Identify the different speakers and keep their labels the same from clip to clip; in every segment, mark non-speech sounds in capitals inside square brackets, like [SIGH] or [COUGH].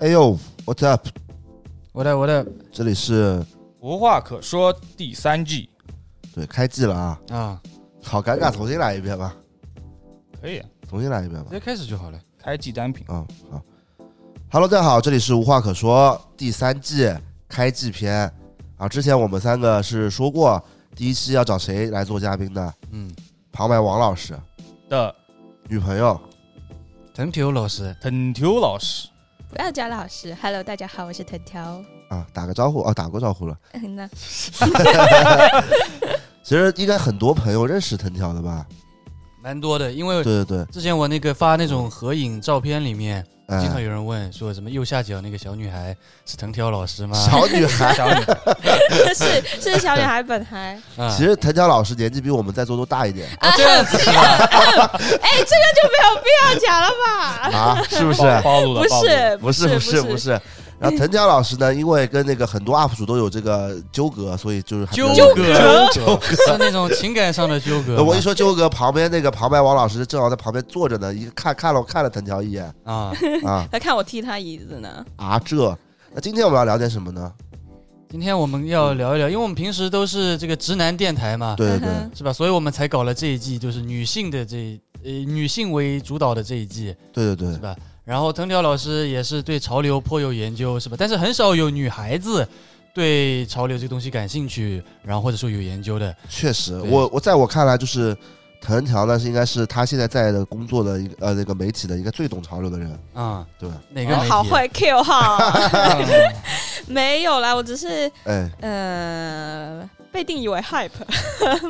Speaker 1: 哎呦，What's up？
Speaker 2: 我的我的
Speaker 1: 这里是
Speaker 3: 无话可说第三季
Speaker 1: 对开季了啊，
Speaker 2: 啊，
Speaker 1: 好尴尬，重新来一遍吧，
Speaker 3: 可以啊
Speaker 1: 重新来一遍吧
Speaker 2: 直。接开始就好了。
Speaker 3: 开季单品，
Speaker 1: 嗯，好。Hello，大家好，这里是无话可说第三季开季篇啊。之前我们三个是说过，第一期要找谁来做嘉宾的？
Speaker 2: 嗯，
Speaker 1: 旁白王老师
Speaker 3: 的
Speaker 1: 女朋友，
Speaker 2: 藤条老师，
Speaker 3: 藤条老师，
Speaker 4: 不要叫老师，Hello，大家好，我是藤条。
Speaker 1: 啊，打个招呼啊，打过招呼了。
Speaker 4: 嗯 [LAUGHS] 呐，
Speaker 1: 其实应该很多朋友认识藤条的吧？
Speaker 2: 蛮多的，因为
Speaker 1: 对对对，
Speaker 2: 之前我那个发那种合影照片里面，经常
Speaker 1: 哎，
Speaker 2: 有人问说什么右下角那个小女孩是藤条老师吗？
Speaker 1: 小女孩。
Speaker 3: 小女
Speaker 4: 是是小女孩本孩，
Speaker 2: 啊，
Speaker 1: 其实藤条老师年纪比我们在座都大一点
Speaker 2: 啊 [LAUGHS] 这样子是吧？
Speaker 4: [LAUGHS] 哎，这个就没有必要讲了吧？
Speaker 1: 啊，是不是？
Speaker 3: 暴暴露了，
Speaker 4: 不
Speaker 3: 暴露了
Speaker 2: 呃
Speaker 4: 是，
Speaker 1: 不是
Speaker 4: 不
Speaker 1: 不是不
Speaker 4: 不是，
Speaker 1: 是。然
Speaker 2: [LAUGHS]
Speaker 1: 后藤条老师呢，因为跟那个很多 UP 主都有这个纠葛，所以就是还没有
Speaker 2: 纠葛
Speaker 1: 纠
Speaker 2: [LAUGHS] 是那种情感上的纠葛
Speaker 1: 葛。
Speaker 2: 吗。
Speaker 1: 我一说纠葛，旁边那个旁白王老师正好在旁边坐着呢，一看看了看了藤条一眼
Speaker 2: 啊，
Speaker 1: 啊
Speaker 4: 他看我踢他椅子呢。
Speaker 1: 啊这。那今天我们要聊点什么呢？
Speaker 2: 今天我们要聊一聊，因为我们平时都是这个直男电台嘛，
Speaker 1: 对对
Speaker 4: 嗯哼
Speaker 1: 对
Speaker 2: 是吧？所以我们才搞了这一季，就是女性的这一呃女性为主导的这一季。
Speaker 1: 对对
Speaker 2: 是
Speaker 1: 对，
Speaker 2: 吧？然后藤条老师也是对潮流颇有研究，是吧？但是很少有女孩子对潮流这个东西感兴趣，然后或者说有研究的。
Speaker 1: 确实，
Speaker 2: 对
Speaker 1: 我我在我看来就是藤条呢是应该是他现在在的工作的一个呃那个媒体的一个最懂潮流的人，
Speaker 2: 啊、
Speaker 1: 对，
Speaker 2: 哪个媒体？
Speaker 4: 哦好会 Q 哈，
Speaker 2: 嗯
Speaker 4: [LAUGHS] 没有啦，我只是
Speaker 1: 哎，
Speaker 4: 呃被定义为 hype，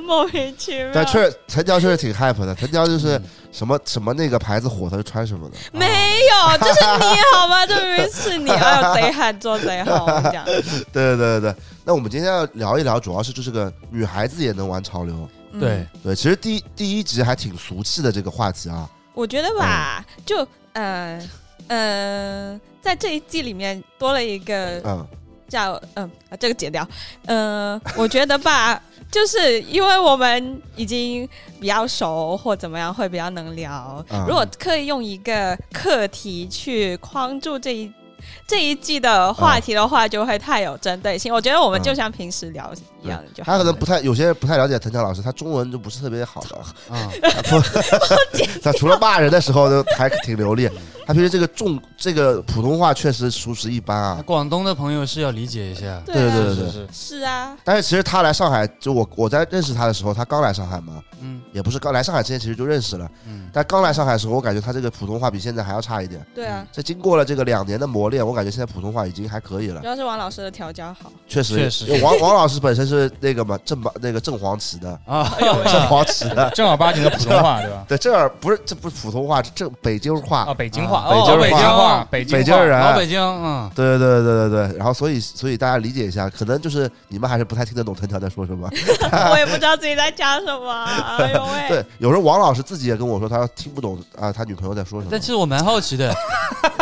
Speaker 4: 莫 [LAUGHS] 名其妙。
Speaker 1: 但确实藤条确实挺 hype 的，藤条就是
Speaker 2: 嗯
Speaker 1: 什么什么那个牌子火他就穿什么的，
Speaker 4: 没有，这是你好吗？这明明是你，哎呦，贼喊捉贼好，我跟你讲，
Speaker 1: 对对对对，那我们今天要聊一聊，主要是就是个女孩子也能玩潮流。
Speaker 4: 嗯
Speaker 2: 对，
Speaker 1: 对，其实第一第一集还挺俗气的这个话题啊，
Speaker 4: 我觉得吧，就嗯嗯、呃在这一季里面多了一个
Speaker 1: 嗯，
Speaker 4: 叫嗯、啊这个剪掉。嗯、我觉得吧，就是因为我们已经比较熟或怎么样，会比较能聊。
Speaker 1: 嗯
Speaker 4: 如果刻意用一个课题去框住这一。这一季
Speaker 1: 啊
Speaker 4: 的话题的话，就会太有针对性。我觉得我们就像平时聊一样就
Speaker 1: 他
Speaker 4: 好了。
Speaker 1: 可能不太有些人不太了解藤条老师，他中文就不是特别好的，
Speaker 4: 嗯
Speaker 2: 啊、
Speaker 1: 他除了骂人的时候呢还挺流利，他平时这个重这个普通话确实属实一般
Speaker 2: 那
Speaker 1: 啊。
Speaker 2: 广东的朋友是要理解一下。
Speaker 4: [LAUGHS] 对
Speaker 1: 对
Speaker 4: 啊
Speaker 1: 对对
Speaker 3: 是
Speaker 1: 对。
Speaker 3: 是
Speaker 4: 是啊，
Speaker 1: 但是其实他来上海，就我我在认识他的时候，他刚来上海嘛，
Speaker 2: 嗯
Speaker 1: 也不是刚来上海之前其实就认识了，
Speaker 2: 嗯，
Speaker 1: 但刚来上海的时候，我感觉他这个普通话比现在还要差一点。
Speaker 4: 对啊，
Speaker 1: 这经过了这个两年的磨练，我感觉现在普通话已经还可以了
Speaker 4: 主。要是王老师的调教好。
Speaker 1: 确实，
Speaker 2: 确实
Speaker 1: 因为王 [LAUGHS] 王老师本身是那个嘛正吧那个正黄旗的，
Speaker 2: 啊，
Speaker 1: 正黄旗的， [LAUGHS]
Speaker 3: 正儿八经的普通话，对吧？
Speaker 1: 对，这儿不是这不是普通话，这正北京话，
Speaker 3: 啊，北京话，
Speaker 2: 啊
Speaker 3: 哦
Speaker 1: 北
Speaker 3: 北
Speaker 1: 京
Speaker 2: 话
Speaker 3: 话，北
Speaker 1: 北
Speaker 3: 京
Speaker 1: 京
Speaker 3: 话，
Speaker 1: 人。
Speaker 4: 啊
Speaker 2: 老北京，嗯，
Speaker 1: 对对对对对，然后所以所以大家理解一下，可能就是你们还是不太听得懂藤条在说什么。
Speaker 4: 我也不知道自己在讲什么，哎呦喂！
Speaker 1: 对，有时候王老师自己也跟我说，他听不懂啊，他女朋友在说什么
Speaker 2: 但。其实我蛮好
Speaker 4: [LAUGHS]
Speaker 2: 奇的，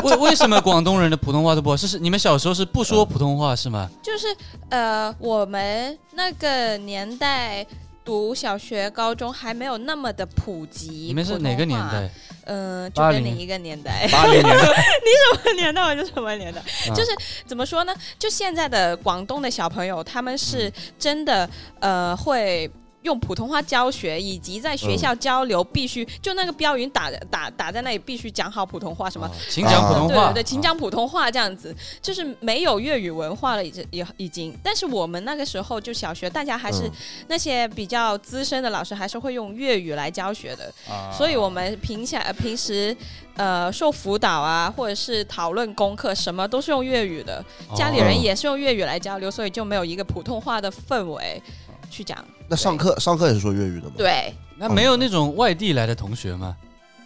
Speaker 2: 为为什么广东人的普通话都不好？是是你们小时候是不说普通话是吗？
Speaker 4: 就是呃，我们那个年代读小学、高中还没有那么的普及。
Speaker 2: 你们是哪个年？代？
Speaker 4: 嗯、呃，就
Speaker 2: 80
Speaker 4: 跟你一个
Speaker 2: [LAUGHS]
Speaker 4: 年代，
Speaker 3: 八零年
Speaker 4: 什么年代我就什么年代。就是怎么说呢？就现在的广东的小朋友，他们是真的、呃会。用普通话教学，以及在学校交流，必须就那个标语打打打在那里，必须讲好普通话，什么
Speaker 2: 啊请讲普通
Speaker 4: 对
Speaker 2: 话。
Speaker 4: 对对，请讲普通话这样子，就是没有粤语文化了，已经也已经。但是我们那个时候就小学，大家还是、
Speaker 1: 嗯
Speaker 4: 那些比较资深的老师，还是会用粤语来教学的。
Speaker 3: 啊，
Speaker 4: [LAUGHS] 所以我们平下呃平时呃受辅导啊，或者是讨论功课，什么都是用粤语的。
Speaker 2: 哦
Speaker 4: 家里人也是用粤语来交流，所以就没有一个普通话的氛围去讲。
Speaker 1: 那上课上课也是说粤语的吗？
Speaker 4: 对
Speaker 2: 那没有那种外地来的同学吗？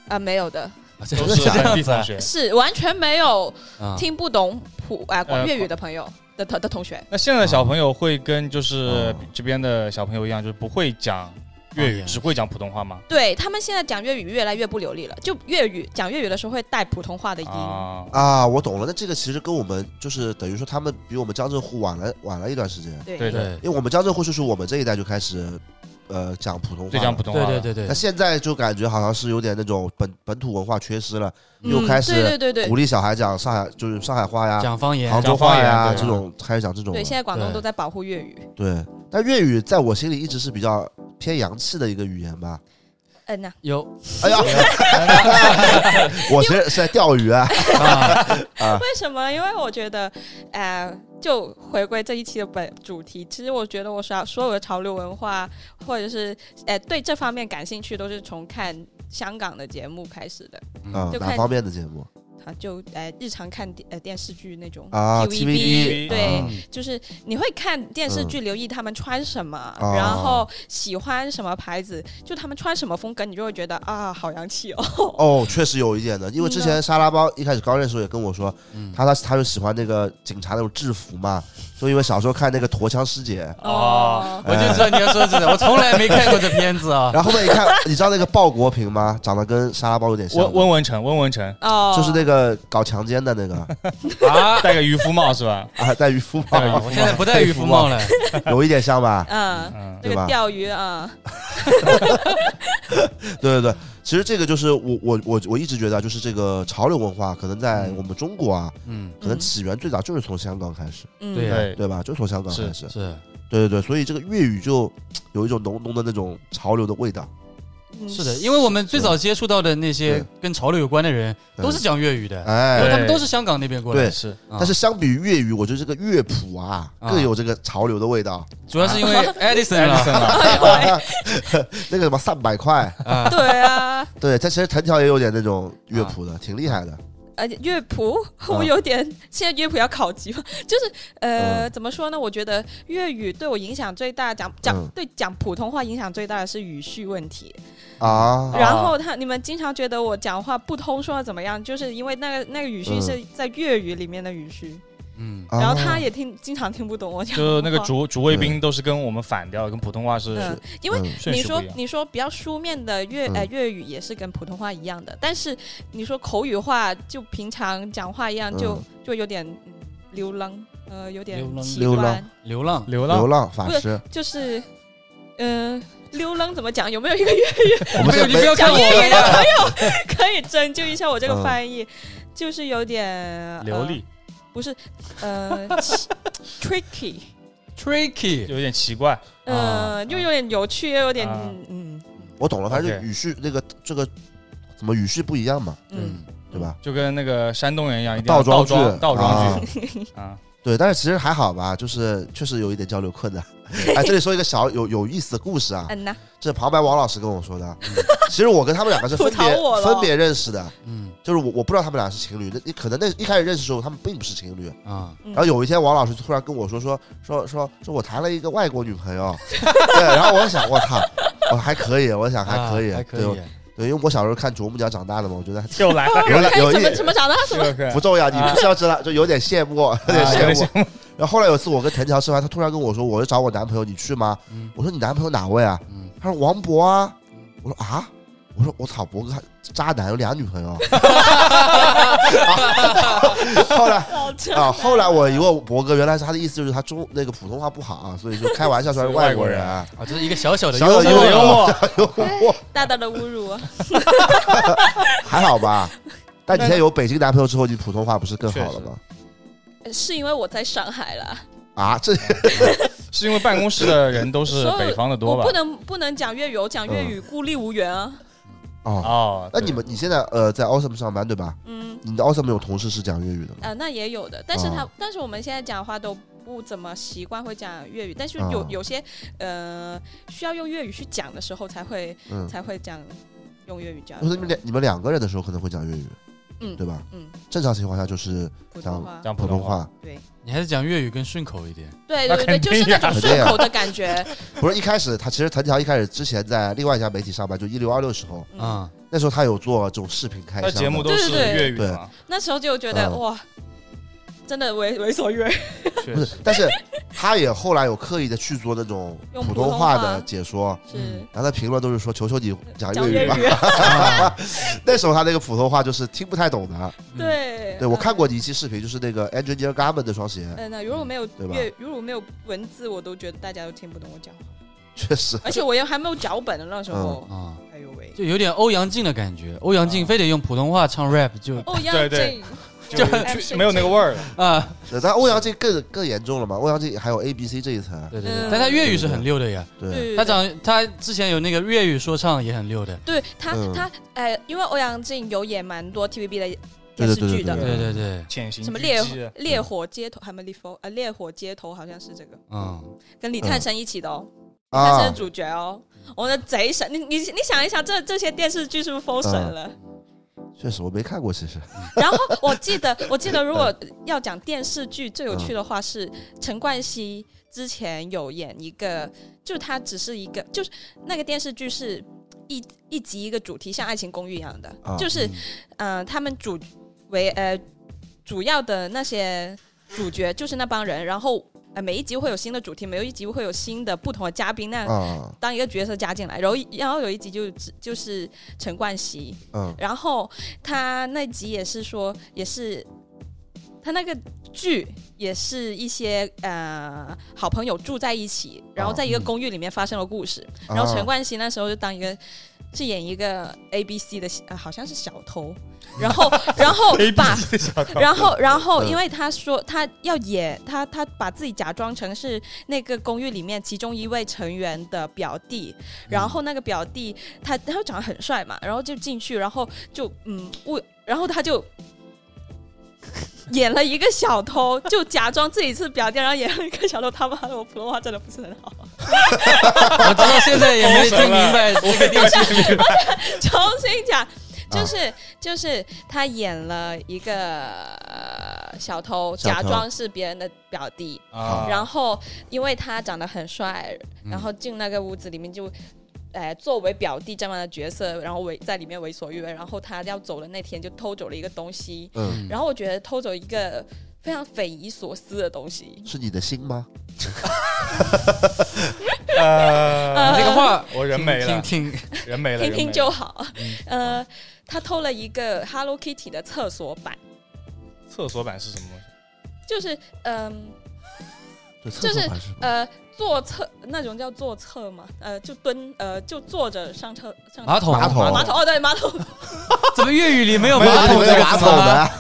Speaker 4: 啊、没有的，
Speaker 2: 啊，这
Speaker 3: 都
Speaker 2: 是
Speaker 3: 是
Speaker 2: 这
Speaker 3: 本
Speaker 2: 样
Speaker 3: 地
Speaker 2: 子啊
Speaker 3: 同学。
Speaker 4: 是完全没有
Speaker 2: 啊。
Speaker 4: 听不懂普啊、
Speaker 3: 呃
Speaker 4: 粤语的朋友的的的同学。
Speaker 3: 那现在的小朋友会跟就是
Speaker 1: 哦
Speaker 3: 这边的小朋友一样，就是不会讲粤
Speaker 2: 哦
Speaker 3: 语，只会讲普通话吗？
Speaker 4: 对他们现在讲粤语越来越不流利了，就粤语讲粤语的时候会带普通话的音。
Speaker 3: 啊，
Speaker 1: 啊，我懂了。那这个其实跟我们就是等于说，他们比我们江浙沪晚了晚了一段时间，
Speaker 4: 对
Speaker 3: 对
Speaker 2: 对
Speaker 1: 因为我们江浙沪就是我们这一代就开始呃讲普通话，
Speaker 3: 对讲普。通话
Speaker 2: 对
Speaker 3: 了，
Speaker 2: 对对对
Speaker 1: 那，现在就感觉好像是有点那种本本土文化缺失了，又
Speaker 4: 嗯
Speaker 1: 开始
Speaker 4: 对对对
Speaker 1: 鼓
Speaker 4: 对
Speaker 1: 励小孩讲上海就是上海话呀、
Speaker 2: 讲方言
Speaker 1: 杭，州
Speaker 3: 讲方
Speaker 1: 话
Speaker 3: 言
Speaker 1: 呀
Speaker 3: 对
Speaker 1: 这种，开始讲这种了
Speaker 4: 对，。现在广东
Speaker 2: 对
Speaker 4: 都在保护粤语。
Speaker 1: 对，但粤语在我心里一直是比较偏洋气的一个语言吧。
Speaker 4: 嗯呐，
Speaker 2: 有
Speaker 1: 哎呀，我是是在钓鱼啊，
Speaker 2: 啊，
Speaker 4: 为什么？因为我觉得，呃，就回归这一期的本主题，其实我觉得我所所有的潮流文化，或者是呃对这方面感兴趣，都是从看香港的节目开始的。
Speaker 1: 啊，
Speaker 4: 就看
Speaker 1: 哪方面的节目？
Speaker 4: 啊，就呃日常看电呃电视剧那种
Speaker 1: 啊
Speaker 4: TVB
Speaker 1: TVB
Speaker 4: 对
Speaker 1: 啊，
Speaker 4: 就是你会看电视剧，留意他们穿什么，
Speaker 1: 嗯哦
Speaker 4: 然后喜欢什么牌子，就他们穿什么风格，你就会觉得啊，好洋气哦。 [LAUGHS]
Speaker 1: 哦，确实有一点的，因为之前沙拉包一开始刚认识的时候也跟我说，
Speaker 2: 嗯
Speaker 1: 他他他就喜欢那个警察那种制服嘛，就因为小时候看那个《陀枪师姐》，
Speaker 3: 哦
Speaker 2: 我就知道你要说这个，我从来没看过这片子
Speaker 1: [LAUGHS]
Speaker 2: 啊。
Speaker 1: 然后后面一看，你知道那个鲍国平吗？长得跟沙拉包有点像
Speaker 3: 温
Speaker 1: 的，
Speaker 3: 温文成，温文成
Speaker 4: 哦，
Speaker 1: 就是那个搞强奸的那个
Speaker 2: 啊，
Speaker 3: 戴个渔夫帽是吧？
Speaker 1: 啊，戴渔夫
Speaker 3: 戴个渔
Speaker 1: 帽，
Speaker 3: 夫
Speaker 2: 我现在不戴渔夫帽了，
Speaker 1: 有一点像吧？
Speaker 4: 嗯，
Speaker 3: 嗯，
Speaker 4: 这
Speaker 1: 对吧
Speaker 4: 个钓鱼啊，
Speaker 1: 对对对，其实这个就是我我我我一直觉得啊，就是这个潮流文化可能在我们中国啊，
Speaker 2: 嗯，
Speaker 1: 可能起源最早就是从香港开始，
Speaker 4: 嗯，
Speaker 2: 对啊
Speaker 3: 对，
Speaker 1: 对吧？就从香港开始，
Speaker 2: 是
Speaker 1: 对对对，所以这个粤语就有一种浓浓的那种潮流的味道，
Speaker 4: 嗯
Speaker 2: 是的，因为我们最早接触到的那些
Speaker 1: 对
Speaker 2: 跟潮流有关的人，
Speaker 1: 嗯
Speaker 2: 都是讲粤语的，因为
Speaker 1: 哎。
Speaker 2: 他们都是香港那边过来的
Speaker 1: 对。
Speaker 3: 是
Speaker 2: 啊
Speaker 1: 但是相比于粤语，我觉得这个乐谱啊
Speaker 2: 啊
Speaker 1: 更有这个潮流的味道。
Speaker 2: 主要是
Speaker 1: [LAUGHS]
Speaker 2: 因为 Edison 啊了
Speaker 3: 啊
Speaker 1: 那个什么三百块，
Speaker 2: 啊，
Speaker 4: [LAUGHS] 对啊，
Speaker 1: 对，它其实藤条也有点那种乐谱的，挺厉害的。
Speaker 4: 而且呃乐谱
Speaker 1: 嗯
Speaker 4: 我有点，现在乐谱要考级了， [LAUGHS] 就是
Speaker 1: 嗯
Speaker 4: 呃，怎么说呢？我觉得粤语对我影响最大，讲讲
Speaker 1: 嗯
Speaker 4: 对讲普通话影响最大的是语序问题。
Speaker 1: 啊
Speaker 4: 然后他你们经常觉得我讲话不通顺怎么样，就是因为那个那个语序是在粤语里面的语序，
Speaker 2: 嗯，
Speaker 1: 嗯啊
Speaker 4: 然后他也听经常听不懂我讲话。
Speaker 3: 就那个竹竹卫兵都是跟我们反调，跟普通话是
Speaker 4: 哦嗯，因为
Speaker 1: 嗯
Speaker 3: 顺
Speaker 4: 你
Speaker 3: 序不
Speaker 4: 说
Speaker 3: 一样。
Speaker 4: 你说比较书面的粤呃
Speaker 1: 嗯
Speaker 4: 粤语也是跟普通话一样的，但是你说口语化就平常讲话一样
Speaker 1: 嗯
Speaker 4: 就就有点嗯溜浪，呃有点
Speaker 2: 溜浪
Speaker 4: 奇
Speaker 1: 溜
Speaker 4: 怪
Speaker 1: 浪，
Speaker 2: 流浪
Speaker 3: 流
Speaker 1: 流
Speaker 3: 浪
Speaker 1: 浪法师，
Speaker 4: 就是嗯溜浪怎么讲？有没有一个粤
Speaker 1: 我们
Speaker 2: 没有
Speaker 1: 是
Speaker 2: 你不要
Speaker 1: 没
Speaker 2: 看我们呀，
Speaker 4: 语 [LAUGHS] 可以拯救一下我这个
Speaker 1: 嗯
Speaker 4: 翻译？就是有点
Speaker 3: 流
Speaker 4: 呃
Speaker 3: 利，
Speaker 4: 不是，呃，tricky，
Speaker 2: tricky
Speaker 3: 有点奇怪。
Speaker 2: 啊
Speaker 4: 呃，又有点有趣，又有点
Speaker 3: 啊
Speaker 4: 嗯
Speaker 1: 我懂了，反正
Speaker 3: OK
Speaker 1: 语序那个这个怎么语序不一样嘛，
Speaker 4: 嗯
Speaker 1: 对吧？
Speaker 3: 就跟那个山东人一样，一定要
Speaker 1: 倒装
Speaker 3: 倒
Speaker 1: 句
Speaker 3: 装倒装
Speaker 1: 啊
Speaker 3: 句啊，
Speaker 1: 对，但是其实还好吧，就是确实有一点交流困难。哎，这里说一个小有有意思的故事啊，
Speaker 4: 嗯呐，
Speaker 1: 这旁白王老师跟我说的。啊嗯其实我跟他们两个是分
Speaker 4: 吐槽
Speaker 1: 别
Speaker 4: 我了
Speaker 1: 分别认识的，
Speaker 2: 嗯
Speaker 1: 就是我我不知道他们俩是情侣，那你可能那一开始认识的时候他们并不是情侣。
Speaker 2: 啊，
Speaker 4: 嗯
Speaker 1: 然后有一天王老师突然跟我说说说说说我谈了一个外国女朋友， [LAUGHS] 对，然后我想我操，我还可以，我想还可以，
Speaker 2: 啊还可
Speaker 1: 对
Speaker 2: 以，
Speaker 1: 对，因为我小时候看啄木鸟长大的嘛，我觉得还挺
Speaker 3: 又啊来了，
Speaker 1: 有
Speaker 4: 哎，
Speaker 1: 点有
Speaker 4: 怎
Speaker 1: 一
Speaker 4: 么怎么找到他什么？
Speaker 3: 这个
Speaker 1: 不重要，你不需要知道，就 [LAUGHS] 有点羡慕，有点
Speaker 3: 有点
Speaker 1: 羡慕。然后后来有一次我跟藤条吃饭，他突然跟我说，我去找我男朋友，你去吗？
Speaker 2: 嗯
Speaker 1: 我说你男朋友哪位啊？
Speaker 2: 嗯
Speaker 1: 他说王博啊。我说啊，我说我操，博哥渣男有俩女朋友。啊后来 [LAUGHS]
Speaker 4: 老陈
Speaker 1: 啊，后来我一问博哥，原来是他的意思就是他中那个普通话不好啊，所以就开玩笑说是外国人。
Speaker 2: 啊，这是一个小小的
Speaker 1: 小小的
Speaker 2: 幽默
Speaker 1: 幽默，
Speaker 4: 大大的侮辱，啊
Speaker 1: 还好吧？但你现在有北京男朋友之后，你普通话不是更好了吗？
Speaker 4: 呃是因为我在上海了，
Speaker 1: 啊，这 [LAUGHS]
Speaker 3: 是因为办公室的人都是北方的多
Speaker 4: 我
Speaker 3: 吧
Speaker 4: 不？能不能讲粤语，我讲粤语孤立无援啊，
Speaker 1: 哦，
Speaker 3: 哦，
Speaker 1: 那你们你现在呃在 Awesome 上班对吧？
Speaker 4: 嗯
Speaker 1: 你的 Awesome 有同事是讲粤语的吗？
Speaker 4: 啊，那也有的，但是他
Speaker 1: 哦
Speaker 4: 但是我们现在讲话都不怎么习惯会讲粤语，但是有
Speaker 1: 哦
Speaker 4: 有些呃需要用粤语去讲的时候才会
Speaker 1: 嗯，
Speaker 4: 才会讲用粤语讲
Speaker 1: 我，说你们两你们两个人的时候可能会讲粤语，
Speaker 4: 嗯
Speaker 1: 对吧？
Speaker 4: 嗯，
Speaker 1: 正常情况下就是
Speaker 4: 普通话。
Speaker 3: 讲
Speaker 1: 普
Speaker 3: 普
Speaker 1: 通
Speaker 3: 通话，
Speaker 1: 话，
Speaker 4: 对
Speaker 2: 你还是讲粤语更顺口一点。
Speaker 4: 对
Speaker 3: 那
Speaker 4: 对对，
Speaker 3: 肯
Speaker 4: 就是
Speaker 3: 定
Speaker 4: 那
Speaker 3: 呀
Speaker 4: 种顺口的
Speaker 1: [LAUGHS]
Speaker 4: 感觉。
Speaker 1: 不是一开始他其实藤条一开始之前在另外一家媒体上班，就一六二六时候，
Speaker 4: 嗯，
Speaker 2: 啊，
Speaker 1: 那时候他有做这种视频开
Speaker 3: 那
Speaker 1: 箱
Speaker 3: 节目
Speaker 1: 的
Speaker 3: 都是
Speaker 4: 对对对
Speaker 3: 粤语的嘛？
Speaker 4: 那时候就觉得
Speaker 1: 嗯
Speaker 4: 哇，真的为为所欲为。
Speaker 3: 确
Speaker 1: 不
Speaker 3: 实
Speaker 1: 是，但是他也后来有刻意的去做那种
Speaker 4: 用
Speaker 1: 普
Speaker 4: 普通
Speaker 1: 通话
Speaker 4: 话
Speaker 1: 的解说，
Speaker 4: 是
Speaker 1: 然后他评论都是说求求你嗯讲
Speaker 4: 讲
Speaker 1: 粤
Speaker 4: 粤
Speaker 1: 语吧。 [LAUGHS]
Speaker 4: 语，啊
Speaker 1: 那时候他那个普通话就是听不太懂的。
Speaker 4: 对
Speaker 1: 嗯对我看。过你一期视频，就是那个 Engineer Garment 那双鞋，
Speaker 4: 嗯，那如果没有
Speaker 1: 对吧 [LAUGHS]
Speaker 4: 粤，如果没有文字，我都觉得大家都听不懂我讲话。
Speaker 1: 确实，
Speaker 4: 而且我又还没有脚本的那时
Speaker 1: 嗯
Speaker 4: 候，
Speaker 2: 啊，
Speaker 4: 哎呦喂，
Speaker 2: 就有点欧阳靖的感觉。欧
Speaker 1: 啊
Speaker 2: 阳靖非得用普通话唱 rap，就
Speaker 4: 哦要
Speaker 3: 对
Speaker 4: 这
Speaker 3: 对
Speaker 4: 就
Speaker 3: 就
Speaker 4: 就
Speaker 3: 没有那个味儿了。
Speaker 2: 啊，
Speaker 1: 是但欧阳靖更更严重了嘛？欧阳靖还有 A B C 这一层，啊
Speaker 2: 对对对
Speaker 4: 嗯，
Speaker 2: 但他粤语是很溜的呀。
Speaker 1: 对，
Speaker 2: 他讲他之前有那个粤语说唱也很溜的。
Speaker 4: 对他
Speaker 1: 嗯
Speaker 4: 他呃，因为欧阳靖有演蛮多 TVB 的
Speaker 1: 对对
Speaker 4: 电视
Speaker 1: 对
Speaker 4: 剧的
Speaker 1: 对，
Speaker 2: 对对对，
Speaker 3: 潜行
Speaker 4: 什么
Speaker 3: 狙
Speaker 4: 烈
Speaker 3: 击啊
Speaker 4: 烈火街头，还没烈火呃烈火街头好像是这个，
Speaker 2: 嗯，
Speaker 4: 跟李灿森一起的哦，李灿森
Speaker 1: 啊
Speaker 4: 是，主角哦。我的贼神，你你你想一想，这这些电视剧是不是封神了？
Speaker 1: 确实我没看过，其
Speaker 4: [LAUGHS]
Speaker 1: 实
Speaker 4: 然后我记得，我记得如果要讲电视剧最有趣的话是陈冠希之前有演一个，就他只是一个，就是那个电视剧是一一集一个主题，像《爱情公寓》一样的，
Speaker 1: 啊
Speaker 4: 就是嗯、呃他们主为呃主要的那些主角就是那帮人，然后呃每一集会有新的主题，每一集会有新的不同的嘉宾，那样
Speaker 1: 啊
Speaker 4: 当一个角色加进来，然后然后有一集就就是陈冠希，
Speaker 1: 嗯
Speaker 4: 然后他那集也是说，也是他那个剧也是一些呃好朋友住在一起，然后
Speaker 3: 哦
Speaker 4: 在
Speaker 3: 嗯
Speaker 4: 一个公寓里面发生了故事。 [LAUGHS] 然后陈冠希那时候就当一个是演一个 A B C 的、呃，好像是小偷，然后然后
Speaker 3: A B
Speaker 4: 把
Speaker 3: C 的小偷，
Speaker 4: 然后，然后，
Speaker 1: 嗯
Speaker 4: 因为他说他要演他，他把自己假装成是那个公寓里面其中一位成员的表弟，然后那个表弟他他长得很帅嘛，然后就进去，然后就嗯误，然后他就演了一个小偷，就假装自己是表弟，然后演了一个小偷。他妈的，我普通话真的不是很好， [LAUGHS]
Speaker 1: 啊
Speaker 2: 我直到现在也没听明白这个电视剧。
Speaker 4: 重新讲。
Speaker 1: 啊
Speaker 4: 就是、就是他演了一个、呃小偷，
Speaker 1: 小偷
Speaker 4: 假装是别人的表弟，
Speaker 3: 啊，
Speaker 4: [LAUGHS] 然后因为他长得很帅，
Speaker 2: 嗯
Speaker 4: 然后进那个屋子里面就。呃，作为表弟这样的角色，然后为在里面为所欲为，然后他要走的那天就偷走了一个东西，
Speaker 1: 嗯，
Speaker 4: 然后我觉得偷走一个非常匪夷所思的东西，
Speaker 1: 嗯是你的心吗？
Speaker 3: 呃，
Speaker 2: 这个话
Speaker 3: 我人没了，
Speaker 2: 听听
Speaker 3: 人没了，
Speaker 4: 听
Speaker 3: 人没
Speaker 4: 听
Speaker 3: 了
Speaker 4: 就好。
Speaker 2: 嗯
Speaker 4: [LAUGHS] 呃，他偷了一个 Hello Kitty 的厕所板，
Speaker 3: 厕所版是什么东西？
Speaker 4: 就是嗯
Speaker 1: 对，厕所还是
Speaker 4: 呃坐厕那种叫坐厕嘛，呃就蹲呃就坐着上厕上
Speaker 2: 马桶啊
Speaker 1: 马桶
Speaker 4: 马桶哦对马
Speaker 2: [LAUGHS]
Speaker 4: 桶
Speaker 2: 怎么粤语里没有
Speaker 1: 没有
Speaker 2: 马桶
Speaker 1: 没
Speaker 2: 这
Speaker 1: 有
Speaker 2: 个
Speaker 1: 马
Speaker 2: 词
Speaker 1: 桶
Speaker 2: 呢？
Speaker 1: 的，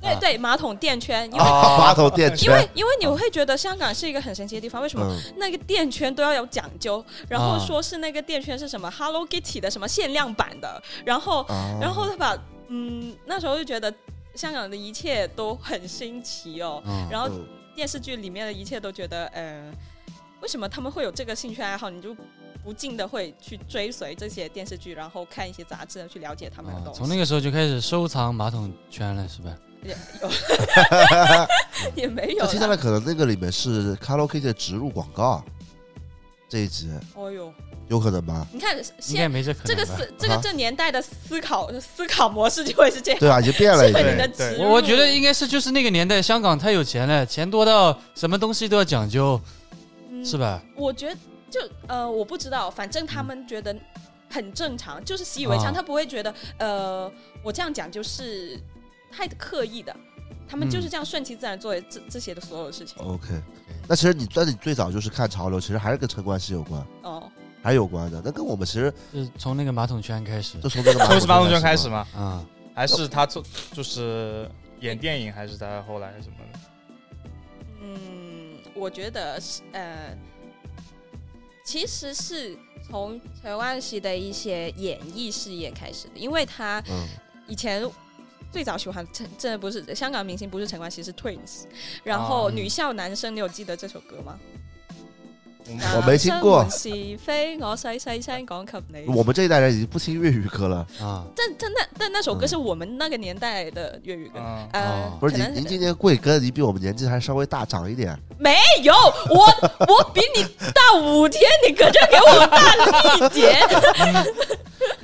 Speaker 4: 对对马桶垫圈，因为
Speaker 1: 马
Speaker 4: [LAUGHS]
Speaker 2: 啊，
Speaker 1: 桶垫
Speaker 4: 因
Speaker 1: 圈
Speaker 4: 为，因为你会觉得香港是一个很神奇的地方，为什么、
Speaker 1: 嗯
Speaker 4: 那个垫圈都要有讲究？然后
Speaker 2: 啊
Speaker 4: 说是那个垫圈是什么 Hello Kitty 的什么限量版的，然后、
Speaker 2: 哦
Speaker 1: 啊
Speaker 4: 然后他把嗯那时候就觉得香港的一切都很新奇哦，
Speaker 2: 嗯
Speaker 4: 然后
Speaker 1: 嗯
Speaker 4: 电视剧里面的一切都觉得嗯、呃为什么他们会有这个兴趣爱好？你就不禁的会去追随这些电视剧，然后看一些杂志去了解他们的
Speaker 2: 啊
Speaker 4: 东西。
Speaker 2: 从那个时候就开始收藏马桶圈了，是吧？
Speaker 4: 也有 [LAUGHS] 也没有
Speaker 2: 哦
Speaker 1: 这听下来
Speaker 4: 啦，
Speaker 1: 可能那个里面是 Hello Kitty 的植入广告，这一集
Speaker 4: 哦呦，
Speaker 1: 有可能吧？
Speaker 4: 你看
Speaker 2: 应
Speaker 4: 现
Speaker 2: 该没这可能。
Speaker 4: 这个
Speaker 2: 吧？
Speaker 4: 思这个
Speaker 1: 啊
Speaker 4: 这年代的思考思考模式就会是这
Speaker 1: [LAUGHS]
Speaker 4: 样，
Speaker 1: 对啊，已经变了，已
Speaker 4: 是
Speaker 1: 经
Speaker 4: 会你的
Speaker 3: 对
Speaker 4: 植入。
Speaker 2: 我我觉得应该是就是那个年代香港太有钱了，钱多到什么东西都要讲究，
Speaker 4: 嗯
Speaker 2: 是？吧？
Speaker 4: 我觉得就呃，我不知道，反正他们觉得很正常，就是习以为常，
Speaker 2: 啊
Speaker 4: 他不会觉得呃，我这样讲就是太刻意的，他们
Speaker 2: 嗯
Speaker 4: 就是这样顺其自然做的这这些的所有事情
Speaker 1: OK。那其实你，那你最早就是看潮流，其实还是跟陈冠希有关，
Speaker 4: 哦。
Speaker 1: 还有关的。那跟我们其实
Speaker 2: 就是从那个马桶圈开始
Speaker 1: 就从这个
Speaker 3: 都是马桶圈开
Speaker 1: 开
Speaker 3: 始
Speaker 1: 嘛。
Speaker 3: 吗？
Speaker 2: 啊。
Speaker 3: 还是他做就是演电影，还是他后来什么的？
Speaker 4: 嗯，我觉得是呃，其实是从陈冠希的一些演艺事业开始的，因为他
Speaker 1: 嗯，
Speaker 4: 以前最早喜欢陈，真的不是香港明星，不是陈冠希，是 Twins。然后
Speaker 2: 啊
Speaker 4: 女校男生，你有记得这首歌吗？
Speaker 1: 嗯
Speaker 4: 啊
Speaker 1: 我没听过
Speaker 4: 男生們是非，我細細聲講給你。
Speaker 1: 我们这一代人已经不听粤语歌了，
Speaker 2: 啊，
Speaker 4: 但但那但那首
Speaker 1: 嗯
Speaker 4: 歌是我们那个年代的粤语歌。
Speaker 3: 嗯，
Speaker 4: 呃，
Speaker 1: 哦不是
Speaker 4: 可能
Speaker 1: 您，您今年贵庚？您比我们年纪还稍微大长一点。
Speaker 4: 没有我，我比你大五天，你可就给我大一截。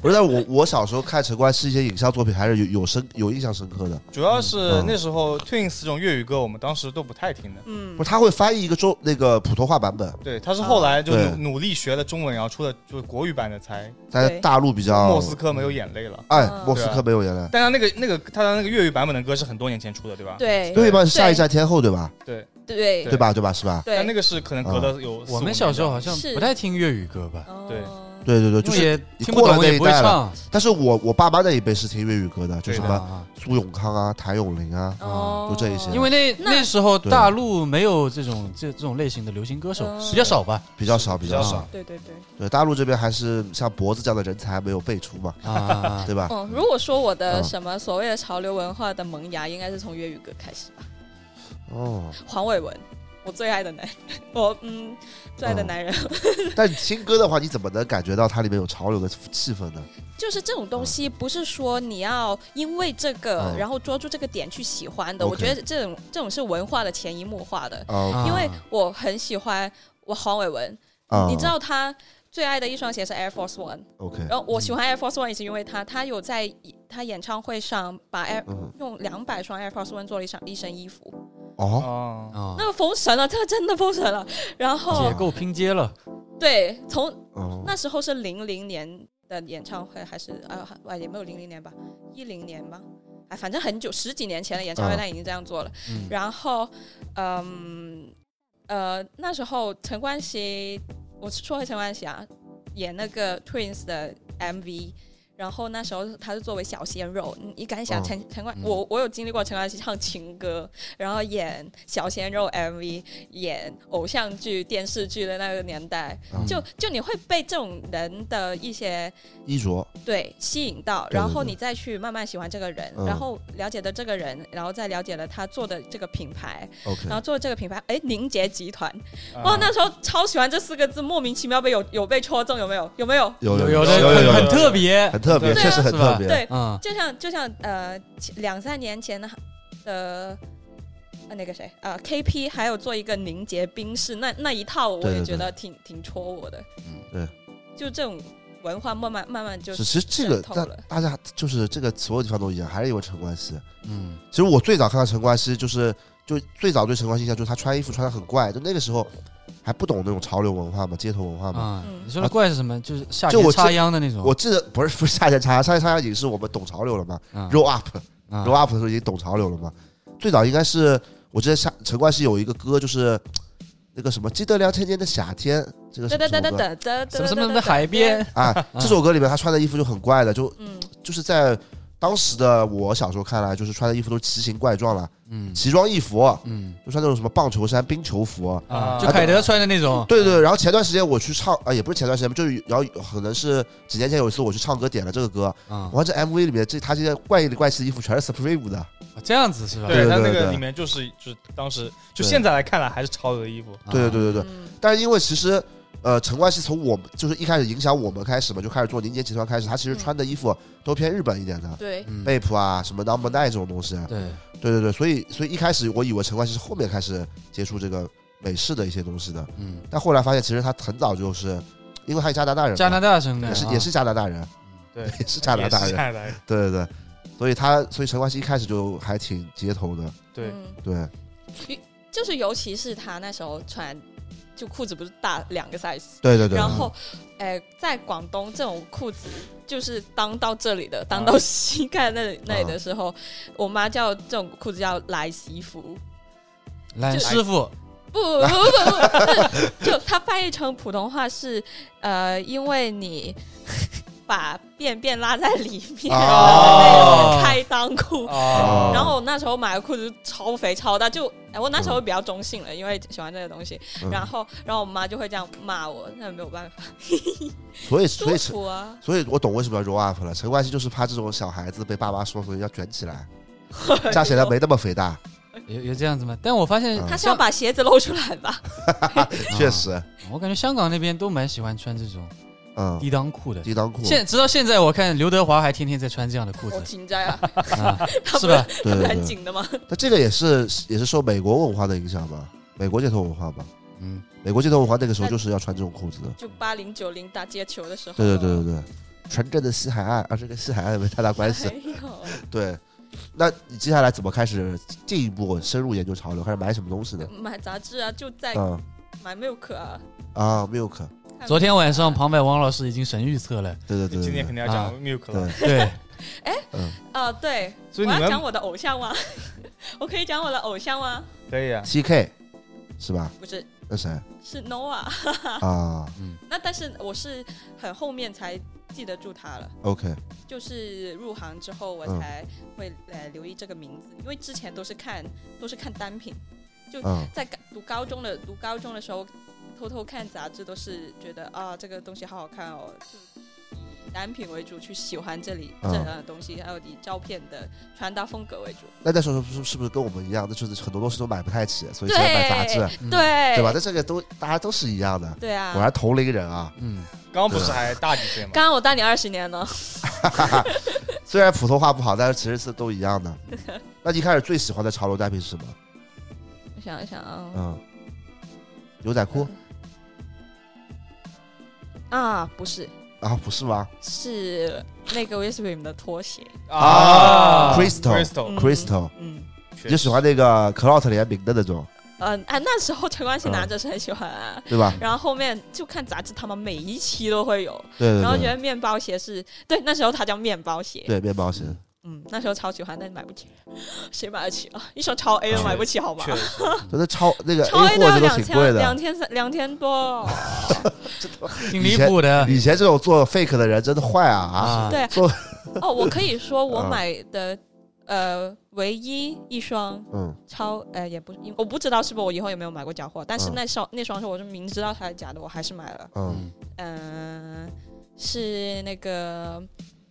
Speaker 1: 不是，但我我小时候看陈冠希一些影像作品，还是有有深有印象深刻的。
Speaker 3: 主要
Speaker 1: 嗯
Speaker 3: 是那时候 Twins 这种粤语歌，我们当时都不太听的。
Speaker 4: 嗯
Speaker 1: 不，是，他会翻译一个中那个普通话版本，
Speaker 3: 对，他是后来就
Speaker 1: 对
Speaker 3: 努努力学了中文，然后出了就是国语版的才《
Speaker 1: 在
Speaker 4: 对
Speaker 1: 大陆比较
Speaker 3: 莫斯科没有眼泪》了。
Speaker 1: 哎，
Speaker 4: 嗯
Speaker 1: 莫斯科没有原来，
Speaker 3: 但他那个那个他的那个粤语版本的歌是很多年前出的，对吧？
Speaker 4: 对
Speaker 1: 对吧？
Speaker 4: 对
Speaker 1: 下一站天后对吧？
Speaker 3: 对，
Speaker 4: 对
Speaker 1: 对吧？对吧？是吧？
Speaker 4: 对
Speaker 3: 但那个是可能隔
Speaker 1: 嗯
Speaker 3: 了有四
Speaker 2: 我
Speaker 3: 五
Speaker 2: 们
Speaker 3: 年
Speaker 2: 小时候
Speaker 3: 吧
Speaker 2: 好像
Speaker 4: 是
Speaker 2: 不太听粤语歌吧，
Speaker 4: 哦
Speaker 3: 对
Speaker 1: 对对对，就
Speaker 2: 因
Speaker 1: 是。
Speaker 2: 为也
Speaker 1: 你
Speaker 2: 听不
Speaker 1: 过了
Speaker 2: 懂，
Speaker 1: 那
Speaker 2: 也
Speaker 1: 一
Speaker 2: 不会
Speaker 1: 代了
Speaker 2: 唱。
Speaker 1: 但是我我爸妈那一辈是听粤语歌的，就
Speaker 3: 对
Speaker 1: 什
Speaker 3: 的
Speaker 1: 么
Speaker 2: 啊，
Speaker 1: 苏永康啊、谭咏麟啊，
Speaker 4: 哦，
Speaker 1: 就这一些
Speaker 2: 因为那
Speaker 4: 那
Speaker 2: 那时候
Speaker 1: 对
Speaker 2: 大陆没有这种这这种类型的流行歌手
Speaker 4: 嗯
Speaker 2: 比较少吧？
Speaker 1: 比较少，比
Speaker 3: 比
Speaker 1: 较
Speaker 3: 较
Speaker 1: 少。
Speaker 3: 少。
Speaker 4: 对对对。
Speaker 1: 对，大陆这边还是像脖子这样的人才没有辈出嘛，
Speaker 3: 嗯
Speaker 2: 啊，
Speaker 1: 对吧？
Speaker 4: 哦，如果说我的
Speaker 1: 嗯
Speaker 4: 什么所谓的潮流文化的萌芽，应该是从粤语歌开始吧。
Speaker 1: 哦，
Speaker 4: 黄伟文，我最爱的男， [LAUGHS] 我嗯最爱的男人， [LAUGHS]
Speaker 1: 但你听歌的话，你怎么能感觉到它里面有潮流的气氛呢？
Speaker 4: 就是这种东西，不是说你要因为这个，
Speaker 1: 嗯
Speaker 4: 然后抓住这个点去喜欢的。
Speaker 1: OK
Speaker 4: 我觉得这种这种是文化的潜移默化的，
Speaker 1: 啊
Speaker 4: [LAUGHS] 因为我很喜欢我黄伟文，
Speaker 1: 啊，
Speaker 4: 你知道他。最爱的一双鞋是 Air Force One，
Speaker 1: ？OK，
Speaker 4: 然后我喜欢 Air Force One 也是因为他，他有在他演唱会上把 Air
Speaker 1: 嗯，
Speaker 4: 用两百双 Air Force One 做了一身一身衣服，
Speaker 1: 哦，
Speaker 3: 哦，
Speaker 2: 啊
Speaker 4: 那个封神了，这个真的封神了。然后
Speaker 2: 结构拼接了，
Speaker 4: 对，从
Speaker 1: 哦，
Speaker 4: 那时候是零零年的演唱会，还是啊啊也没有零零年吧，一零年吧，哎，反正很久十几年前的演唱
Speaker 1: 嗯
Speaker 4: 会，他已经这样做了。
Speaker 2: 嗯
Speaker 4: 然后，嗯呃，那时候陈冠希，我说回陈冠希啊，演那个 Twins 的 MV。然后那时候他是作为小鲜肉，你你敢想
Speaker 1: 嗯
Speaker 4: 陈、陈冠
Speaker 2: 嗯
Speaker 4: 我我有经历过陈冠希唱情歌，然后演小鲜肉 MV，演偶像剧、电视剧的那个年代，
Speaker 1: 嗯
Speaker 4: 就就你会被这种人的一些
Speaker 1: 衣着，
Speaker 4: 对吸引到，
Speaker 1: 对
Speaker 4: 然后
Speaker 1: 对
Speaker 4: 你再去慢慢喜欢这个人，
Speaker 1: 嗯
Speaker 4: 然后了解的这个人，然后再了解了他做的这个品牌，
Speaker 1: OK，
Speaker 4: 然后做的这个品牌，哎，凝结集团，哇、
Speaker 3: 啊
Speaker 4: 哦那时候超喜欢这四个字，莫名其妙被有有被戳中，有没有？有没有？
Speaker 1: 有
Speaker 2: 有
Speaker 1: 有有
Speaker 2: 的
Speaker 1: 有
Speaker 2: 很
Speaker 1: 有
Speaker 2: 特别，
Speaker 1: 很特别，
Speaker 4: 对啊
Speaker 1: 确实很
Speaker 2: 是吧
Speaker 1: 特别。
Speaker 4: 对，
Speaker 2: 嗯，
Speaker 4: 就像就像呃前两三年前的的。呃，那个谁，呃，KP 还有做一个凝结冰室，那那一套我
Speaker 1: 对
Speaker 4: 也
Speaker 1: 对
Speaker 4: 觉得挺挺戳我的。
Speaker 1: 嗯对，，
Speaker 4: 就这种文化慢慢慢慢就是
Speaker 1: 其实这个
Speaker 4: 渗透
Speaker 1: 大
Speaker 4: 了
Speaker 1: 大家就是这个所有地方都一样，还是因为陈冠希。
Speaker 2: 嗯，
Speaker 1: 其实我最早看到陈冠希，就是就最早对陈冠希印象就是他穿衣服穿的很怪，就那个时候还不懂那种潮流文化嘛，街头文化嘛。
Speaker 2: 啊
Speaker 4: 嗯，
Speaker 2: 你说的怪是什么？就是夏
Speaker 1: 啊就
Speaker 2: 天
Speaker 1: 我
Speaker 2: 插
Speaker 1: 记
Speaker 2: 秧的那种。
Speaker 1: 我记得不是不是夏天插秧，夏天插秧已经是我们懂潮流了嘛
Speaker 2: 嗯
Speaker 1: ，roll up
Speaker 2: 啊
Speaker 1: roll up 的时候已经懂潮流了嘛。最早应该是我记得夏陈冠希有一个歌就是那个什么记得两千年的夏天，这个
Speaker 4: 哒
Speaker 1: 什
Speaker 4: 哒
Speaker 1: 么什么
Speaker 4: 哒哒
Speaker 1: 歌
Speaker 4: 哒哒
Speaker 2: 什么什么什么海边，
Speaker 1: 啊？这首歌里面他穿的衣服就很怪的，就
Speaker 4: 嗯，
Speaker 1: 就是在当时的我小时候看来，就是穿的衣服都奇形怪状了，
Speaker 2: 嗯
Speaker 1: 奇装异服，
Speaker 2: 嗯
Speaker 1: 就穿那种什么棒球衫、冰球服。
Speaker 2: 啊，
Speaker 3: 啊
Speaker 2: 就凯德穿的那种，
Speaker 1: 对对，然后前段时间我去唱啊，也不是前段时间，就是然后可能是几年前有一次我去唱歌点了这个歌，
Speaker 2: 啊，
Speaker 1: 我看这 MV 里面这他这些怪里怪气的衣服全是 Supreme 的，
Speaker 2: 啊这样子是吧？
Speaker 1: 对
Speaker 3: 对，它
Speaker 1: 对
Speaker 3: 那
Speaker 1: 对
Speaker 3: 个里面就是就是当时就
Speaker 1: 对
Speaker 3: 现在来看来还是潮流的衣服，
Speaker 2: 啊
Speaker 1: 对对，对对对。
Speaker 4: 嗯
Speaker 1: 但是因为其实呃，陈冠希从我们就是一开始影响我们开始嘛，就开始做凝结集团开始，他其实
Speaker 4: 嗯
Speaker 1: 穿的衣服都偏日本一点的。
Speaker 4: 对，
Speaker 2: 嗯，
Speaker 1: 贝普啊，什么 Number Nine 这种东西，
Speaker 2: 对，
Speaker 1: 对对对，所以所以一开始我以为陈冠希是后面开始接触这个美式的一些东西的，
Speaker 2: 嗯，
Speaker 1: 但后来发现其实他很早就是，因为他是加拿大人嘛，
Speaker 2: 加拿大生的
Speaker 1: 也是
Speaker 2: 啊
Speaker 1: 也是加拿大人，
Speaker 3: 对，
Speaker 1: 也是加拿大
Speaker 3: [LAUGHS] 也
Speaker 1: 人
Speaker 3: 是，加拿大人，
Speaker 1: 对对对，所以他所以陈冠希一开始就还挺街头的，
Speaker 3: 对
Speaker 4: 嗯
Speaker 1: 对，
Speaker 4: 就是尤其是他那时候穿，就裤子不是大两个 size，
Speaker 1: 对对对，
Speaker 4: 然后，哎、在广东这种裤子就是当到这里
Speaker 1: 啊
Speaker 4: 的，当到膝盖那里、那里的时候，我妈叫这种裤子叫来西服。
Speaker 2: 懒师傅，
Speaker 4: 不
Speaker 1: [LAUGHS]
Speaker 4: 不不不不，就它翻译成普通话是，呃，因为你 [LAUGHS] 把便便拉在里面，
Speaker 1: 哦
Speaker 4: 那种开裆裤。
Speaker 1: 哦
Speaker 4: 然后我那时候买的裤子超肥超大，就哎我那时候比较中性了，因为喜欢这个东西。
Speaker 1: 嗯
Speaker 4: 然后，然后我妈就会这样骂我，那没有办法，
Speaker 1: 所以所
Speaker 4: 舒
Speaker 1: 以陈
Speaker 4: 服啊。
Speaker 1: 所以我懂为什么要 roll up 了，陈冠希就是怕这种小孩子被爸妈说，所以要卷起来，这样显得没那么肥大，
Speaker 2: 有有这样子吗？但我发现
Speaker 1: 嗯
Speaker 4: 他是要把鞋子露出来吧？
Speaker 1: 确，实，
Speaker 2: 啊我感觉香港那边都蛮喜欢穿这种
Speaker 1: 嗯，
Speaker 2: 低裆裤的。
Speaker 1: 低裆裤，
Speaker 2: 现直到现在，我看刘德华还天天在穿这样的裤子，
Speaker 4: 我紧张啊，
Speaker 2: 啊，
Speaker 4: 他
Speaker 2: 是
Speaker 4: 不
Speaker 2: 吧？
Speaker 1: 对对
Speaker 4: 他不是很
Speaker 1: 对，
Speaker 4: 紧的吗？
Speaker 1: 那这个也是也是受美国文化的影响吧，美国街头文化吧，
Speaker 2: 嗯，
Speaker 1: 美国街头文化那个时候就是要穿这种裤子的，
Speaker 4: 就八零九零打街球的时候。啊
Speaker 1: 对对对对对，纯正的西海岸啊，这跟西海岸也没太大关系，
Speaker 4: [LAUGHS] 对。还有。
Speaker 1: 对。那你接下来怎么开始进一步深入研究潮流，开始买什么东西呢？
Speaker 4: 买杂志啊，就在
Speaker 1: 嗯
Speaker 4: 买 Milk 啊。
Speaker 1: 啊，milk，
Speaker 4: 看
Speaker 2: 昨天晚上旁白王老师已经神预测了，
Speaker 1: 对对对对
Speaker 3: 今天肯
Speaker 1: 对，
Speaker 3: 定要
Speaker 2: 啊
Speaker 3: 讲 milk 了，
Speaker 1: 对
Speaker 2: 对，
Speaker 4: 啊，对，
Speaker 3: 所以
Speaker 4: 我
Speaker 3: 你
Speaker 4: 要讲
Speaker 3: 们
Speaker 4: [LAUGHS] 我的偶像吗？我可以讲我的偶像吗？
Speaker 3: 可以啊，
Speaker 1: ，TK，是吧？
Speaker 4: 不是
Speaker 1: 那谁
Speaker 4: 是 Noah。 [LAUGHS]
Speaker 1: 啊
Speaker 4: 那但是我是很后面才记得住他了，
Speaker 1: ？OK，
Speaker 4: 就是入行之后我
Speaker 1: 嗯
Speaker 4: 才会来留意这个名字，因为之前都是看都是看单品，
Speaker 1: 嗯
Speaker 4: 在高读高中的读高中的时候偷偷看杂志，都是觉得啊这个东西好好看哦，就以单品为主去喜欢这里
Speaker 1: 嗯
Speaker 4: 这样的东西，还有以照片的穿搭风格为主。
Speaker 1: 那那时候是不是是不是跟我们一样？那就是很多东西都买不太起，所以
Speaker 4: 对
Speaker 1: 只能买杂志，
Speaker 2: 嗯
Speaker 4: 对
Speaker 1: 对吧？？那这个都大家都是一样的，
Speaker 4: 对啊
Speaker 1: 果。然同龄人啊。
Speaker 2: 嗯，
Speaker 3: 刚刚不是还大几岁吗？
Speaker 4: 刚刚我当你二十年了，
Speaker 1: 虽然普通话不好，但是其实是都一样
Speaker 4: [LAUGHS]
Speaker 1: 的。那你一开始最喜欢的潮流单品是什么？
Speaker 4: 我想一想啊、
Speaker 1: 嗯，牛仔裤
Speaker 4: 啊，不是，
Speaker 1: 啊？不是吗
Speaker 4: 是那个 w i s p r i m 的拖鞋。
Speaker 1: 啊 Crystal
Speaker 3: Crystal，
Speaker 4: 嗯
Speaker 1: ？Crystal，
Speaker 4: 嗯，
Speaker 1: 你就喜欢那个 Clout 联名的那种，
Speaker 4: 呃，啊，那时候陈冠
Speaker 1: 嗯
Speaker 4: 希拿着是很喜欢啊，
Speaker 1: 对吧？
Speaker 4: 然后后面就看杂志，他们每一期都会有，
Speaker 1: 对对对。
Speaker 4: 然后觉得面包鞋是对，那时候它叫面包鞋，
Speaker 1: 对面包鞋，
Speaker 4: 嗯，那时候超喜欢，但是买不起，谁买得起啊？一双超 A
Speaker 1: 啊
Speaker 4: 都买不起，好吗？
Speaker 3: 确实，
Speaker 1: 真的超那个
Speaker 4: 超
Speaker 1: A
Speaker 4: A 都
Speaker 1: 货
Speaker 4: 要
Speaker 1: 这都
Speaker 4: 两
Speaker 1: 挺贵
Speaker 4: 千两
Speaker 1: 的。啊
Speaker 4: 千三两千多，
Speaker 2: 挺离谱的。
Speaker 1: 以前这种做 fake 的人真的坏啊啊！
Speaker 2: 啊
Speaker 1: [LAUGHS]
Speaker 4: 对
Speaker 1: 做
Speaker 4: 哦，我可以说我
Speaker 1: 啊
Speaker 4: 买的呃唯一一双
Speaker 1: 嗯
Speaker 4: 超呃也不我不知道是不是我以后有没有买过假货，但是
Speaker 1: 嗯
Speaker 4: 那双那双是我是明知道它是假的，我还是买了。
Speaker 1: 嗯
Speaker 4: 嗯，是那个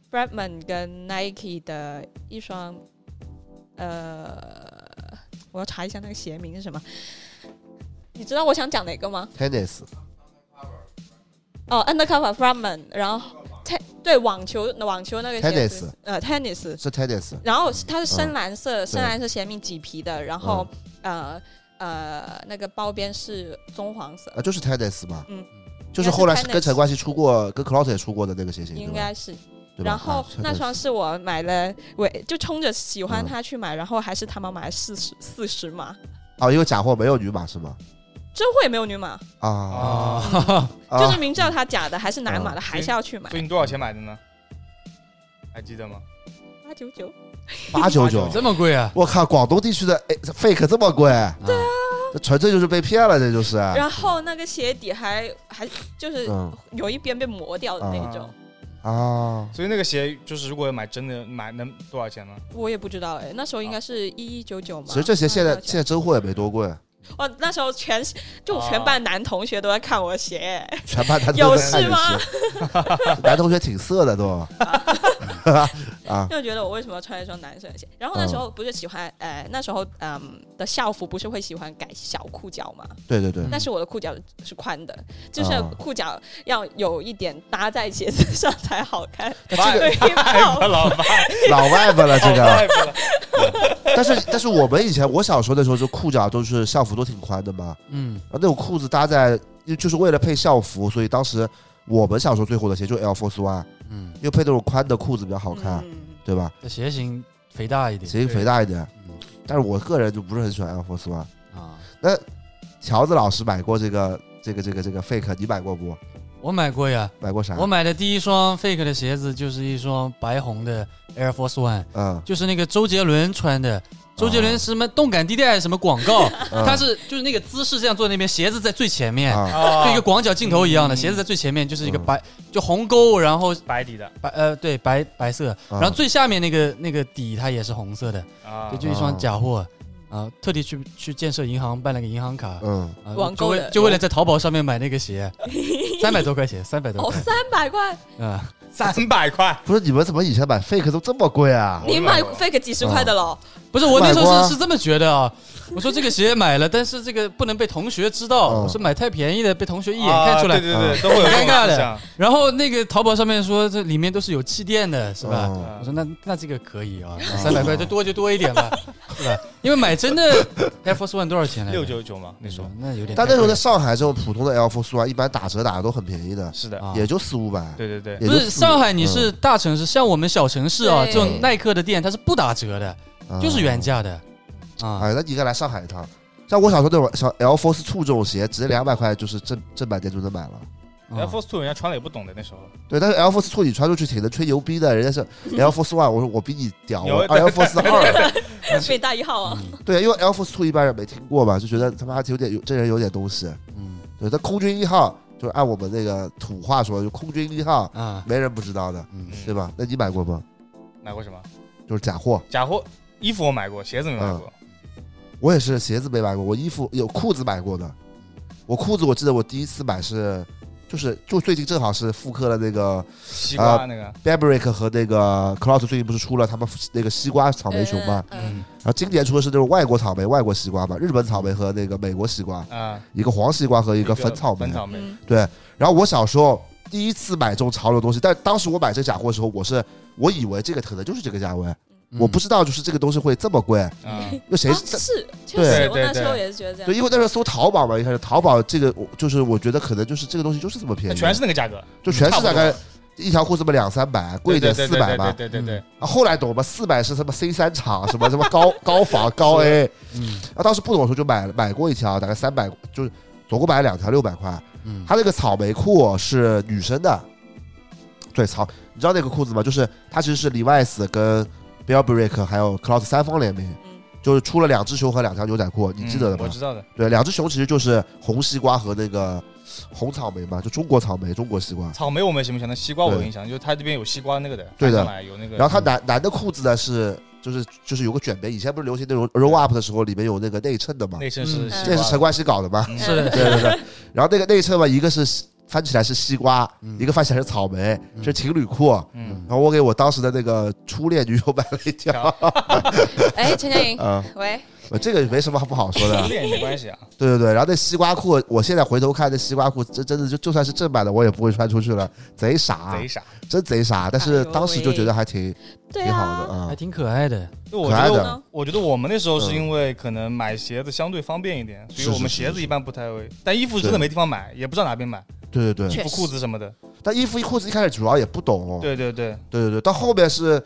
Speaker 4: Bradman 跟 Nike 的一双，呃，我要查一下那个鞋名是什么。你知道我想讲哪个吗？
Speaker 1: ，tennis
Speaker 4: 哦，Undercover Bradman，然后 t 对网球网球那个鞋子
Speaker 1: Tennis
Speaker 4: 呃 Tennis，
Speaker 1: 是 tennis，
Speaker 4: 然后是它是深
Speaker 1: 嗯
Speaker 4: 蓝色，深蓝色鞋面麂皮的，然后、呃呃那个包边是棕黄色，
Speaker 1: 啊，就是 tennis 嘛，
Speaker 4: 嗯，
Speaker 1: 就是后来是
Speaker 4: 应该是
Speaker 1: 跟陈冠希出过，跟 Clout 也出过的那个鞋型，
Speaker 4: 应
Speaker 1: 对吧？
Speaker 4: 该是
Speaker 1: 对吧
Speaker 4: 然后
Speaker 1: 啊
Speaker 4: 那
Speaker 1: tennis
Speaker 4: 双是我买了，我就冲着喜欢
Speaker 1: 嗯
Speaker 4: 它去买，然后还是他们买四十四十码，
Speaker 1: 啊，因为假货没有女码是吗？
Speaker 4: 真货也没有女码，
Speaker 1: 啊
Speaker 2: 啊，
Speaker 1: 啊
Speaker 4: 就是明知道它假的还是男码的，还是要去买
Speaker 3: 所以你多少钱买的呢？还记得吗？
Speaker 4: 八九九。
Speaker 1: 八九九，
Speaker 2: 这么
Speaker 1: [LAUGHS]
Speaker 2: 贵啊？
Speaker 1: 我靠，广东地区的哎 fake 这么贵，
Speaker 2: 对啊，
Speaker 1: 这纯粹就是被骗了，这啊就是。
Speaker 4: 然后那个鞋底还还就是
Speaker 1: 嗯
Speaker 4: 有一边被磨掉的那种，
Speaker 1: 啊，
Speaker 3: 所以那个鞋就是如果要买真的买能多少钱呢？
Speaker 4: 我也不知道哎，那时候应该是一一九九嘛。
Speaker 1: 啊其实这鞋现在
Speaker 4: 嗯
Speaker 1: 现在真货也没多贵，
Speaker 4: 哇，那时候全就我
Speaker 1: 啊
Speaker 4: 全班男同学都在看我鞋，
Speaker 1: 全班男
Speaker 4: 有
Speaker 1: 同学看
Speaker 4: 事
Speaker 1: 着
Speaker 4: 吗
Speaker 1: 鞋，男同学挺色的都。啊，
Speaker 4: 就觉得我为什么要穿一双男生的鞋？然后那
Speaker 1: 嗯
Speaker 4: 时候不是喜欢呃那时候嗯的校服不是会喜欢改小裤脚嘛？
Speaker 1: 对对对，
Speaker 4: 但是我的裤脚是宽的，就是
Speaker 1: 哦
Speaker 4: 裤脚要有一点搭在鞋子上才好看。
Speaker 1: 但这个
Speaker 4: 对，爆
Speaker 3: 老爸，
Speaker 1: 老外吧了这
Speaker 3: [LAUGHS] 老
Speaker 4: [LAUGHS]
Speaker 1: 个，啊
Speaker 3: 外不了
Speaker 1: 但是但是我们以前我小时候的时候，就裤脚都是校服都挺宽的嘛，
Speaker 2: 嗯，
Speaker 1: 啊，那种裤子搭在就是为了配校服，所以当时我们小时候最火的鞋就 Air Force One，
Speaker 2: 嗯，
Speaker 1: 因为配那种宽的裤子比较好看，啊
Speaker 4: 嗯
Speaker 1: 对吧？
Speaker 2: 这鞋型肥大一点
Speaker 1: 鞋型肥大一点
Speaker 2: 嗯，
Speaker 1: 但是我个人就不是很喜欢 Air Force One。
Speaker 2: 啊。
Speaker 1: 乔子老师买过这个这个这个这个 fake，你买过不？
Speaker 2: 我买过呀，
Speaker 1: 买过啥？
Speaker 2: 我买的第一双 fake 的鞋子就是一双白红的 Air Force One，
Speaker 1: 嗯，
Speaker 2: 就是那个周杰伦穿的。周杰
Speaker 1: 啊
Speaker 2: 伦什么动感地带什么广告，
Speaker 1: 嗯
Speaker 2: 他是就是那个姿势这样坐那边，鞋子在最前面，
Speaker 1: 啊
Speaker 3: 啊
Speaker 2: 就一个广角镜头一样的，
Speaker 3: 嗯
Speaker 2: 鞋子在最前面就是一个
Speaker 1: 嗯
Speaker 2: 白就红勾，然后
Speaker 3: 白底的
Speaker 2: 白呃对白白色，
Speaker 1: 嗯
Speaker 2: 然后最下面那个那个底它也是红色的，
Speaker 3: 啊
Speaker 2: 对，，就一双假货啊，特地去去建设银行办了个银行卡，
Speaker 1: 嗯，
Speaker 2: 啊
Speaker 4: 网
Speaker 2: 就
Speaker 4: 购
Speaker 2: 为
Speaker 4: 的
Speaker 2: 就为了在淘宝上面买那个
Speaker 4: [LAUGHS]
Speaker 2: 鞋，三百多块钱，三百多
Speaker 4: 哦，
Speaker 2: 块
Speaker 4: 三百块，
Speaker 2: 啊，
Speaker 3: 三百块，
Speaker 1: 不是你们怎么以前买 fake 都这么贵啊？
Speaker 4: 你买 fake 几十块的咯？
Speaker 2: 不是我那时
Speaker 1: 买过啊
Speaker 2: 候是是这么觉得啊，我说这个鞋买了，但是这个不能被同学知道，
Speaker 1: 嗯
Speaker 2: 我说买太便宜的被同学一眼看出
Speaker 3: 啊
Speaker 2: 来，
Speaker 3: 对对对，都会有这
Speaker 2: 尴尬
Speaker 3: 种
Speaker 2: 的
Speaker 3: 思想，
Speaker 2: 然后那个淘宝上面说这里面都是有气垫的，是吧？
Speaker 1: 嗯
Speaker 3: 啊
Speaker 2: 我说那那这个可以啊，
Speaker 1: 哦
Speaker 2: 三百块就多就多一
Speaker 1: [LAUGHS]
Speaker 2: 点吧，是吧？因为买真的 Air Force One 多少钱来着？嗯
Speaker 3: 六九九嘛，那时候
Speaker 2: 那有点太
Speaker 1: 但
Speaker 2: 贵
Speaker 1: 那时
Speaker 2: 了。
Speaker 1: 候在上海，这种普通的 Air Force One 一般打折打的都很便宜的，
Speaker 3: 是的，
Speaker 2: 啊
Speaker 1: 也就四五百。
Speaker 3: 对对对，
Speaker 1: 也就
Speaker 2: 不
Speaker 1: 是嗯四
Speaker 2: 上海，你是大城市，像我们小城市啊，
Speaker 4: 对
Speaker 2: 这种耐克的店它是不打折的，
Speaker 1: 嗯
Speaker 2: 就是原价的啊。
Speaker 1: 哎，那你应该来上海一趟。像我小时候那种小 Air Force Two 这种鞋，直接两百块就是正正版店就能买了。
Speaker 3: Air
Speaker 2: 啊
Speaker 3: Force Two 人家穿了也不懂的那时候，
Speaker 1: 对，但是 Air Force Two 你穿出去挺能吹牛逼的，人家是 Air Force One，我说我比你屌，
Speaker 3: 牛
Speaker 1: 我 Air Force 二，
Speaker 4: 被大一号啊，
Speaker 1: 对，因为 Air Force Two 一般人没听过嘛，就觉得他妈有点有这人有点东西，
Speaker 2: 嗯
Speaker 1: 对，但空军一号就是按我们那个土话说，就空军一号，
Speaker 2: 啊，
Speaker 1: 没人不知道的，
Speaker 2: 嗯
Speaker 1: 对吧？那你买过吗？
Speaker 3: 买过什么？
Speaker 1: 就是假货，
Speaker 3: 假货衣服我买过，鞋子没买过。
Speaker 1: 嗯我也是鞋子没买过，我衣服有裤子买过的，我裤子我记得我第一次买是。就是就最近正好是复刻了那个
Speaker 3: 西瓜那个，
Speaker 1: Fabric 和那个 Cloud 最近不是出了他们那个西瓜草莓熊吗？
Speaker 4: 嗯？嗯
Speaker 1: 然后今年出的是那种外国草莓、外国西瓜嘛，日本草莓和那个美国西瓜，
Speaker 3: 啊，
Speaker 1: 一个黄西瓜和一
Speaker 3: 一
Speaker 1: 个粉草莓
Speaker 3: 粉。草莓，
Speaker 4: 嗯
Speaker 1: 对，然后我小时候第一次买这种潮流东西，但当时我买这假货的时候，我是我以为这个可能就是这个价位，
Speaker 2: 嗯
Speaker 1: 我不知道就是这个东西会这么贵，
Speaker 3: 啊，
Speaker 1: 因为谁
Speaker 4: 啊
Speaker 1: 知道？
Speaker 4: 是，确
Speaker 1: 对
Speaker 4: 实，我
Speaker 3: 对
Speaker 4: 那时候
Speaker 3: 对
Speaker 4: 也是觉得这
Speaker 1: 对，
Speaker 4: 样。
Speaker 1: 因为那时候搜淘宝嘛，一开始淘宝这个我就是我觉得可能就是这个东西就是这么便
Speaker 3: 那
Speaker 1: 宜，
Speaker 3: 全是那个价格，
Speaker 1: 就全
Speaker 3: 差
Speaker 1: 是
Speaker 3: 不多
Speaker 1: 大概一条裤子嘛两三百，贵一点
Speaker 3: 对
Speaker 1: 四
Speaker 3: 对对
Speaker 1: 百吧。
Speaker 3: 对对对对，
Speaker 1: 啊，后来懂吧？四百是什么 C 三厂，什么什么
Speaker 3: [LAUGHS]
Speaker 1: 高高仿高 A，
Speaker 2: 嗯
Speaker 1: 啊，当时不懂的时候就买了买过一条，大概三百，就是总共买了两条六百块。
Speaker 2: 嗯
Speaker 1: 它那个草莓裤哦是女生的，对草，你知道那个裤子吗？就是它其实是 Levi's 跟 Burberry 还有 Cloud 三方联名，
Speaker 4: 嗯
Speaker 1: 就是出了两只熊和两条牛仔裤，你记得的
Speaker 3: 嗯我
Speaker 1: 吗？
Speaker 3: 知道的，
Speaker 1: 对，两只熊其实就是红西瓜和那个红草莓嘛，就中国草莓、中国西瓜。
Speaker 3: 草莓我没什么想到，西瓜我有
Speaker 1: 对
Speaker 3: 印象，就是它这边有西瓜那个的，
Speaker 1: 对的
Speaker 3: 翻上来有那个，
Speaker 1: 然后它男男的裤子呢是就是就是有个卷边，以前不是流行那种 roll up 的时候里面有那个内衬的嘛，
Speaker 3: 内衬是
Speaker 2: 嗯
Speaker 3: 西
Speaker 1: 这也是啊
Speaker 3: 瓜
Speaker 1: 陈冠希搞的嘛。
Speaker 3: 嗯
Speaker 2: 是的
Speaker 1: [LAUGHS] 对对对。
Speaker 3: [LAUGHS]
Speaker 1: 然后那个内衬嘛，一个是西翻起来是西瓜，
Speaker 2: 嗯
Speaker 1: 一个翻起来是草莓，
Speaker 2: 嗯
Speaker 1: 是情侣裤。
Speaker 3: 嗯，
Speaker 1: 然后我给我当时的那个初恋女友买了一
Speaker 3: [LAUGHS]
Speaker 1: 条，
Speaker 4: 哎，陈佳莹，
Speaker 3: 嗯
Speaker 1: 啊、
Speaker 4: 喂，
Speaker 1: 这个没什么不好说
Speaker 3: [LAUGHS]
Speaker 1: 的
Speaker 3: 初，恋也没关系啊，
Speaker 1: 对对对。然后那西瓜裤，我现在回头看那西瓜裤，真真的就就算是正版的，我也不会穿出去了，贼傻，啊
Speaker 3: 贼傻。
Speaker 1: 真贼傻。但是
Speaker 4: 哎呦
Speaker 1: 当时就觉得还挺
Speaker 4: 对
Speaker 1: 挺好的
Speaker 4: 啊，
Speaker 1: 啊
Speaker 2: 还，挺可爱的，
Speaker 3: 就我
Speaker 1: 可
Speaker 3: 觉
Speaker 1: 爱
Speaker 3: 得
Speaker 1: 的嗯
Speaker 3: 我，我觉得我们那时候是因为可能买鞋子相对方便一点，所以
Speaker 1: 是
Speaker 3: 我们
Speaker 1: 是是
Speaker 3: 鞋子一般不太会，但衣服真
Speaker 1: 对
Speaker 3: 的没地方买，也不知道哪边买，
Speaker 1: 对对对。
Speaker 3: 衣服、裤子什么的。
Speaker 1: 但衣服一裤子一开始主要也不懂，哦
Speaker 3: 对对对，
Speaker 1: 对对对，到后面是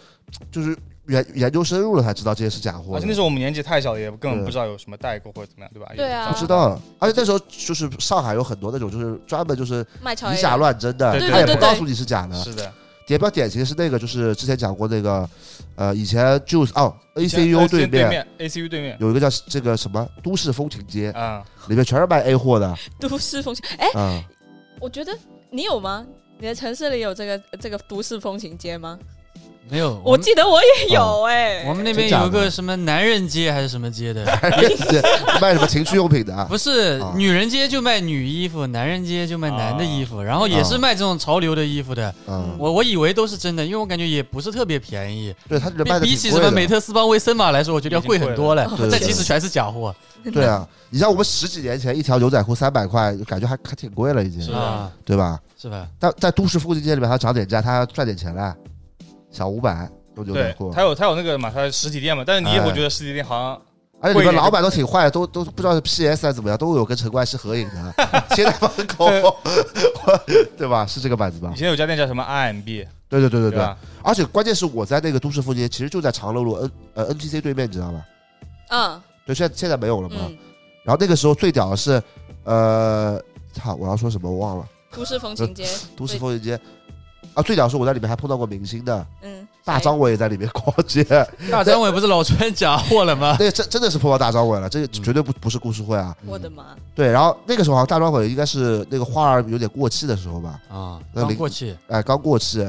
Speaker 1: 就是研研究深入了才知道这些是假货的
Speaker 3: 而且哦那。时候我们年纪太小，也根本
Speaker 1: 对
Speaker 3: 不知道有什么代购或者怎么样，对吧？
Speaker 4: 对啊
Speaker 1: 不知道，而且那时候就是上海有很多那种就是专门就是
Speaker 4: 卖潮
Speaker 1: 以
Speaker 4: 也
Speaker 1: 假
Speaker 4: 有
Speaker 1: 乱真的
Speaker 3: 对，对
Speaker 1: 他也
Speaker 3: 对
Speaker 1: 不
Speaker 3: 对
Speaker 1: 告诉你是假的。
Speaker 3: 是的，
Speaker 1: 也比较典型是那个就是之前讲过那个，呃，以前就是哦，A C U
Speaker 3: 先
Speaker 1: 对
Speaker 3: 先对
Speaker 1: 面
Speaker 3: 面 ACU 对面
Speaker 1: 有一个叫这个什么都市风情街，
Speaker 3: 啊，
Speaker 1: 里面全是卖 A 货的
Speaker 4: 都市风情。哎，
Speaker 1: 啊。
Speaker 4: 我觉得你有吗？你的城市里有这个这个都市风情街吗？
Speaker 2: 没有
Speaker 4: 我
Speaker 2: 们
Speaker 4: 记得我也有哎、
Speaker 2: 我们那边有个什么男人街还是什么
Speaker 1: [LAUGHS]
Speaker 2: 街的，
Speaker 1: 这卖什么情趣用品的啊？
Speaker 2: 不是
Speaker 1: 啊
Speaker 2: 女人街就卖女衣服，男人街就卖男的衣服，然后也
Speaker 1: 啊
Speaker 2: 是卖这种潮流的衣服的。
Speaker 1: 嗯，
Speaker 2: 我我以为都是真的，因为我感觉也不是特别便宜，
Speaker 1: 对他这里卖
Speaker 2: 比
Speaker 1: 的
Speaker 2: 比起什么美特斯邦威、森马来说，我觉得要贵很多了
Speaker 4: 已经。
Speaker 1: 贵了
Speaker 2: 但
Speaker 1: 对
Speaker 2: 其实全是假货
Speaker 1: 对啊，你像我们十几年前一条牛仔裤三百块，感觉还还挺贵了已
Speaker 3: 是
Speaker 1: 经，
Speaker 3: 的
Speaker 2: 啊，
Speaker 1: 对吧？
Speaker 2: 是吧？
Speaker 1: 但在都市风情街里面还要涨点价，他还要赚点钱嘞，小五百都牛仔
Speaker 3: 对
Speaker 1: 裤，
Speaker 3: 它，有它有那个嘛，它实体店嘛，但是你也
Speaker 1: 哎
Speaker 3: 会觉得实体店好像
Speaker 1: 而且里面老板都挺坏，都都不知道是 PS 还是怎么样，都有跟陈冠希合影的，贴在门口，
Speaker 3: 对
Speaker 1: 我对吧？是这个版子吧
Speaker 3: 以？前有家店叫什么 RMB，
Speaker 1: 对对对对啊对，
Speaker 3: 吧？
Speaker 1: 而且关键是我在那个都市风情街，其实就在长乐路 N 呃 NTC 对面，你知道吧？
Speaker 4: 嗯
Speaker 1: 对，现在现在没有了嘛。
Speaker 4: 嗯，
Speaker 1: 然后那个时候最屌的是，呃，操，我要说什么我忘了，
Speaker 4: 都市风
Speaker 1: [LAUGHS]
Speaker 4: 情街，
Speaker 1: 都市风情街。啊，最屌是我在里面还碰到过明星的，
Speaker 4: 嗯，
Speaker 1: 大张伟也在里面逛街，
Speaker 2: 大张伟不是老穿假货了
Speaker 1: [LAUGHS]
Speaker 2: 吗？
Speaker 1: 那个真真的是碰到大张伟了，这个绝对不不是故事会啊。
Speaker 4: 我的妈，
Speaker 1: 对，然后那个时候好像大张伟应该是那个花儿有点过期的时候吧，
Speaker 2: 啊，
Speaker 1: 那
Speaker 2: 刚
Speaker 1: 零
Speaker 2: 过去，
Speaker 1: 哎，刚过期。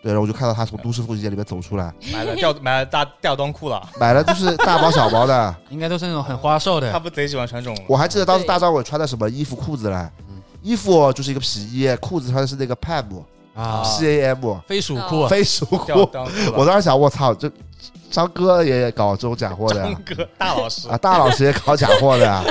Speaker 1: 对，然后我就看到他从都市风情街里面走出来，
Speaker 3: 买了吊买了大吊裆裤了，
Speaker 1: 买了就是大包小包的。
Speaker 2: 应该都是那种很花哨
Speaker 3: 他
Speaker 2: 的。
Speaker 3: 不贼喜欢穿这种
Speaker 1: 我还记得当时大张伟穿的什么衣服、裤子嘞，衣服就是一个皮衣，裤子穿的是那个 PAM
Speaker 2: 啊，
Speaker 1: P A M
Speaker 2: 飞鼠裤，
Speaker 1: 飞鼠
Speaker 3: 吊
Speaker 1: 裤。
Speaker 3: 裆裤啊了
Speaker 1: 我。当时想，我操，这张哥也搞这种假货的呀
Speaker 3: 张哥大老师
Speaker 1: 啊，大老师也搞假货的
Speaker 3: [LAUGHS]
Speaker 1: 呀。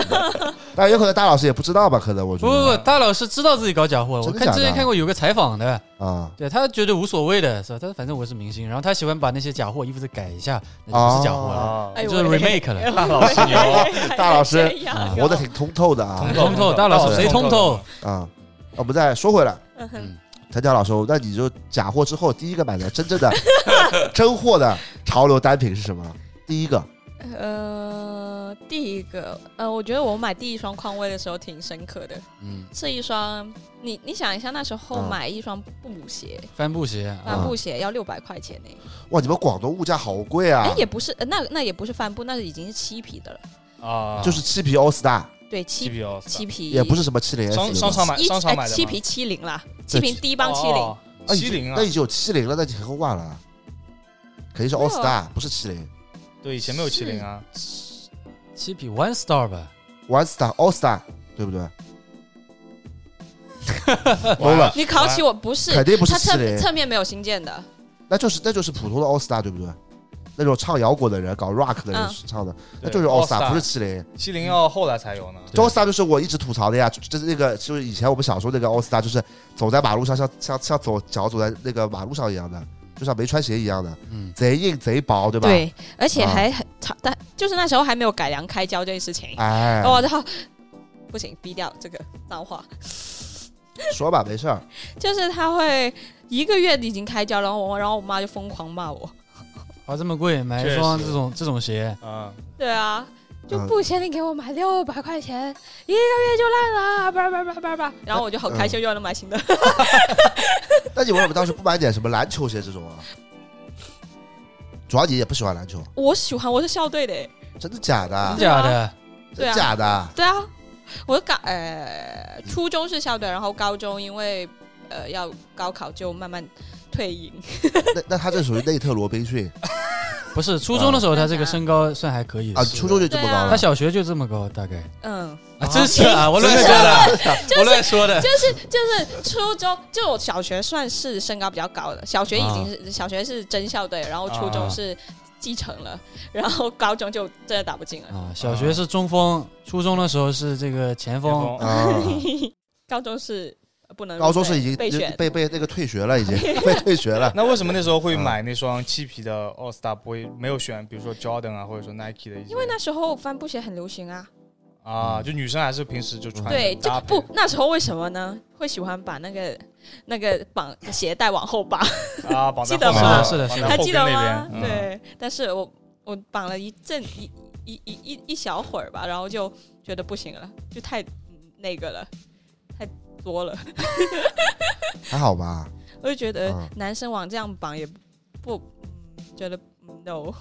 Speaker 1: 但有可能大老师也不知道吧？可能我觉
Speaker 2: 不不
Speaker 1: 得
Speaker 2: 不，大老师知道自己搞假货。我
Speaker 1: 真的
Speaker 2: 看之
Speaker 1: 假
Speaker 2: 前
Speaker 1: 的
Speaker 2: 看过有个采访的，
Speaker 1: 啊
Speaker 2: 对他觉得无所谓的是吧？他反正我是明星，然后他喜欢把那些假货衣服再改一下，那就不是假货了，
Speaker 3: 啊，
Speaker 4: 哎呦，哎
Speaker 2: 就是 remake 了。
Speaker 3: 大老师牛啊，
Speaker 1: [LAUGHS] 大老
Speaker 4: [LAUGHS]
Speaker 1: 师嗯
Speaker 2: 啊
Speaker 1: 活得挺通透的啊
Speaker 3: 通
Speaker 2: 通透大老师谁通透？
Speaker 1: 啊！我们再说回来，
Speaker 4: 嗯哼
Speaker 1: 谭家老师，那你就假
Speaker 3: [LAUGHS]
Speaker 1: 货之后第一个买的真正的真货的潮流单品是什么？第一个
Speaker 4: 嗯呃，第一个，呃，我觉得我买第一双匡威的时候挺深刻的，
Speaker 2: 嗯，
Speaker 4: 是一双，你你想一下，那时候
Speaker 1: 嗯
Speaker 4: 买一双布鞋，
Speaker 2: 帆布鞋啊，
Speaker 4: 帆布鞋要六百块钱呢、
Speaker 1: 哇，你们广东物价好贵啊
Speaker 4: 哎、！也不是，呃那那也不是帆布，那是已经是漆皮的了，
Speaker 3: 啊，
Speaker 1: 哎就是漆皮欧 star，
Speaker 4: 对，
Speaker 3: T
Speaker 4: 漆
Speaker 3: P O
Speaker 4: 漆皮
Speaker 1: 也不是什么七零 S
Speaker 3: 商商场买
Speaker 4: 一
Speaker 3: 商场买
Speaker 4: 呃
Speaker 3: 的
Speaker 4: 漆皮七零啦，
Speaker 1: 对
Speaker 4: 漆皮低帮七零，
Speaker 1: 那已
Speaker 3: 七零啊
Speaker 1: 哎那，已经有七零了，那已经很晚了，肯定是
Speaker 4: 没有
Speaker 1: all
Speaker 4: 啊
Speaker 1: star，不是七零
Speaker 3: 对，以前没有七零啊，
Speaker 2: 七匹 One Star 吧，
Speaker 1: ，one star all star，对
Speaker 3: [LAUGHS]
Speaker 1: 不对？
Speaker 3: 完了
Speaker 4: 你考起
Speaker 3: 我，
Speaker 4: 我不是，
Speaker 1: 肯定不是
Speaker 4: 它
Speaker 1: 七
Speaker 4: 侧
Speaker 1: 零，
Speaker 4: 侧面没有新建的，
Speaker 1: 那就是那就是普通的
Speaker 4: 嗯
Speaker 1: all star，对不对？那种唱摇滚的人，搞 rock 的人
Speaker 4: 嗯
Speaker 1: 唱的，那就
Speaker 3: 对
Speaker 1: 是 all star，不是
Speaker 3: ，All Star
Speaker 1: 七零。
Speaker 3: 七零要后来才有呢。
Speaker 2: 对
Speaker 1: all star 就是我一直吐槽的呀，就是那个就是以前我们小时候那个 all star，就是走在马路上像像像走脚走在那个马路上一样的，就像没穿鞋一样的，
Speaker 2: 嗯，
Speaker 1: 贼硬贼薄，对吧？，
Speaker 4: 对，而且
Speaker 1: 啊
Speaker 4: 还很长，但就是那时候还没有改良开胶这件事情，
Speaker 1: 哎，
Speaker 4: 哦，然后不行，逼掉这个脏话，
Speaker 1: 说吧，没事儿。
Speaker 4: 就是他会一个月已经开胶，然后我然后我妈就疯狂骂我，
Speaker 2: 花这么贵买一
Speaker 3: 确
Speaker 2: 双
Speaker 3: 实
Speaker 2: 这种这种鞋，
Speaker 3: 嗯，
Speaker 4: 对啊，就
Speaker 1: 嗯
Speaker 4: 不行，你给我买六百块钱，一个月就烂了，叭叭叭叭叭，然后我就好开心，
Speaker 1: 嗯
Speaker 4: 又要买新的，
Speaker 1: 那你为什么当时不买点什么篮球鞋这种啊？主要你也不喜欢篮球，
Speaker 4: 我喜欢，我是校队的欸，
Speaker 1: 真的假的
Speaker 2: 真
Speaker 1: 啊？
Speaker 2: 假
Speaker 4: 对啊
Speaker 2: 的？
Speaker 4: 对
Speaker 1: 真
Speaker 4: 啊
Speaker 1: 假的啊？
Speaker 4: 对啊，我高呃初中是校队，然后高中因为呃要高考就慢慢退隐，
Speaker 1: 那那他这属于内特罗宾逊
Speaker 2: 不是初中的时候，他这个身高算还可以
Speaker 1: 啊，
Speaker 2: 是
Speaker 1: 初中就这么高
Speaker 2: 他
Speaker 1: 了。
Speaker 2: 小学就这么高，大概
Speaker 4: 嗯。
Speaker 2: 啊，真是啊，我乱说的，我乱说的，
Speaker 4: 就是初中，就我小学算是身高比较高的，小学已经是、小学是真校队，然后初中是继承了， [LAUGHS] 然后高中就真的打不进了，
Speaker 2: 啊，小学是中锋，初中的时候是这个前
Speaker 3: 巅
Speaker 2: 锋，
Speaker 3: 峰
Speaker 1: 啊，
Speaker 4: 高中是呃不能入
Speaker 1: 高中
Speaker 4: 队
Speaker 1: 是已经
Speaker 4: 备选，
Speaker 1: 被被那个退学了，已
Speaker 4: [LAUGHS]
Speaker 1: 经被退学了。
Speaker 3: 那为什么那时候会
Speaker 1: 啊
Speaker 3: 买那双漆皮的 All Star，不会没有选，比如说 Jordan 啊，或者说 Nike 的一些？因为
Speaker 4: 那时候帆布鞋很流行啊，
Speaker 3: 啊，就女生还是平时就穿着
Speaker 4: 对，这
Speaker 3: 哎搭
Speaker 4: 个
Speaker 3: 配
Speaker 4: 不那时候为什么呢？会喜欢把那个那个绑鞋带往后绑，
Speaker 3: 啊，绑在
Speaker 4: 记得
Speaker 3: 后
Speaker 2: 吗
Speaker 3: 面
Speaker 2: 是的
Speaker 3: 绑
Speaker 2: 是
Speaker 3: 在
Speaker 2: 的
Speaker 3: 后
Speaker 4: 还记得
Speaker 3: 边
Speaker 4: 吗
Speaker 3: 那？边，嗯
Speaker 4: 对，但是我我绑了一阵一一一一一小会儿吧，然后就觉得不行了，就太嗯那个了，太多了。
Speaker 1: 还好吧？
Speaker 4: 我就觉得
Speaker 1: 嗯
Speaker 4: 男生往这样绑也不、嗯、觉得嗯 no，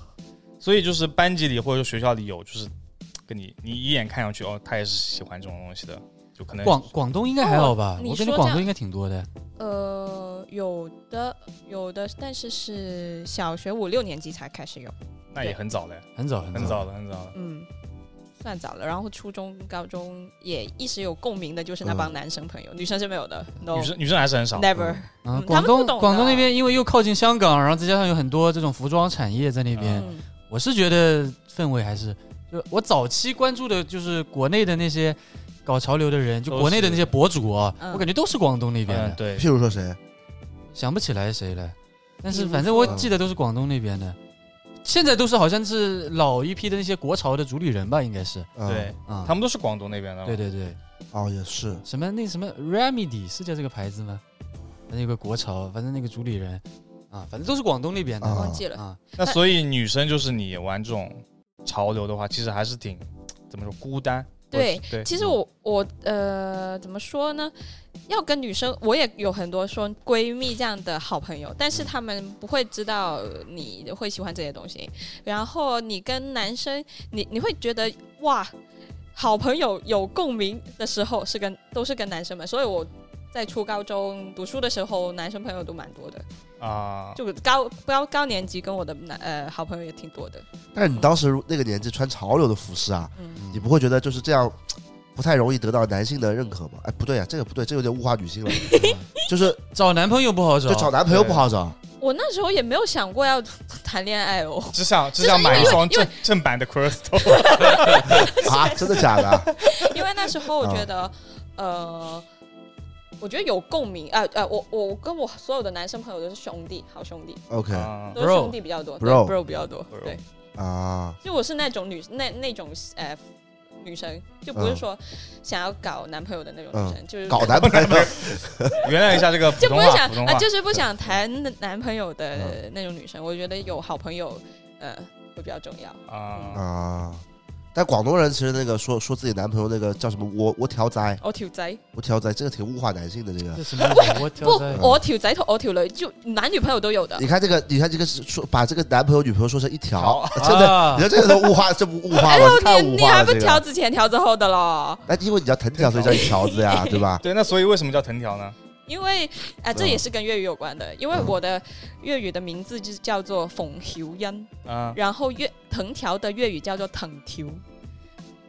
Speaker 3: 所以就是班级里或者说学校里有，就是跟你你一眼看上去哦，他也是喜欢这种东西的，就可能
Speaker 2: 广广东应该还好吧
Speaker 4: 哦？你
Speaker 2: 我感觉
Speaker 4: 说
Speaker 2: 广
Speaker 4: 这
Speaker 2: 东
Speaker 4: 样
Speaker 2: 应该挺多的，
Speaker 4: 呃，有的有的，但是是小学五六年级才开始有，
Speaker 3: 那也很早了，
Speaker 2: 很早
Speaker 3: 很早了，很早了。
Speaker 4: 嗯，算早了。然后初中、高中也一时有共鸣的，就是那帮男生朋友，女生是没有的，no
Speaker 3: 嗯女生女生还是很少，
Speaker 4: never，、
Speaker 2: 啊，
Speaker 4: 嗯
Speaker 2: 广
Speaker 4: 他们
Speaker 2: 东
Speaker 4: 不懂的
Speaker 2: 广东那边因为又靠近香港，然后再加上有很多这种服装产业在那边，
Speaker 4: 嗯
Speaker 2: 我是觉得氛围还是就我早期关注的就是国内的那些搞潮流的人，就
Speaker 3: 都
Speaker 2: 国内的
Speaker 3: 是
Speaker 2: 那些博主啊，
Speaker 4: 嗯
Speaker 2: 我感觉都是广东那边
Speaker 3: 嗯，
Speaker 2: 的，
Speaker 3: 对，
Speaker 1: 譬如说谁？
Speaker 2: 想不起来谁了，但
Speaker 4: 比
Speaker 2: 是
Speaker 4: 如
Speaker 2: 反正我
Speaker 1: 说
Speaker 2: 记得都是广东那边的。现在都是好像是老一批的那些国潮的主理人吧，应该是
Speaker 1: 嗯
Speaker 3: 对，
Speaker 2: 啊，
Speaker 3: 他们都是广东那边的嘛，
Speaker 2: 对对对，
Speaker 1: 哦，也是。
Speaker 2: 什么那什么 Remedy 是叫这个牌子吗？反正有个国潮，反正那个主理人啊，反正都是广东那边的
Speaker 3: 嗯
Speaker 1: 啊
Speaker 4: 忘记了，
Speaker 2: 啊，
Speaker 3: 那所以女生就是你玩这种潮流的话，其实还是挺怎么说孤单。
Speaker 4: 对
Speaker 3: 或者对，
Speaker 4: 其实我我呃怎么说呢？要跟女生，我也有很多说闺蜜这样的好朋友，但是他们不会知道你会喜欢这些东西。然后你跟男生，你你会觉得哇，好朋友有共鸣的时候是跟都是跟男生们，所以我。在初高中读书的时候，男生朋友都蛮多的，
Speaker 3: 啊，
Speaker 4: 就高高高年级跟我的男呃好朋友也挺多的。
Speaker 1: 但是你当时那个年纪穿潮流的服饰啊，
Speaker 4: 嗯，
Speaker 1: 你不会觉得就是这样，不太容易得到男性的认可吗？哎，不对呀、这个不对，这有点物化女性 [LAUGHS] 了。就是
Speaker 2: 找男朋友不好
Speaker 1: 就找
Speaker 2: 找，
Speaker 1: 男朋友不好找，
Speaker 4: 我那时候也没有想过要 [LAUGHS] 谈恋爱哦。
Speaker 3: 只想只想买一双正正版
Speaker 2: [LAUGHS]
Speaker 3: 的 Crystal
Speaker 1: 啊，真的假的？
Speaker 4: [LAUGHS] 因为那时
Speaker 1: 嗯
Speaker 4: 候我觉得，呃，我觉得有共鸣，呃呃，我我跟我所有的男生朋友都是兄弟，好兄弟，
Speaker 1: OK
Speaker 3: 啊
Speaker 4: 都是
Speaker 2: Bro
Speaker 4: 兄弟比较多
Speaker 1: Bro
Speaker 4: 对，bro 比较多
Speaker 3: Bro，
Speaker 4: 对，
Speaker 1: 啊，
Speaker 4: 就我是那种女那那种呃女生，就不是
Speaker 1: 嗯
Speaker 4: 说想要搞男朋友的那种女生，就是
Speaker 1: 搞男朋友
Speaker 3: 原谅一下这个普
Speaker 4: 就
Speaker 3: 通
Speaker 4: 不是
Speaker 3: 话，
Speaker 4: 想
Speaker 3: 普通
Speaker 4: 啊、
Speaker 1: 嗯
Speaker 3: 话
Speaker 4: 就是不想谈男朋友的那种女生，我觉得有好朋友，呃，会比较重要。
Speaker 3: 啊，
Speaker 1: 啊。但广东人其实那个说说自己男朋友那个叫什么我我条仔
Speaker 4: 我条仔
Speaker 1: 我条仔，这个挺物化男性的这个。
Speaker 2: 这什么意思？
Speaker 1: [LAUGHS]
Speaker 2: 我
Speaker 4: 不
Speaker 2: 挑在，
Speaker 4: 我条仔同我条女就男女朋友都有的
Speaker 1: 你。看这个，你看这个是说把这个男朋友女朋友说成一条，真的，
Speaker 2: 啊
Speaker 1: 你看这个都物
Speaker 4: [LAUGHS]
Speaker 1: 化，这不物化
Speaker 4: 哎
Speaker 1: 吗？太
Speaker 4: 呦，你
Speaker 1: 物
Speaker 4: 你
Speaker 1: 化
Speaker 4: 还
Speaker 1: 了
Speaker 4: 不
Speaker 1: 这
Speaker 4: 调
Speaker 1: 个。
Speaker 4: 之前调之后的咯？
Speaker 1: 那因为你叫藤条，所以叫一条子
Speaker 4: [LAUGHS]
Speaker 1: 呀，对吧？
Speaker 3: [LAUGHS] 对，那所以为什么叫藤条呢？
Speaker 4: 因为啊，这也是跟粤语有关的，因为
Speaker 1: 嗯
Speaker 4: 我的粤语的名字就是叫做冯晓欣，
Speaker 3: 啊，
Speaker 4: 然后粤藤条的粤语叫做藤条，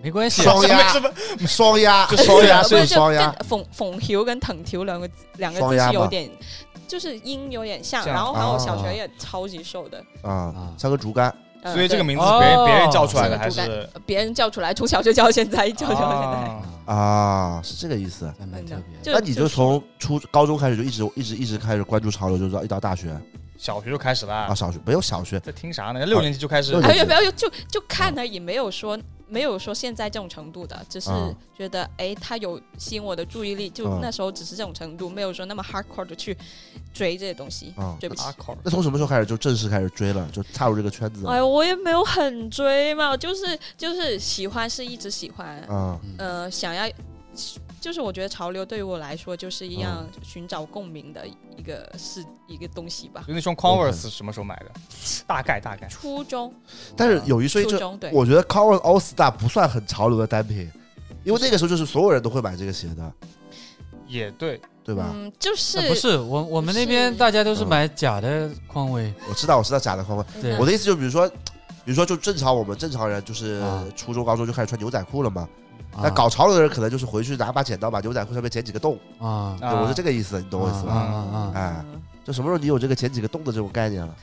Speaker 2: 没关系，
Speaker 1: 双鸭
Speaker 3: 什么
Speaker 1: 双鸭，
Speaker 3: 就
Speaker 1: 双鸭
Speaker 3: 啊
Speaker 4: [LAUGHS] 呃不
Speaker 1: 是
Speaker 4: 是
Speaker 1: 双鸭，
Speaker 4: 跟冯冯晓跟藤条两个字两个
Speaker 1: 双
Speaker 4: 字
Speaker 1: 鸭
Speaker 4: 是有
Speaker 1: 嘛
Speaker 4: 点，就是音有点像，
Speaker 3: 像
Speaker 4: 然后还有我小
Speaker 1: 啊
Speaker 4: 学也超级瘦的， [LAUGHS]
Speaker 1: 啊
Speaker 2: 啊，
Speaker 1: 像根竹竿，
Speaker 4: 呃
Speaker 3: 所以这个
Speaker 4: 对
Speaker 3: 名字是别人
Speaker 2: 哦
Speaker 3: 别人叫出来的
Speaker 4: 这个
Speaker 3: 还
Speaker 4: 竹竿
Speaker 3: 是
Speaker 4: 别人叫出来，从小就叫到现在， [LAUGHS] 叫
Speaker 1: 哦
Speaker 4: 到现在，
Speaker 3: 啊
Speaker 1: 啊，是这个意思。
Speaker 2: 还蛮特别
Speaker 1: 那
Speaker 2: 的。
Speaker 1: 你就从初高中开始就一直一直一直开始关注潮流，就是到一到大学
Speaker 3: 小学就开始
Speaker 1: 啊，
Speaker 3: 啦？
Speaker 1: 小学没有小学
Speaker 3: 在听啥呢？六年级就开始
Speaker 1: 六年
Speaker 4: 还
Speaker 1: 级
Speaker 4: 有没有就就看
Speaker 1: 啊
Speaker 4: 而已，没有说没有说现在这种程度的，只是
Speaker 1: 啊
Speaker 4: 觉得哎，他有吸引我的注意力，就
Speaker 1: 嗯
Speaker 4: 那时候只是这种程度，没有说那么 hardcore 的去追这些东西，
Speaker 1: 啊。
Speaker 4: 对不起。
Speaker 3: hardcore
Speaker 1: 那从什么时候开始就正式开始追了，就踏入这个圈子
Speaker 4: 哎，我也没有很追嘛，就是就是喜欢是一直喜欢，
Speaker 1: 啊？
Speaker 4: 呃，想要就是我觉得潮流对于我来说就是一样
Speaker 1: 啊
Speaker 4: 寻找共鸣的一个是一个东西吧。
Speaker 3: 就那双 Converse 什么时候买的？大概大概。
Speaker 4: 初中，
Speaker 1: 但是有一说一，
Speaker 4: 初
Speaker 1: 就
Speaker 4: 中对，
Speaker 1: 我觉得 Converse All Star 不算很潮流的单品，因为那个时候就是所有人都会买这个鞋的，
Speaker 3: 也对，
Speaker 1: 对吧？
Speaker 4: 嗯，就是
Speaker 2: 啊不是我，我们那边
Speaker 4: 是
Speaker 2: 大家都是
Speaker 1: 嗯
Speaker 2: 买假的匡威，
Speaker 1: 我知道，我知道假的匡威。
Speaker 4: 嗯
Speaker 2: 对
Speaker 1: 我的意思就比如说，比如说就正常我们正常人就是
Speaker 2: 啊
Speaker 1: 初中高中就开始穿牛仔裤了嘛，那
Speaker 2: 啊
Speaker 1: 搞潮流的人可能就是回去拿把剪刀把牛仔裤上面剪几个洞，
Speaker 2: 啊
Speaker 1: 对我是这个意思，你懂我意思
Speaker 2: 啊
Speaker 1: 吧？
Speaker 2: 啊
Speaker 1: 啊哎就什么时候你有这个剪几个洞的这种概念了？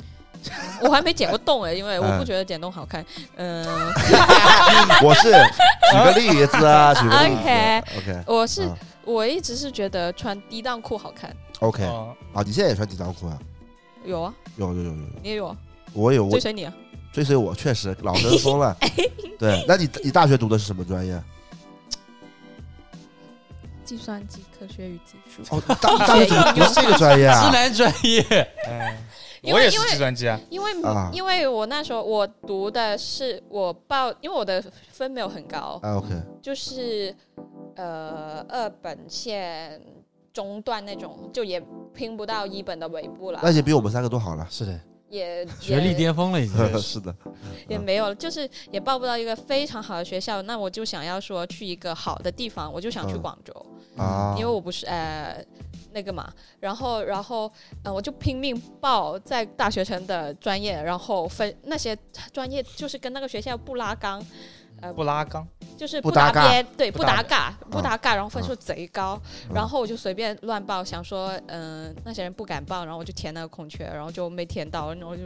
Speaker 4: [LAUGHS] 我还没剪过洞哎，因为
Speaker 1: 嗯
Speaker 4: 我不觉得剪洞好
Speaker 1: [LAUGHS]
Speaker 4: 看。嗯、
Speaker 2: 啊
Speaker 1: 我是举个例子
Speaker 2: [LAUGHS]
Speaker 1: 啊，举个例子
Speaker 4: OK。
Speaker 1: OK
Speaker 4: 我是、
Speaker 1: 啊
Speaker 4: 我一直是觉得穿低档裤好看。
Speaker 1: OK
Speaker 3: 个。
Speaker 1: 啊，你现在也穿紧裆裤啊？
Speaker 4: 有啊，
Speaker 1: 有有有有，
Speaker 4: 你也有啊，
Speaker 1: 我有我
Speaker 4: 追随你啊。
Speaker 1: 追随我，确实老跟风
Speaker 2: [LAUGHS]
Speaker 1: 了。对，那你你大学读的是什么专业？啊
Speaker 4: 计算机科学与技术。 [LAUGHS]
Speaker 1: 哦，你大你大学怎么读 [LAUGHS] 这个专业
Speaker 2: 直
Speaker 1: 啊？
Speaker 2: 男专业
Speaker 3: 嗯，
Speaker 4: 因为
Speaker 3: 我也是计算机啊。
Speaker 4: 因为、
Speaker 1: 啊
Speaker 4: 因为我那时候我读的是我报，因为我的分没有很高，
Speaker 1: 啊 OK
Speaker 4: 就是呃二本线中段那种，就也拼不到一本的尾部了
Speaker 1: 那，已经比我们三个都好了。
Speaker 2: 是的，
Speaker 4: 也
Speaker 2: 学历
Speaker 4: 也
Speaker 2: 巅峰了已经。
Speaker 1: [LAUGHS] 是的，
Speaker 4: 也
Speaker 1: 嗯
Speaker 4: 没有，就是也报不到一个非常好的学校，那我就想要说去一个好的地方，我就想去
Speaker 1: 嗯
Speaker 4: 广州，
Speaker 1: 啊
Speaker 4: 因为我不是呃那个嘛，然后然后呃我就拼命报在大学城的专业，然后分那些专业就是跟那个学校不拉杠，
Speaker 3: 布拉冈，
Speaker 4: 就是
Speaker 1: 不
Speaker 4: 不搭
Speaker 1: 搭嘎嗯
Speaker 4: 边，对，
Speaker 3: 不
Speaker 4: 不
Speaker 3: 搭
Speaker 4: 搭嘎，不搭嘎，然后分数贼高，然后我就随便乱报，想说，嗯、那些人不敢报，然后我就填那个空缺，然后就没填到，然后就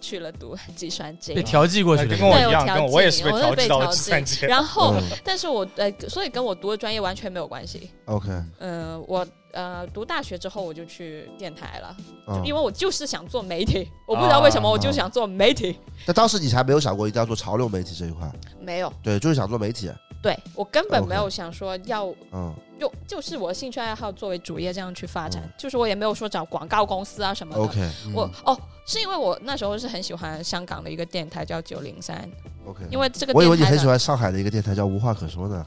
Speaker 4: 去了读计算机
Speaker 2: 被。调剂过去了，
Speaker 3: 跟跟我
Speaker 4: 对
Speaker 3: 一
Speaker 4: 我
Speaker 3: 样，
Speaker 4: 调
Speaker 3: 跟我
Speaker 4: 剂
Speaker 3: 我也是被
Speaker 4: 我是
Speaker 3: 调
Speaker 4: 被
Speaker 3: 剂到了
Speaker 4: 调
Speaker 3: 计
Speaker 4: 剂
Speaker 3: 算机。 [LAUGHS]
Speaker 4: 然后，
Speaker 1: 嗯
Speaker 4: 但是我呃，所以跟我读的专业完全没有关系。
Speaker 1: OK，
Speaker 4: 嗯、我呃读大学之后我就去电台了，
Speaker 1: 嗯
Speaker 4: 因为我就是想做媒体，我不知道为什么
Speaker 3: 啊
Speaker 4: 我就想做媒体。
Speaker 1: 但当时你还没有想过一定要做潮流媒体这一块，
Speaker 4: 啊没有，
Speaker 1: 对，就是想做媒体，
Speaker 4: 对我根本
Speaker 1: OK
Speaker 4: 没有想说要
Speaker 1: 嗯，
Speaker 4: 就就是我的兴趣爱好作为主业这样去发展，
Speaker 1: 嗯
Speaker 4: 就是我也没有说找广告公司啊什么的。
Speaker 1: OK
Speaker 4: 我哦，是因为我那时候是很喜欢香港的一个电台叫九零三，
Speaker 1: OK。
Speaker 4: 因为这个
Speaker 1: 嗯我以
Speaker 4: 电
Speaker 1: 为你
Speaker 4: 台
Speaker 1: 很喜
Speaker 4: 的，
Speaker 1: 欢上海的一个电台叫无话可说
Speaker 4: [LAUGHS]
Speaker 1: 呢。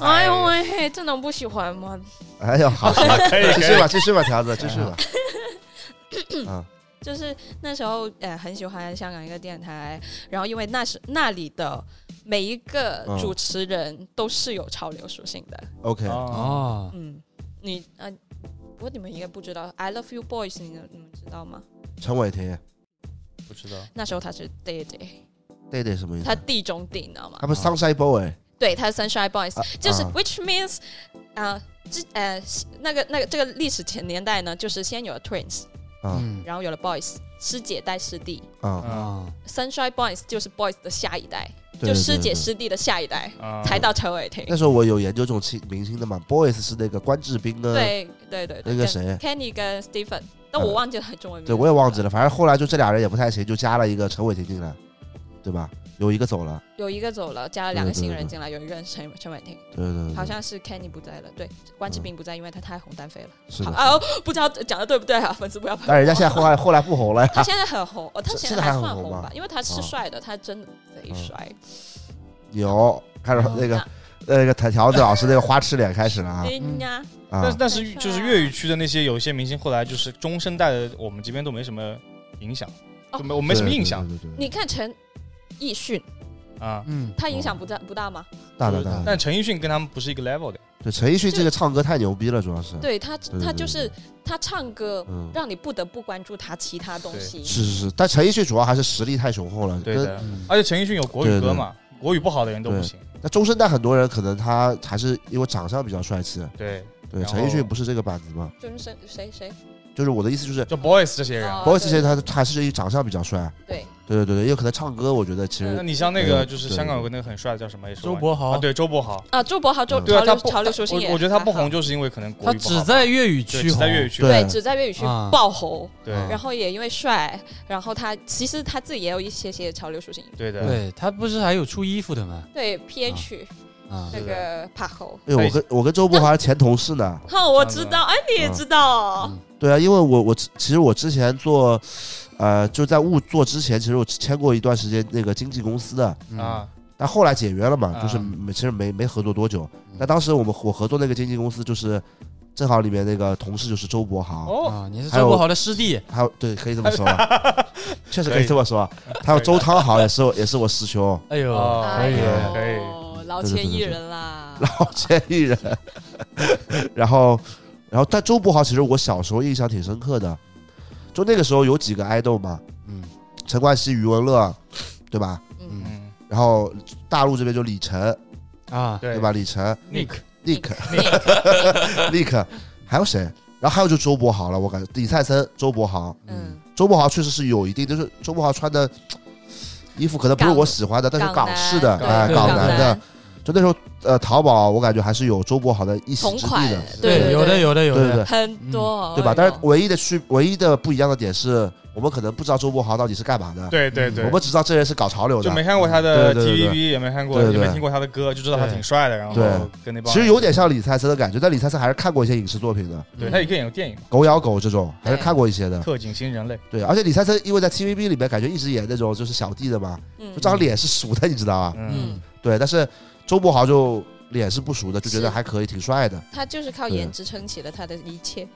Speaker 4: 哎呦喂，嘿这能不喜欢吗？
Speaker 1: 哎呀，好，行
Speaker 3: 啊可以
Speaker 1: 继
Speaker 3: 可
Speaker 1: 续
Speaker 3: 以
Speaker 1: 吧，继续吧，条子，继续吧。
Speaker 4: 嗯
Speaker 1: 啊，
Speaker 4: 就是那时候呃很喜欢香港一个电台，然后因为那是那里的每一个
Speaker 1: 嗯
Speaker 4: 主持人都是有潮流属性的，
Speaker 1: OK，
Speaker 3: 哦，
Speaker 2: 哦，
Speaker 4: 嗯，你啊，不过你们应该不知道，I Love You Boys，你们你们知道吗？
Speaker 1: 陈伟霆，
Speaker 3: 不知道
Speaker 4: 那时候他是 Day Day，
Speaker 1: 对对，什么意
Speaker 4: 他
Speaker 1: 思？
Speaker 4: 地中地，你知道吗
Speaker 1: 他？不是 Sunshine Boy，
Speaker 4: 对，他是 Sunshine Boys，、
Speaker 1: 哎啊
Speaker 4: 哦就是
Speaker 1: 啊
Speaker 4: which means 啊、之呃那个那个这个历史前年代呢，就是先有了 Twins，
Speaker 1: 啊
Speaker 2: 嗯
Speaker 4: 然后有了 Boys，师姐带师弟
Speaker 1: 啊，
Speaker 2: 啊，
Speaker 4: ，Sunshine Boys 就是 Boys 的下一代，
Speaker 1: 对对对
Speaker 4: 就师
Speaker 1: 对
Speaker 4: 姐师弟的下一代，
Speaker 3: 啊，
Speaker 4: 才到陈伟霆。
Speaker 1: 那时候我有研究这种清明星的嘛，Boys 是那个关智斌跟
Speaker 4: 对对对
Speaker 1: 那
Speaker 4: 对，
Speaker 1: 个
Speaker 4: 跟
Speaker 1: 谁，啊
Speaker 4: Kenny 跟 Stephen，但我忘记了中文名。
Speaker 1: 对我也忘记。了，反正后来就这俩人也不太行，就加了一个陈伟霆进来，对吧？有一个走了，
Speaker 4: 有一个走了，加了两
Speaker 1: 对
Speaker 4: 个
Speaker 1: 对
Speaker 4: 新
Speaker 1: 对
Speaker 4: 人
Speaker 1: 对
Speaker 4: 进来，有一个人陈陈伟霆，
Speaker 1: 对对对，嗯
Speaker 4: 好像是 Kenny 不在了，对，关之斌不在，因为他太红单飞了。
Speaker 1: 是
Speaker 4: 好
Speaker 1: 的。
Speaker 4: 啊，哦不知道讲的对不对啊？粉丝不要喷我。
Speaker 1: 但人家现在后来后来不红了呀，
Speaker 4: [LAUGHS] 他现在很红，哦，他
Speaker 1: 现
Speaker 4: 现
Speaker 1: 在
Speaker 4: 在
Speaker 1: 还
Speaker 4: 还
Speaker 1: 很
Speaker 4: 算
Speaker 1: 红
Speaker 4: 红
Speaker 1: 吗
Speaker 4: 吧，因为他是
Speaker 1: 哦
Speaker 4: 帅的，他真的贼
Speaker 1: 嗯
Speaker 4: 帅。
Speaker 1: 有开始 [LAUGHS] 那个啊那个条条子老师那个花痴脸开始了啊
Speaker 4: 嗯呀，
Speaker 1: 啊
Speaker 3: 但但是
Speaker 4: 很帅啊
Speaker 3: 就是粤语区的那些有一些明星，后来就是中生代的，我们这边都没什么影响，
Speaker 4: 哦
Speaker 3: 就没我没什么印象
Speaker 1: 啊对，对对对
Speaker 4: 你看陈奕迅，
Speaker 3: 啊。
Speaker 2: 嗯，
Speaker 4: 他影响
Speaker 1: 哦
Speaker 4: 不大不大吗？
Speaker 1: 大
Speaker 3: 就
Speaker 1: 的
Speaker 3: 是
Speaker 1: 大的，
Speaker 3: 但陈奕迅跟他们不是一个 level 的，
Speaker 1: 对陈奕迅这个唱歌太牛逼了，主要是
Speaker 4: 对他，
Speaker 1: 对
Speaker 4: 他
Speaker 1: 对
Speaker 4: 就是他唱歌，
Speaker 1: 嗯。
Speaker 4: 让你不得不关注他其他东西。
Speaker 1: 是是是，但陈奕迅主要还是实力太雄厚了。
Speaker 3: 对
Speaker 1: 跟
Speaker 3: 的。
Speaker 2: 嗯
Speaker 3: 而且陈奕迅有国语歌嘛，国语不好的人都不行。
Speaker 1: 那中生代很多人可能他还是因为长相比较帅气。
Speaker 3: 对，
Speaker 1: 对，
Speaker 3: 然后
Speaker 1: 陈奕迅不是这个板子嘛？
Speaker 4: 就是谁谁谁
Speaker 1: 就是我的意思就是
Speaker 3: 就 boys 这些人。
Speaker 4: 哦
Speaker 1: boys 这
Speaker 4: 对
Speaker 1: 些他他还是长相比较帅。
Speaker 4: 对，
Speaker 1: 对对对对，也有可能唱歌，我觉得其
Speaker 3: 那
Speaker 1: 实
Speaker 3: 你像那个就是
Speaker 1: 对
Speaker 3: 香港有个那个很帅的叫什么？也是
Speaker 2: 周
Speaker 3: 玩
Speaker 2: 柏
Speaker 3: 啊，
Speaker 2: 豪，
Speaker 3: 对周柏豪。
Speaker 4: 啊，周柏豪就
Speaker 1: 嗯
Speaker 3: 对啊，
Speaker 4: 潮
Speaker 3: 他
Speaker 4: 流
Speaker 3: 不
Speaker 4: 潮流球星也
Speaker 3: 我我觉得他不
Speaker 4: 还好
Speaker 3: 红，就是因为可能国
Speaker 2: 他
Speaker 3: 语不好
Speaker 2: 只在粤语区
Speaker 3: 对只在
Speaker 2: 红，
Speaker 3: 粤语区。
Speaker 1: 对
Speaker 4: 对，只在粤语区
Speaker 2: 啊
Speaker 4: 爆红。
Speaker 3: 对
Speaker 1: 啊
Speaker 4: 然后也因为帅，然后他其实他自己也有一些些潮流属性。
Speaker 3: 对的，
Speaker 2: 对他不是还有出衣服的吗？
Speaker 4: 对 PH
Speaker 2: 啊，
Speaker 4: 那个帕侯，
Speaker 1: 哎，我跟我跟周柏豪是前同事呢。
Speaker 4: 哼，我知道，哎，你也知道
Speaker 2: 嗯，
Speaker 1: 对啊，因为我我其实我之前做，呃，就在误做之前，其实我签过一段时间那个经纪公司的，
Speaker 2: 嗯
Speaker 3: 啊，
Speaker 1: 但后来解约了嘛，
Speaker 3: 啊
Speaker 1: 就是没其实没没合作多久
Speaker 2: 嗯。
Speaker 1: 但当时我们我合作那个经纪公司就是，正好里面那个同事就是周柏豪，
Speaker 3: 哦，
Speaker 2: 啊，你是
Speaker 1: 还有
Speaker 2: 周柏豪的师弟，
Speaker 1: 还有对，可以这么说吧，确实可以这么说。啊还有周汤豪也是我也是我师兄，
Speaker 2: 哎呦，
Speaker 3: 哦
Speaker 4: 啊
Speaker 2: 可以
Speaker 3: 哎可以
Speaker 4: 呦，哦老千艺人啦，
Speaker 1: 老千艺哦人。 [LAUGHS] 然后，然后但周柏豪其实我小时候印象挺深刻的，就那个时候有几个爱豆嘛，
Speaker 2: 嗯，
Speaker 1: 陈冠希、余文乐，对吧？
Speaker 4: 嗯，
Speaker 3: 嗯，
Speaker 1: 然后大陆这边就李晨，
Speaker 2: 啊，
Speaker 3: 对
Speaker 1: 对吧？李晨、
Speaker 3: ？Nick，
Speaker 1: Nick、Nick，还有谁？然后还有就周柏豪了，我感觉李灿森、周柏豪，
Speaker 4: 嗯，
Speaker 1: 周柏豪确实是有一定，就是周柏豪穿的衣服可能不是
Speaker 4: 港
Speaker 1: 我喜欢的，但是港
Speaker 4: 男
Speaker 1: 式的，
Speaker 4: 对
Speaker 1: 哎，
Speaker 2: 对
Speaker 1: 港
Speaker 2: 港
Speaker 1: 男的，就那时候呃，淘宝我感觉还是有周柏豪的一席
Speaker 4: 同
Speaker 1: 之
Speaker 4: 款
Speaker 1: 地的，，
Speaker 4: 对，
Speaker 2: 有的有的有
Speaker 1: 对对对，
Speaker 2: 的，
Speaker 4: 很多，
Speaker 1: 对吧？
Speaker 4: 哎呦
Speaker 1: 但是唯一的区，唯一的不一样的点是我们可能不知道周柏豪到底是干嘛的，
Speaker 3: 对对对
Speaker 1: 我，们只知道这人是搞潮流
Speaker 3: 就
Speaker 1: 的
Speaker 3: 没，看过他的
Speaker 1: 对对对对
Speaker 3: TVB，也没看过，
Speaker 1: 对
Speaker 3: 也
Speaker 1: 对
Speaker 3: 没听过他的歌，就知道他挺帅的。然后
Speaker 1: 对
Speaker 3: 跟那帮人，
Speaker 1: 其实有点像李灿森的感觉，但李灿森还是看过一些影视作品的，
Speaker 3: 对他也可以演过电影嘛，
Speaker 1: 《狗咬狗》这种还是看过一些的。
Speaker 3: 《特警新人类》。
Speaker 1: 对，而且李灿森因为在 TVB 里面感觉一直演那种就是小弟的嘛，
Speaker 4: 嗯
Speaker 1: 就这张脸是熟的，你知道吧？
Speaker 3: 嗯，
Speaker 2: 嗯，
Speaker 1: 对，但是周柏豪就脸是不熟的，就觉得
Speaker 4: 是
Speaker 1: 还可以，挺帅的。
Speaker 4: 他就是靠
Speaker 1: 对
Speaker 4: 颜值撑起了他的一切，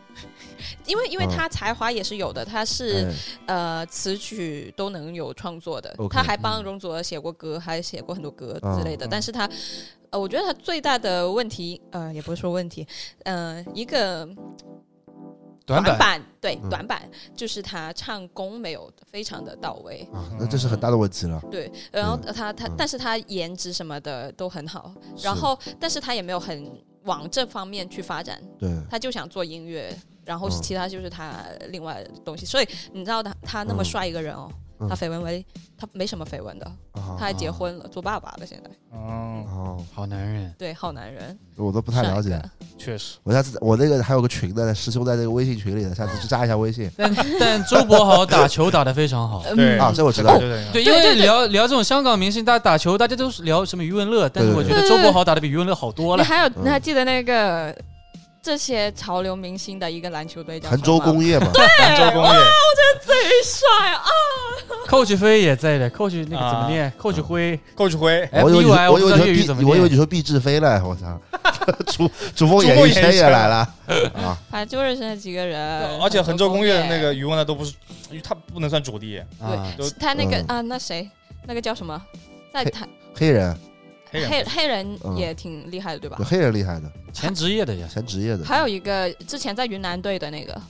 Speaker 4: [LAUGHS] 因为因为
Speaker 1: 嗯
Speaker 4: 他才华也是有的，他是
Speaker 1: 哎
Speaker 4: 呃词曲都能有创作的
Speaker 1: OK，
Speaker 4: 他还帮
Speaker 2: 嗯
Speaker 4: 容祖儿写过歌，还写过很多歌
Speaker 1: 嗯
Speaker 4: 之类的。
Speaker 3: 嗯
Speaker 4: 但是他，呃，我觉得他最大的问题，呃，也不是说问题，呃，一个
Speaker 2: 短板，
Speaker 4: 板，对
Speaker 1: 嗯
Speaker 4: 短板就是他唱功没有非常的到位。
Speaker 1: 啊，那这是很大的问题了。
Speaker 4: 对，然后他他
Speaker 1: 嗯，
Speaker 4: 但是他颜值什么的都很好，
Speaker 1: 是
Speaker 4: 然后但是他也没有很往这方面去发展，
Speaker 1: 对，
Speaker 4: 他就想做音乐，然后
Speaker 1: 嗯
Speaker 4: 其他就是他另外的东西。所以你知道他他那么
Speaker 1: 嗯
Speaker 4: 帅一个人哦，
Speaker 1: 嗯
Speaker 4: 他绯闻为他没什么绯闻的，
Speaker 1: 啊
Speaker 4: 他还结婚了，做爸爸了，现在
Speaker 3: 哦，
Speaker 1: 哦，
Speaker 2: 好男人，
Speaker 4: 对，好男人，
Speaker 1: 我都不太了
Speaker 4: 帅
Speaker 1: 解。
Speaker 4: 哥
Speaker 3: 确实，
Speaker 1: 我下次我那个还有个群的师兄在那个微信群里的，下次去加一下微信
Speaker 2: [LAUGHS] 但但周柏豪打球打得非常好。
Speaker 4: 嗯
Speaker 3: 对
Speaker 1: 啊。这我知道，
Speaker 3: 对对对
Speaker 2: 对，因
Speaker 4: 对对
Speaker 2: 为
Speaker 4: 对
Speaker 2: 聊聊这种香港明星，大家打球，大家都是聊什么余文乐，但是我觉得周柏豪打得比余文乐好多 [LAUGHS]
Speaker 4: 你
Speaker 2: 了。
Speaker 4: 还有
Speaker 1: 嗯
Speaker 4: 你还记得那个这些潮流明星的一个篮球队叫
Speaker 1: 杭州
Speaker 4: 什么吗
Speaker 1: 工业嘛，
Speaker 3: 杭州工业，
Speaker 4: 最帅啊！
Speaker 2: coach 飞也在的，coach 那个怎么念？coach 辉
Speaker 3: 寇志辉，
Speaker 1: 我以为你
Speaker 2: F U I，
Speaker 1: 我以
Speaker 2: 不知
Speaker 1: 为
Speaker 2: 道
Speaker 1: 你
Speaker 2: 粤语
Speaker 1: 说
Speaker 2: 怎
Speaker 1: 毕，
Speaker 2: 么
Speaker 1: 我以为
Speaker 2: 念。
Speaker 1: 你说毕志飞嘞，我操， [LAUGHS] 主主峰
Speaker 3: 主
Speaker 1: 演
Speaker 3: 峰
Speaker 1: 艺
Speaker 3: 演艺
Speaker 1: 圈也
Speaker 3: 圈
Speaker 1: 来了啊！
Speaker 4: 反正就认识那几个人，
Speaker 3: 而且杭州工业的那
Speaker 4: 杭
Speaker 3: 个余文乐都不是，他不能算主力，
Speaker 2: 啊，
Speaker 4: 州工
Speaker 3: 都
Speaker 4: 业，他那个
Speaker 1: 嗯
Speaker 4: 啊，那谁，那个叫什么？在台
Speaker 1: 黑人，
Speaker 3: 黑人
Speaker 4: 黑黑人
Speaker 1: 嗯
Speaker 4: 也挺厉害的，对吧
Speaker 1: 有？黑人厉害的，
Speaker 2: 前职业的 [LAUGHS] 呀，
Speaker 1: 前职业的，
Speaker 4: 还有一个之前在云南队的那个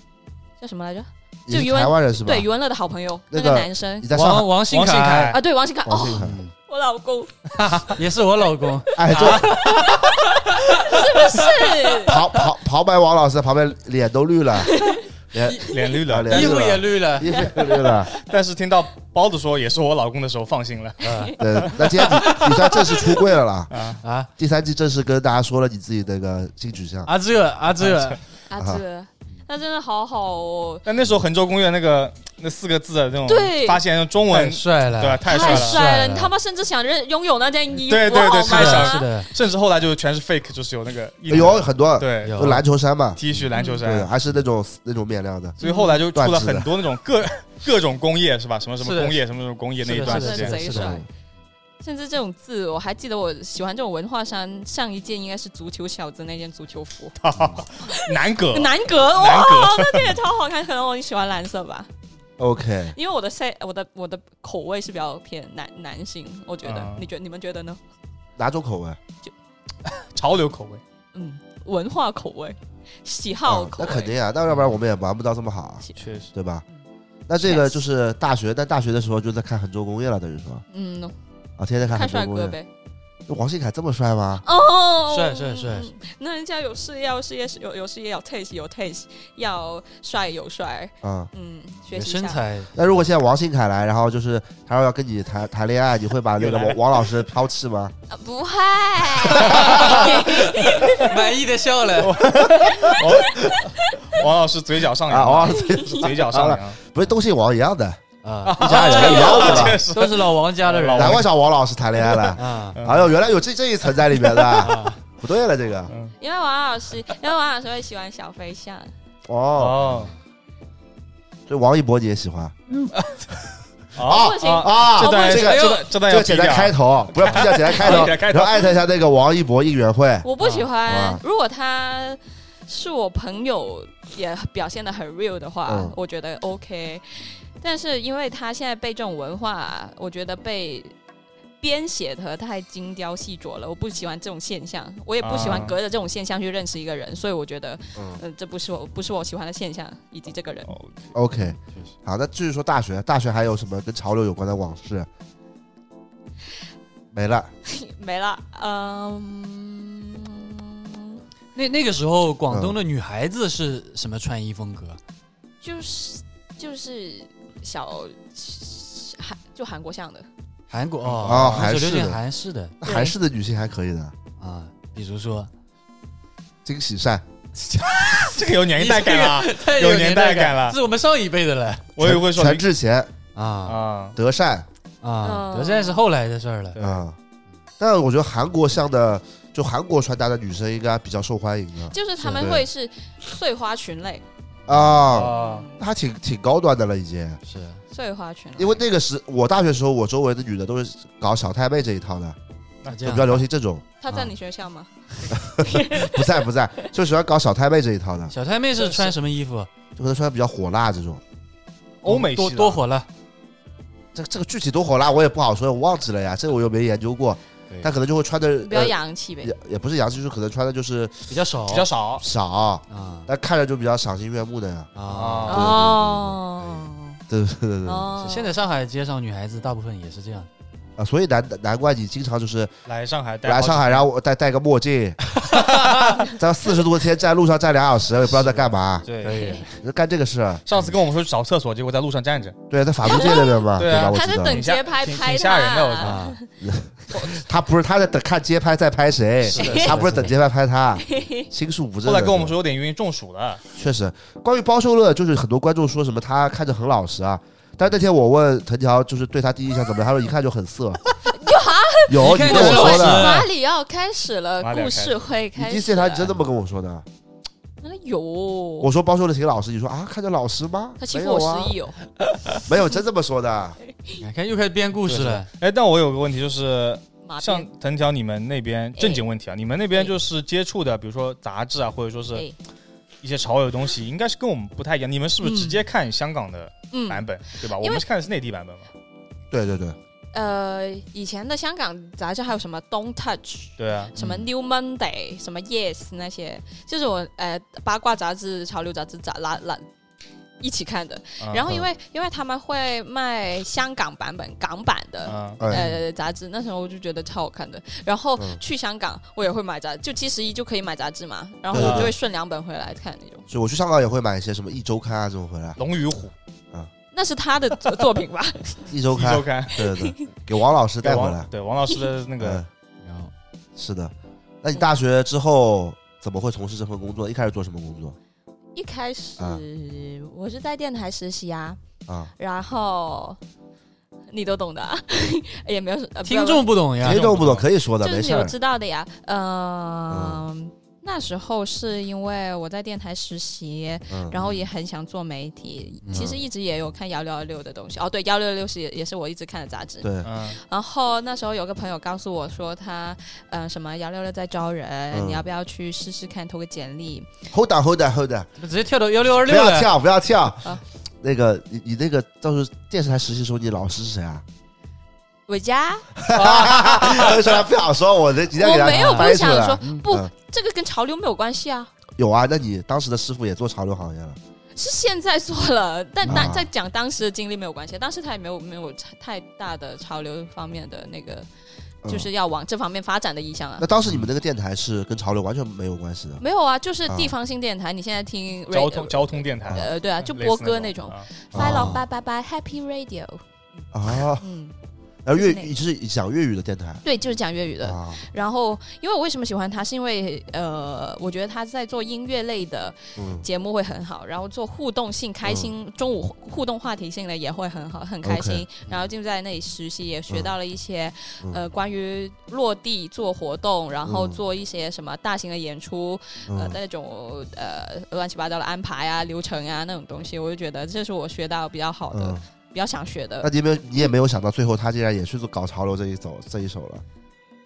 Speaker 4: 叫什么来着？
Speaker 1: 你是
Speaker 4: 就余文
Speaker 1: 台湾人是吧
Speaker 4: 对，？余文乐的好朋友，
Speaker 1: 那
Speaker 4: 那
Speaker 1: 个
Speaker 4: 个男生
Speaker 1: 你在上海
Speaker 2: 王王信
Speaker 3: 王信
Speaker 2: 凯
Speaker 3: 凯
Speaker 4: 啊，对，王信凯，
Speaker 1: 王
Speaker 4: 哦，啊
Speaker 1: 信凯，
Speaker 2: 嗯
Speaker 4: 我老公
Speaker 2: [LAUGHS] 也是我老公，
Speaker 1: 哎，这
Speaker 4: 是
Speaker 1: 旁旁旁白王老师旁边脸都绿
Speaker 4: [LAUGHS]
Speaker 1: 了，脸
Speaker 3: 脸绿
Speaker 1: 啊
Speaker 3: 了，
Speaker 1: 脸
Speaker 3: 但
Speaker 2: 衣
Speaker 1: 绿
Speaker 2: 服
Speaker 1: 了
Speaker 2: 也绿 [LAUGHS] 了。
Speaker 1: 衣服都绿了。
Speaker 3: 但是听到包子说也是我老公的时候，放心了
Speaker 1: 对，那今天你你算正式出柜了啦，
Speaker 3: 啊。
Speaker 2: 啊
Speaker 1: 第三季正式跟大家说了你自己那个性取向。
Speaker 2: 啊这啊这
Speaker 4: 阿
Speaker 1: 啊
Speaker 4: 志。那真的好好哦，
Speaker 3: 但那时候衡州公园那个那四个字的那种，
Speaker 4: 对
Speaker 3: 发现用中
Speaker 2: 太
Speaker 3: 文，
Speaker 2: 帅了，
Speaker 3: 对吧？太帅
Speaker 4: 太
Speaker 3: 了，
Speaker 4: 帅
Speaker 2: 了
Speaker 4: 了！你他妈甚至想认拥有那件衣服，
Speaker 3: 对对对
Speaker 4: 好
Speaker 3: 是
Speaker 4: 吗
Speaker 3: 的
Speaker 2: 是的，是的，
Speaker 3: 甚至后来就全是 fake，就是有那个印的
Speaker 1: 有很多，
Speaker 3: 对
Speaker 2: 有
Speaker 1: 就篮球衫嘛，
Speaker 3: T 恤篮球
Speaker 1: 对，
Speaker 3: 衫，
Speaker 1: 还是那种那种面料的，
Speaker 3: 所以后来就出
Speaker 1: 缎
Speaker 3: 了
Speaker 1: 嗯子的
Speaker 3: 很多那种各 [LAUGHS] 各种工业是吧？什么什么
Speaker 2: 是的
Speaker 3: 工业，什么什么工业那
Speaker 2: 是
Speaker 3: 一
Speaker 2: 的
Speaker 3: 段
Speaker 2: 是
Speaker 3: 时
Speaker 2: 的
Speaker 3: 间
Speaker 2: 是，的
Speaker 4: 贼
Speaker 2: 是的
Speaker 4: 帅甚至这种字，我还记得我喜欢这种文化衫，上一件应该是足球小子那件足球服，
Speaker 3: 南葛
Speaker 4: 南格，
Speaker 3: 南
Speaker 4: 哇，
Speaker 3: 葛
Speaker 4: [LAUGHS] 那件也超好看。可能我喜欢蓝色吧，
Speaker 1: OK，
Speaker 4: 因为我的 say 我的我的口味是比较偏男男性，我觉得
Speaker 3: 嗯。
Speaker 4: 你觉你们觉得呢？
Speaker 1: 哪种口味？
Speaker 3: 潮流口味，
Speaker 4: 嗯，文化口味、喜好
Speaker 1: 嗯
Speaker 4: 口
Speaker 1: 那
Speaker 4: 味，嗯
Speaker 1: 肯定啊，那要不然我们也玩不到这么好啊，
Speaker 3: 确实。
Speaker 1: 对吧？那这个
Speaker 4: Yes
Speaker 1: 就是大学，但大学的时候就在看衡州工业了，等于说
Speaker 4: 嗯，
Speaker 1: 啊，天天看衡
Speaker 4: 看帅
Speaker 1: 州工
Speaker 4: 哥
Speaker 1: 业。
Speaker 4: 呗。
Speaker 1: 王信凯这么帅吗？
Speaker 4: 哦，
Speaker 2: 帅帅帅
Speaker 4: 嗯！那人家有事业，有事业，有有事业，有 taste，有 taste，要帅有帅，
Speaker 1: 啊、
Speaker 4: 嗯，学
Speaker 2: 你的
Speaker 4: 习一
Speaker 2: 身
Speaker 4: 下。
Speaker 2: 材
Speaker 1: 那如果现在王信凯来，然后就是他说要跟你谈谈恋爱，你会把那个
Speaker 3: 又来
Speaker 1: 王王老师抛弃吗？
Speaker 4: 啊不会， [LAUGHS]
Speaker 2: 满意的笑 [LAUGHS] 了，
Speaker 3: 王老师嘴角上
Speaker 1: 啊，
Speaker 3: 扬，
Speaker 1: 王老师
Speaker 3: 嘴角上扬，
Speaker 1: 不是东信王一样的，
Speaker 2: 啊，
Speaker 1: [LAUGHS] 一家人一样的
Speaker 3: 啊确
Speaker 1: 了，
Speaker 3: 实
Speaker 2: 都是老王家的人
Speaker 1: 难怪找王老师谈恋爱了。
Speaker 2: 啊，
Speaker 1: 哎呦，原来有这这一层在里面的， [LAUGHS]
Speaker 2: 啊
Speaker 1: 不对了，这个
Speaker 4: 因为王老师，因为王老师会喜欢小飞象，
Speaker 1: 哦，
Speaker 3: 哦
Speaker 1: 所以王一博你也喜欢
Speaker 3: 哦
Speaker 4: 不行
Speaker 1: 啊？
Speaker 3: 这段
Speaker 1: 这
Speaker 3: 这
Speaker 4: 哎
Speaker 1: 个这
Speaker 3: 段
Speaker 1: 个
Speaker 3: 这
Speaker 1: 这
Speaker 3: 段要
Speaker 1: 个简单
Speaker 3: 啊
Speaker 1: 开头，不要不要简单开头，
Speaker 3: 简单开
Speaker 1: 然
Speaker 3: 头
Speaker 1: 后艾特一下那个王一博应援会，
Speaker 4: [LAUGHS] 我不喜
Speaker 1: 啊
Speaker 4: 欢。如果他是我朋友，也表现的很 real 的话，
Speaker 1: 嗯
Speaker 4: 我觉得 OK。但是因为他现在被这种文化，我觉得被编写的太精雕细琢了，我不喜欢这种现象，我也不喜欢
Speaker 3: 啊
Speaker 4: 隔着这种现象去认识一个人，所以我觉得，
Speaker 1: 嗯
Speaker 4: 嗯、这不是我不是我喜欢的现象，以及这个人。
Speaker 3: 哦
Speaker 1: OK，
Speaker 3: 确实
Speaker 1: 好，那继续说大学，大学还有什么跟潮流有关的往事？没了，
Speaker 4: [LAUGHS] 没了，嗯，
Speaker 2: 那那个时候广东
Speaker 1: 嗯
Speaker 2: 的女孩子是什么穿衣风格？
Speaker 4: 就是就是小韩就韩国向的，
Speaker 2: 韩国
Speaker 1: 啊
Speaker 2: 哦，
Speaker 1: 韩
Speaker 2: 那
Speaker 1: 式的
Speaker 2: 时候流行韩式的
Speaker 1: 那韩式的女性还可以的，
Speaker 2: 啊，比如
Speaker 3: [LAUGHS]
Speaker 2: 说
Speaker 1: 金喜善，
Speaker 3: 这个有年代感啊，
Speaker 2: 太
Speaker 3: 有
Speaker 2: 年
Speaker 3: 年代
Speaker 2: 感
Speaker 3: 感了
Speaker 2: 是我们上一辈的了
Speaker 3: 我也会说
Speaker 1: 全智贤、
Speaker 2: 啊
Speaker 3: 啊，
Speaker 1: 德善
Speaker 2: 啊，
Speaker 4: 嗯
Speaker 2: 德善是后来的事儿了。
Speaker 3: 对
Speaker 1: 啊、但我觉得韩国向的，就韩国穿搭的女生应该比较受欢迎的
Speaker 4: 就是他们
Speaker 1: 是
Speaker 4: 会是碎花裙类，
Speaker 1: 啊，
Speaker 3: 啊，
Speaker 1: 那还挺挺高端的了已经。
Speaker 2: 是
Speaker 4: 碎花裙类，
Speaker 1: 因为那个时我大学时候，我周围的女的都是搞小太妹这一套的，
Speaker 2: 那这
Speaker 1: 就
Speaker 2: 样
Speaker 1: 比较流行这种，
Speaker 4: 她
Speaker 3: 啊
Speaker 4: 在你学校吗？
Speaker 1: 不在不在，就喜欢搞小太妹这一套的，
Speaker 2: 小太妹是穿什么衣服？
Speaker 1: 就可能穿的比较火辣这种。
Speaker 3: 欧美系
Speaker 2: 多
Speaker 3: 的
Speaker 2: 多火了，
Speaker 1: 这这个具体多火辣我也不好说，我忘记了呀，这个我又没研究过
Speaker 2: 对。
Speaker 1: 但可能就会穿的
Speaker 4: 比较洋气呗。
Speaker 1: 也也不是呃洋气，就是可能穿的就是
Speaker 2: 比较少，
Speaker 3: 比较少，
Speaker 1: 少，
Speaker 2: 啊
Speaker 1: 但看着就比较赏心悦目的呀。
Speaker 2: 啊。
Speaker 4: 哦
Speaker 1: 对对对对对
Speaker 3: 啊
Speaker 4: 哦，
Speaker 2: 现在上海街上女孩子大部分也是这样，
Speaker 1: 啊，所以难难怪你经常就是
Speaker 3: 来上海，
Speaker 1: 来上海，，然后我戴戴个墨
Speaker 3: [LAUGHS]
Speaker 1: 镜，在四十度的天站路上站俩小时，也不知道在干嘛，
Speaker 3: 对，
Speaker 2: 以
Speaker 1: 干这个事儿。
Speaker 3: 上次跟我们说去找厕所，结果在路上站着，
Speaker 1: 对，在法租界那边嘛，
Speaker 3: 对
Speaker 1: 吧？
Speaker 3: 啊
Speaker 1: 我
Speaker 4: 他
Speaker 1: 知
Speaker 4: 在
Speaker 1: 道，
Speaker 4: 等街拍
Speaker 3: 挺
Speaker 4: 拍
Speaker 3: 挺吓人
Speaker 1: [LAUGHS]
Speaker 3: 的我
Speaker 4: 她
Speaker 3: 操
Speaker 2: 啊，
Speaker 1: 他不是他在等看街拍在拍谁，
Speaker 3: 的
Speaker 1: 他不是等街拍拍
Speaker 4: [LAUGHS]
Speaker 1: 他，心术不正。
Speaker 3: 后来跟我们说有点晕，中暑了，
Speaker 1: 确实，关于包修乐，就是很多观众说什么他看着很老实啊，但那天我问藤条，就是对他第一印象怎么样，他说一看就很
Speaker 4: [LAUGHS]
Speaker 1: 色。 [LAUGHS] 有
Speaker 4: 啊
Speaker 2: 一
Speaker 1: 你
Speaker 2: 看
Speaker 1: 跟
Speaker 2: 就
Speaker 1: 我
Speaker 2: 是
Speaker 1: 说的，
Speaker 4: 马里奥开始了
Speaker 3: 马，里奥
Speaker 4: 故
Speaker 3: 开始
Speaker 4: 事会
Speaker 1: 你
Speaker 4: 开
Speaker 1: 第一次
Speaker 4: 始
Speaker 1: 见
Speaker 4: 了。哎
Speaker 1: 他，你真这么跟我说的。
Speaker 4: 那有，
Speaker 1: 我说包修乐挺老实，你说啊，看着老实吗？
Speaker 4: 他欺
Speaker 1: 没
Speaker 4: 负
Speaker 1: 有
Speaker 4: 我
Speaker 1: 啊
Speaker 4: 失忆哦。
Speaker 1: 没有，真这么说的。
Speaker 2: 你看又开始编故事了，
Speaker 3: 哎，但我有个问题就是，
Speaker 4: 马
Speaker 3: 像
Speaker 4: 鞭
Speaker 3: 藤条你们那边正经问题啊，你们那边
Speaker 4: 哎
Speaker 3: 就是接触的，比如说杂志啊，或者说是
Speaker 4: 哎
Speaker 3: 一些潮流的东西，应该是跟我们不太一样。你们是不是
Speaker 4: 嗯
Speaker 3: 直接看香港的
Speaker 4: 嗯
Speaker 3: 版本，对吧？
Speaker 4: 因为
Speaker 3: 我们是看的是内地版本嘛？
Speaker 1: 对对对，
Speaker 4: 呃，以前的香港杂志还有什么《Don't Touch》。
Speaker 3: 对啊，
Speaker 4: 什么
Speaker 2: 嗯
Speaker 4: New Monday，、什么 Yes 那些，就是我呃八卦杂志、潮流杂志杂啦啦一起看的。
Speaker 3: 嗯
Speaker 4: 然后因为、因为他们会卖香港版本、港版的。
Speaker 3: 嗯，
Speaker 1: 哎，
Speaker 4: 呃，杂志那时候我就觉得超好看的，然后
Speaker 1: 嗯
Speaker 4: 去香港我也会买杂，就七十一就可以买杂志嘛，然后
Speaker 1: 对
Speaker 4: 我
Speaker 1: 对
Speaker 4: 就会顺两本回来看那种。
Speaker 1: 所以我去香港也会买一些什么一周刊啊这种回
Speaker 4: [LAUGHS]
Speaker 1: 来，
Speaker 3: 龙与虎
Speaker 4: 那是他的作作品吧？ [LAUGHS]
Speaker 1: 一周
Speaker 3: 一周
Speaker 1: 刊，
Speaker 3: 刊
Speaker 1: 对对对，给王老师带
Speaker 3: 对
Speaker 1: 回
Speaker 3: 王
Speaker 1: 来。
Speaker 3: 对王老师
Speaker 4: [LAUGHS]
Speaker 3: 的那个
Speaker 1: 嗯，
Speaker 2: 然后
Speaker 1: 是的。那你大学之后怎么会从事这份工作？一开始做什么工作？
Speaker 4: 一开始、
Speaker 1: 啊
Speaker 4: 我是在电台实习啊，
Speaker 1: 啊，
Speaker 4: 然后你都懂的啊， [LAUGHS] 也没有什呃不
Speaker 2: 听众不懂呀
Speaker 1: 哎谁，懂不懂可以说的，
Speaker 4: 这
Speaker 1: 没
Speaker 4: 是
Speaker 1: 事
Speaker 4: 有
Speaker 1: 儿
Speaker 4: 知道的呀。呃、嗯，那时候是因为我在电台实习，
Speaker 1: 嗯
Speaker 4: 然后也很想做媒体，
Speaker 2: 嗯
Speaker 4: 其实一直也有看幺六六的东西。哦，对，幺六六是也也是我一直看的杂志。
Speaker 1: 对，
Speaker 3: 嗯，
Speaker 4: 然后那时候有个朋友告诉我说他，呃，什么幺六六在招人，
Speaker 1: 嗯
Speaker 4: 你要不要去试试看，投个简历？
Speaker 1: hold on hold on hold on，
Speaker 2: 直接跳到幺六二
Speaker 1: 不
Speaker 2: 六
Speaker 1: 要
Speaker 2: 了。
Speaker 1: 跳不要跳
Speaker 4: 啊。
Speaker 1: 那个你你那个到时候电视台实习的时候，你老师是谁啊？ [LAUGHS]
Speaker 4: 伟佳，
Speaker 1: 他就说他不想说，我这今天给
Speaker 4: 我
Speaker 1: 他
Speaker 4: 没有不
Speaker 1: 掰出
Speaker 4: 想
Speaker 1: 来
Speaker 4: 说，不
Speaker 1: 嗯，
Speaker 4: 这个跟潮流没有关系啊，
Speaker 1: 有啊，那你当时的师傅也做潮流行业了，
Speaker 4: 是现在做了，但
Speaker 1: 啊
Speaker 4: 当在讲当时的经历没有关系，当时他也没有没有太大的潮流方面的那个，
Speaker 1: 嗯
Speaker 4: 就是要往这方面发展的意向啊
Speaker 1: 那。当时你们那个电台是跟潮流完全没有关系的，
Speaker 4: 没有啊，就是
Speaker 1: 啊嗯
Speaker 4: 地方性电台，你现在听
Speaker 3: 交
Speaker 4: radio,
Speaker 3: 通交通电台
Speaker 4: 呃，对啊，就
Speaker 3: 嗯类似
Speaker 4: 播歌那
Speaker 3: 那
Speaker 4: 种。
Speaker 3: 啊
Speaker 4: f i l
Speaker 1: 啊
Speaker 4: 拜拜拜 Happy Radio，
Speaker 1: 啊，
Speaker 4: 嗯，
Speaker 1: 然后粤
Speaker 4: 那
Speaker 1: 语是讲粤语的电台
Speaker 4: 对，就是讲粤语的。
Speaker 1: 啊，
Speaker 4: 然后，因为我为什么喜欢他，是因为呃，我觉得他在做音乐类的
Speaker 1: 嗯，
Speaker 4: 节目会很好，然后做互动性开心，中午互动话题性的也会很好，很开心。然后就在那里实习，也学到了一些、
Speaker 1: 嗯
Speaker 4: 呃关于落地做活动，然后
Speaker 1: 嗯
Speaker 4: 做一些什么大型的演出，呃
Speaker 1: 嗯
Speaker 4: 那种呃乱七八糟的安排啊、流程啊那种东西，我就觉得这是我学到比较好的、
Speaker 1: 嗯，
Speaker 4: 比较想学
Speaker 1: 那
Speaker 4: 的。
Speaker 1: 你有没有你也没有想到最后他竟然也去做搞潮流这一走这一手了，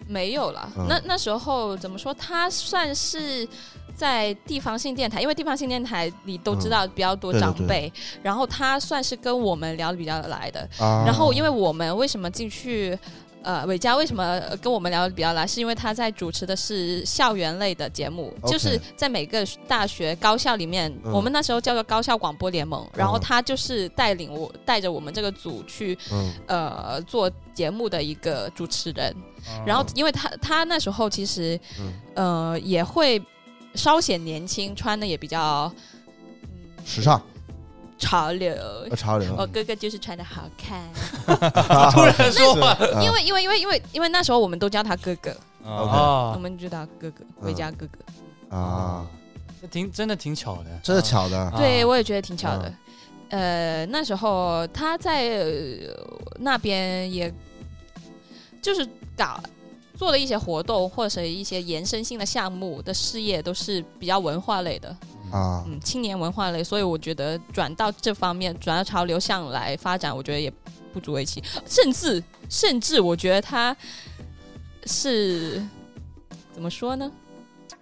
Speaker 4: 没有了，
Speaker 1: 嗯
Speaker 4: 那那时候怎么说？他算是。在地方性电台，因为地方性电台你都知道比较多
Speaker 1: 嗯对对
Speaker 4: 长
Speaker 1: 对
Speaker 4: 辈，然后他算是跟我们聊的比较来的，
Speaker 1: 啊，
Speaker 4: 然后因为我们为什么进去？呃，伟嘉为什么呃跟我们聊的比较来？是因为他在主持的是校园类的节目
Speaker 1: OK
Speaker 4: 就是在每个大学高校里面，
Speaker 1: 嗯
Speaker 4: 我们那时候叫做高校广播联盟，然后
Speaker 1: 嗯
Speaker 4: 他就是带领我带着我们这个组去
Speaker 1: 嗯
Speaker 4: 呃做节目的一个主持人。
Speaker 3: 嗯
Speaker 4: 然后因为他他那时候其实
Speaker 1: 哦嗯
Speaker 4: 呃也会稍显年轻，穿的也比较嗯
Speaker 1: 时尚
Speaker 4: 潮流。
Speaker 1: 呃潮流，
Speaker 4: 我哥哥就是穿的好看，
Speaker 2: 突然
Speaker 1: [LAUGHS]
Speaker 2: 说话
Speaker 1: 啊
Speaker 4: 因为因为因为因为因为那时候我们都叫他哥哥。
Speaker 1: OK
Speaker 3: 啊，
Speaker 4: 我
Speaker 2: 啊，
Speaker 4: 们就打哥哥，回家哥哥。
Speaker 1: 啊，
Speaker 2: 这挺真的挺巧的。
Speaker 1: 真的巧的，
Speaker 2: 啊
Speaker 4: 对，我也觉得挺巧的。呃，那时候他在、呃那边也，就是搞做了一些活动或者是一些延伸性的项目的事业，都是比较文化类的，
Speaker 1: 啊，
Speaker 4: 嗯，青年文化类。所以我觉得转到这方面，转到潮流上来发展，我觉得也不足为奇。甚至甚至，我觉得他是怎么说呢？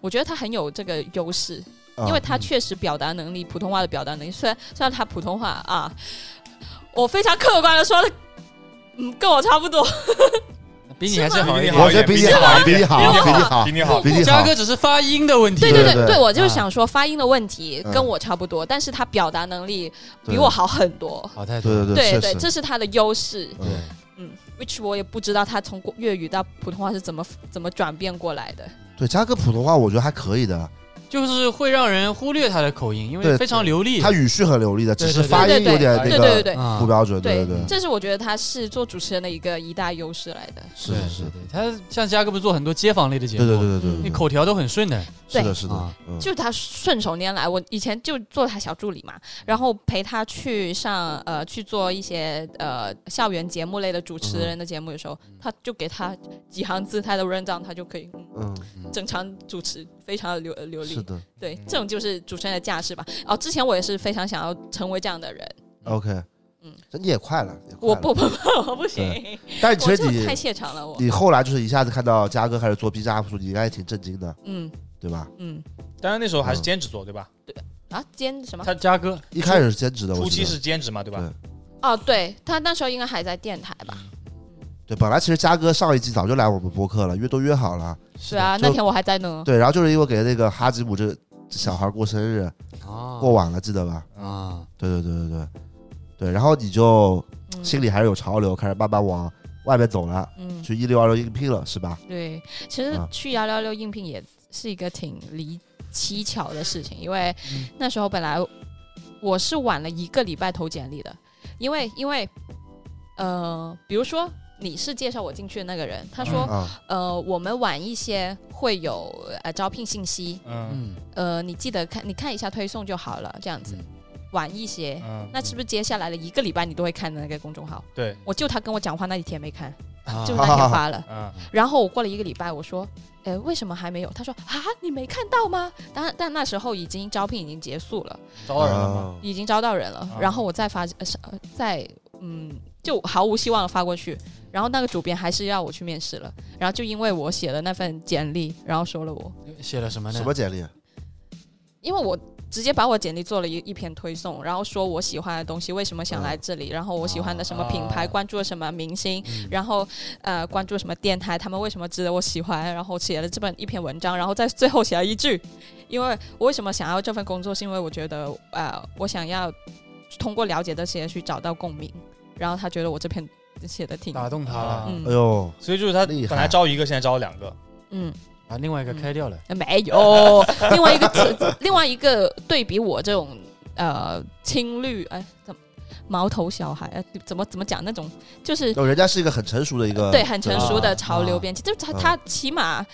Speaker 4: 我觉得他很有这个优势，
Speaker 1: 啊
Speaker 4: 嗯因为他确实表达能力，普通话的表达能力，虽然虽然他普通话啊，我非常客观的说了，嗯，跟我差不多。
Speaker 2: 比你还是好一
Speaker 3: 比
Speaker 2: 点
Speaker 3: 你。好
Speaker 1: 我觉得比你好，比你好，比你好，
Speaker 3: 比你好
Speaker 1: 比你
Speaker 2: 嘉
Speaker 1: 好
Speaker 2: 哥，只是发音的问题。
Speaker 4: 对
Speaker 1: 对
Speaker 4: 对
Speaker 1: 对啊
Speaker 4: 对，我就是想说发音的问题
Speaker 1: 嗯
Speaker 4: 跟我差不多，但是他表达能力比
Speaker 1: 对
Speaker 4: 我好很多。
Speaker 2: 好太多。
Speaker 1: 对对
Speaker 4: 对
Speaker 1: 对
Speaker 4: 对，
Speaker 1: 是是，
Speaker 4: 这是他的优势。
Speaker 1: 嗯
Speaker 2: 对
Speaker 4: 嗯，which 我也不知道他从国粤语到普通话是怎么怎么转变过来的。
Speaker 1: 对，嘉哥普通话我觉得还可以的，
Speaker 2: 就是会让人忽略他的口音，因为
Speaker 1: 对
Speaker 2: 非常流利。
Speaker 1: 他语序很流利的，
Speaker 2: 对
Speaker 1: 只
Speaker 2: 对
Speaker 1: 是
Speaker 2: 对
Speaker 1: 发
Speaker 4: 对
Speaker 1: 音
Speaker 4: 对
Speaker 1: 有点
Speaker 4: 对
Speaker 1: 那
Speaker 4: 对对
Speaker 1: 个
Speaker 4: 对
Speaker 2: 啊
Speaker 1: 不标准，对
Speaker 4: 对
Speaker 1: 对，
Speaker 4: 这是我觉得他是做主持人的一个一大优势来的。
Speaker 1: 是
Speaker 2: 对
Speaker 1: 是是
Speaker 2: 对，对，他像嘉哥不是做很多街坊类的节
Speaker 1: 对
Speaker 2: 目，
Speaker 1: 对对对对
Speaker 2: 你
Speaker 1: 对，
Speaker 2: 口条都很顺的，
Speaker 1: 是
Speaker 4: 对
Speaker 1: 的是的
Speaker 2: 啊，
Speaker 1: 嗯
Speaker 4: 就是他顺手拈来，我以前就做他小助理嘛，然后陪他去上呃去做一些呃校园节目类的主持人的节目的时候，他就给他几行字他的 run down，他就可以嗯
Speaker 1: 嗯
Speaker 4: 正常主持，非常的流流
Speaker 1: 是
Speaker 4: 利。
Speaker 1: 的
Speaker 4: 对，这种就是主持人的架势吧。哦，之前我也是非常想要成为这样的人，
Speaker 1: ，OK，
Speaker 4: 嗯
Speaker 1: 那你也快了，也快
Speaker 4: 我
Speaker 1: 了
Speaker 4: 不，不不，我不行，
Speaker 1: 但是其
Speaker 4: 我
Speaker 1: 实
Speaker 4: 这太
Speaker 1: 你
Speaker 4: 怯场了，我
Speaker 1: 你后来就是一下子看到嘉哥开始做 B 站 UP 主，你应该也挺震惊的，
Speaker 4: 嗯
Speaker 1: 对吧？
Speaker 4: 嗯
Speaker 3: 当然那时候还是兼职做，对吧？
Speaker 4: 啊兼什么？
Speaker 2: 他嘉哥
Speaker 1: 一开始是兼职的，我
Speaker 3: 初
Speaker 1: 记
Speaker 3: 期
Speaker 1: 得
Speaker 3: 是兼职嘛，对吧？
Speaker 4: 哦，对他那时候应该还在电台吧？
Speaker 1: 对，本来其实嘉哥上一季早就来我们播客了，约都约好了，
Speaker 4: 是啊，
Speaker 1: 就
Speaker 4: 那天我还在呢。
Speaker 1: 对，然后就是因为给那个哈吉姆这这小孩过生日，
Speaker 4: 哦
Speaker 2: 啊
Speaker 1: 过晚了，记得吧？
Speaker 2: 啊，
Speaker 1: 对对对对对对，然后你就
Speaker 4: 嗯
Speaker 1: 心里还是有潮流，开始慢慢往外面走了，
Speaker 4: 嗯，
Speaker 1: 去一六二六应聘了，是吧？
Speaker 4: 对，其实
Speaker 1: 啊
Speaker 4: 去幺六六应聘也是一个挺离蹊跷的事情，因为
Speaker 1: 嗯
Speaker 4: 那时候本来我是晚了一个礼拜投简历的，因为因为呃，比如说你是介绍我进去的那个人，他说，
Speaker 1: 啊，
Speaker 4: 呃，我们晚一些会有呃招聘信息，
Speaker 3: 嗯
Speaker 2: 嗯，
Speaker 4: 呃，你记得看你看一下推送就好了，这样子，
Speaker 2: 嗯啊
Speaker 4: 晚一些。
Speaker 3: 嗯，
Speaker 4: 那是不是接下来的一个礼拜你都会看的那个公众号？
Speaker 3: 对，
Speaker 4: 我就他跟我讲话那一天没看，
Speaker 2: 啊
Speaker 4: 就那天
Speaker 2: [LAUGHS]
Speaker 4: 发了。
Speaker 3: 嗯
Speaker 4: 然后我过了一个礼拜，我说，呃，为什么还没有？他说啊，你没看到吗？但但那时候已经招聘已经结束了，
Speaker 3: 招人
Speaker 1: 啊
Speaker 3: 了吗？
Speaker 4: 已经招到人了
Speaker 3: 啊。
Speaker 4: 然后我再发，呃是呃再嗯，就毫无希望的发过去。然后那个主编还是要我去面试了，然后就因为我写了那份简历，然后收了我，
Speaker 2: 写了什
Speaker 4: 嗯
Speaker 2: 么呢？
Speaker 1: 什么简历？啊
Speaker 4: 因为我直接把我简历做了一一篇推送，然后说我喜欢的东西，为什么想来这里，然后我喜欢的什么品牌，
Speaker 3: 啊
Speaker 4: 关注了什么明星，
Speaker 2: 嗯
Speaker 4: 然后呃关注什么电台，他们为什么值得我喜欢，然后写了这本一篇文章，然后在最后写了一句，因为我为什么想要这份工作，是因为我觉得呃我想要通过了解这些去找到共鸣，然后他觉得我这篇写的挺
Speaker 2: 打动他了
Speaker 3: 啊
Speaker 1: 哎
Speaker 4: 嗯
Speaker 1: 呦，
Speaker 3: 所以就是他
Speaker 1: 厉害
Speaker 3: 本来招一个，现在招了两个，
Speaker 4: 嗯
Speaker 2: 把另外一个开掉了。
Speaker 4: 没有，另外一个
Speaker 1: [LAUGHS]
Speaker 4: 词另外一个对比我这种呃青绿哎怎么毛头小孩哎怎么怎么讲那种就是
Speaker 1: 哦，人家是一个很成熟的一个，
Speaker 4: 对，很成熟
Speaker 2: 啊
Speaker 4: 的潮流编辑，就是
Speaker 1: 啊
Speaker 4: 他他起码，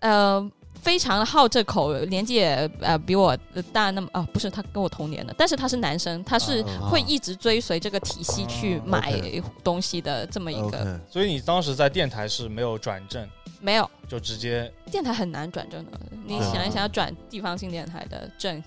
Speaker 4: 呃，非常好这口，年纪也呃比我大那么啊，不是他跟我同年的，但是他是男生，他是
Speaker 1: 啊
Speaker 4: 会一直追随这个体系去
Speaker 3: 啊
Speaker 4: 买
Speaker 1: OK
Speaker 4: 东西的这么一
Speaker 1: OK，
Speaker 4: 个，
Speaker 3: 所以你当时在电台是没有转正，
Speaker 4: 没有
Speaker 3: 就直接
Speaker 4: 电台很难转正的，你
Speaker 3: 啊
Speaker 4: 想一想要转地方性电台的正，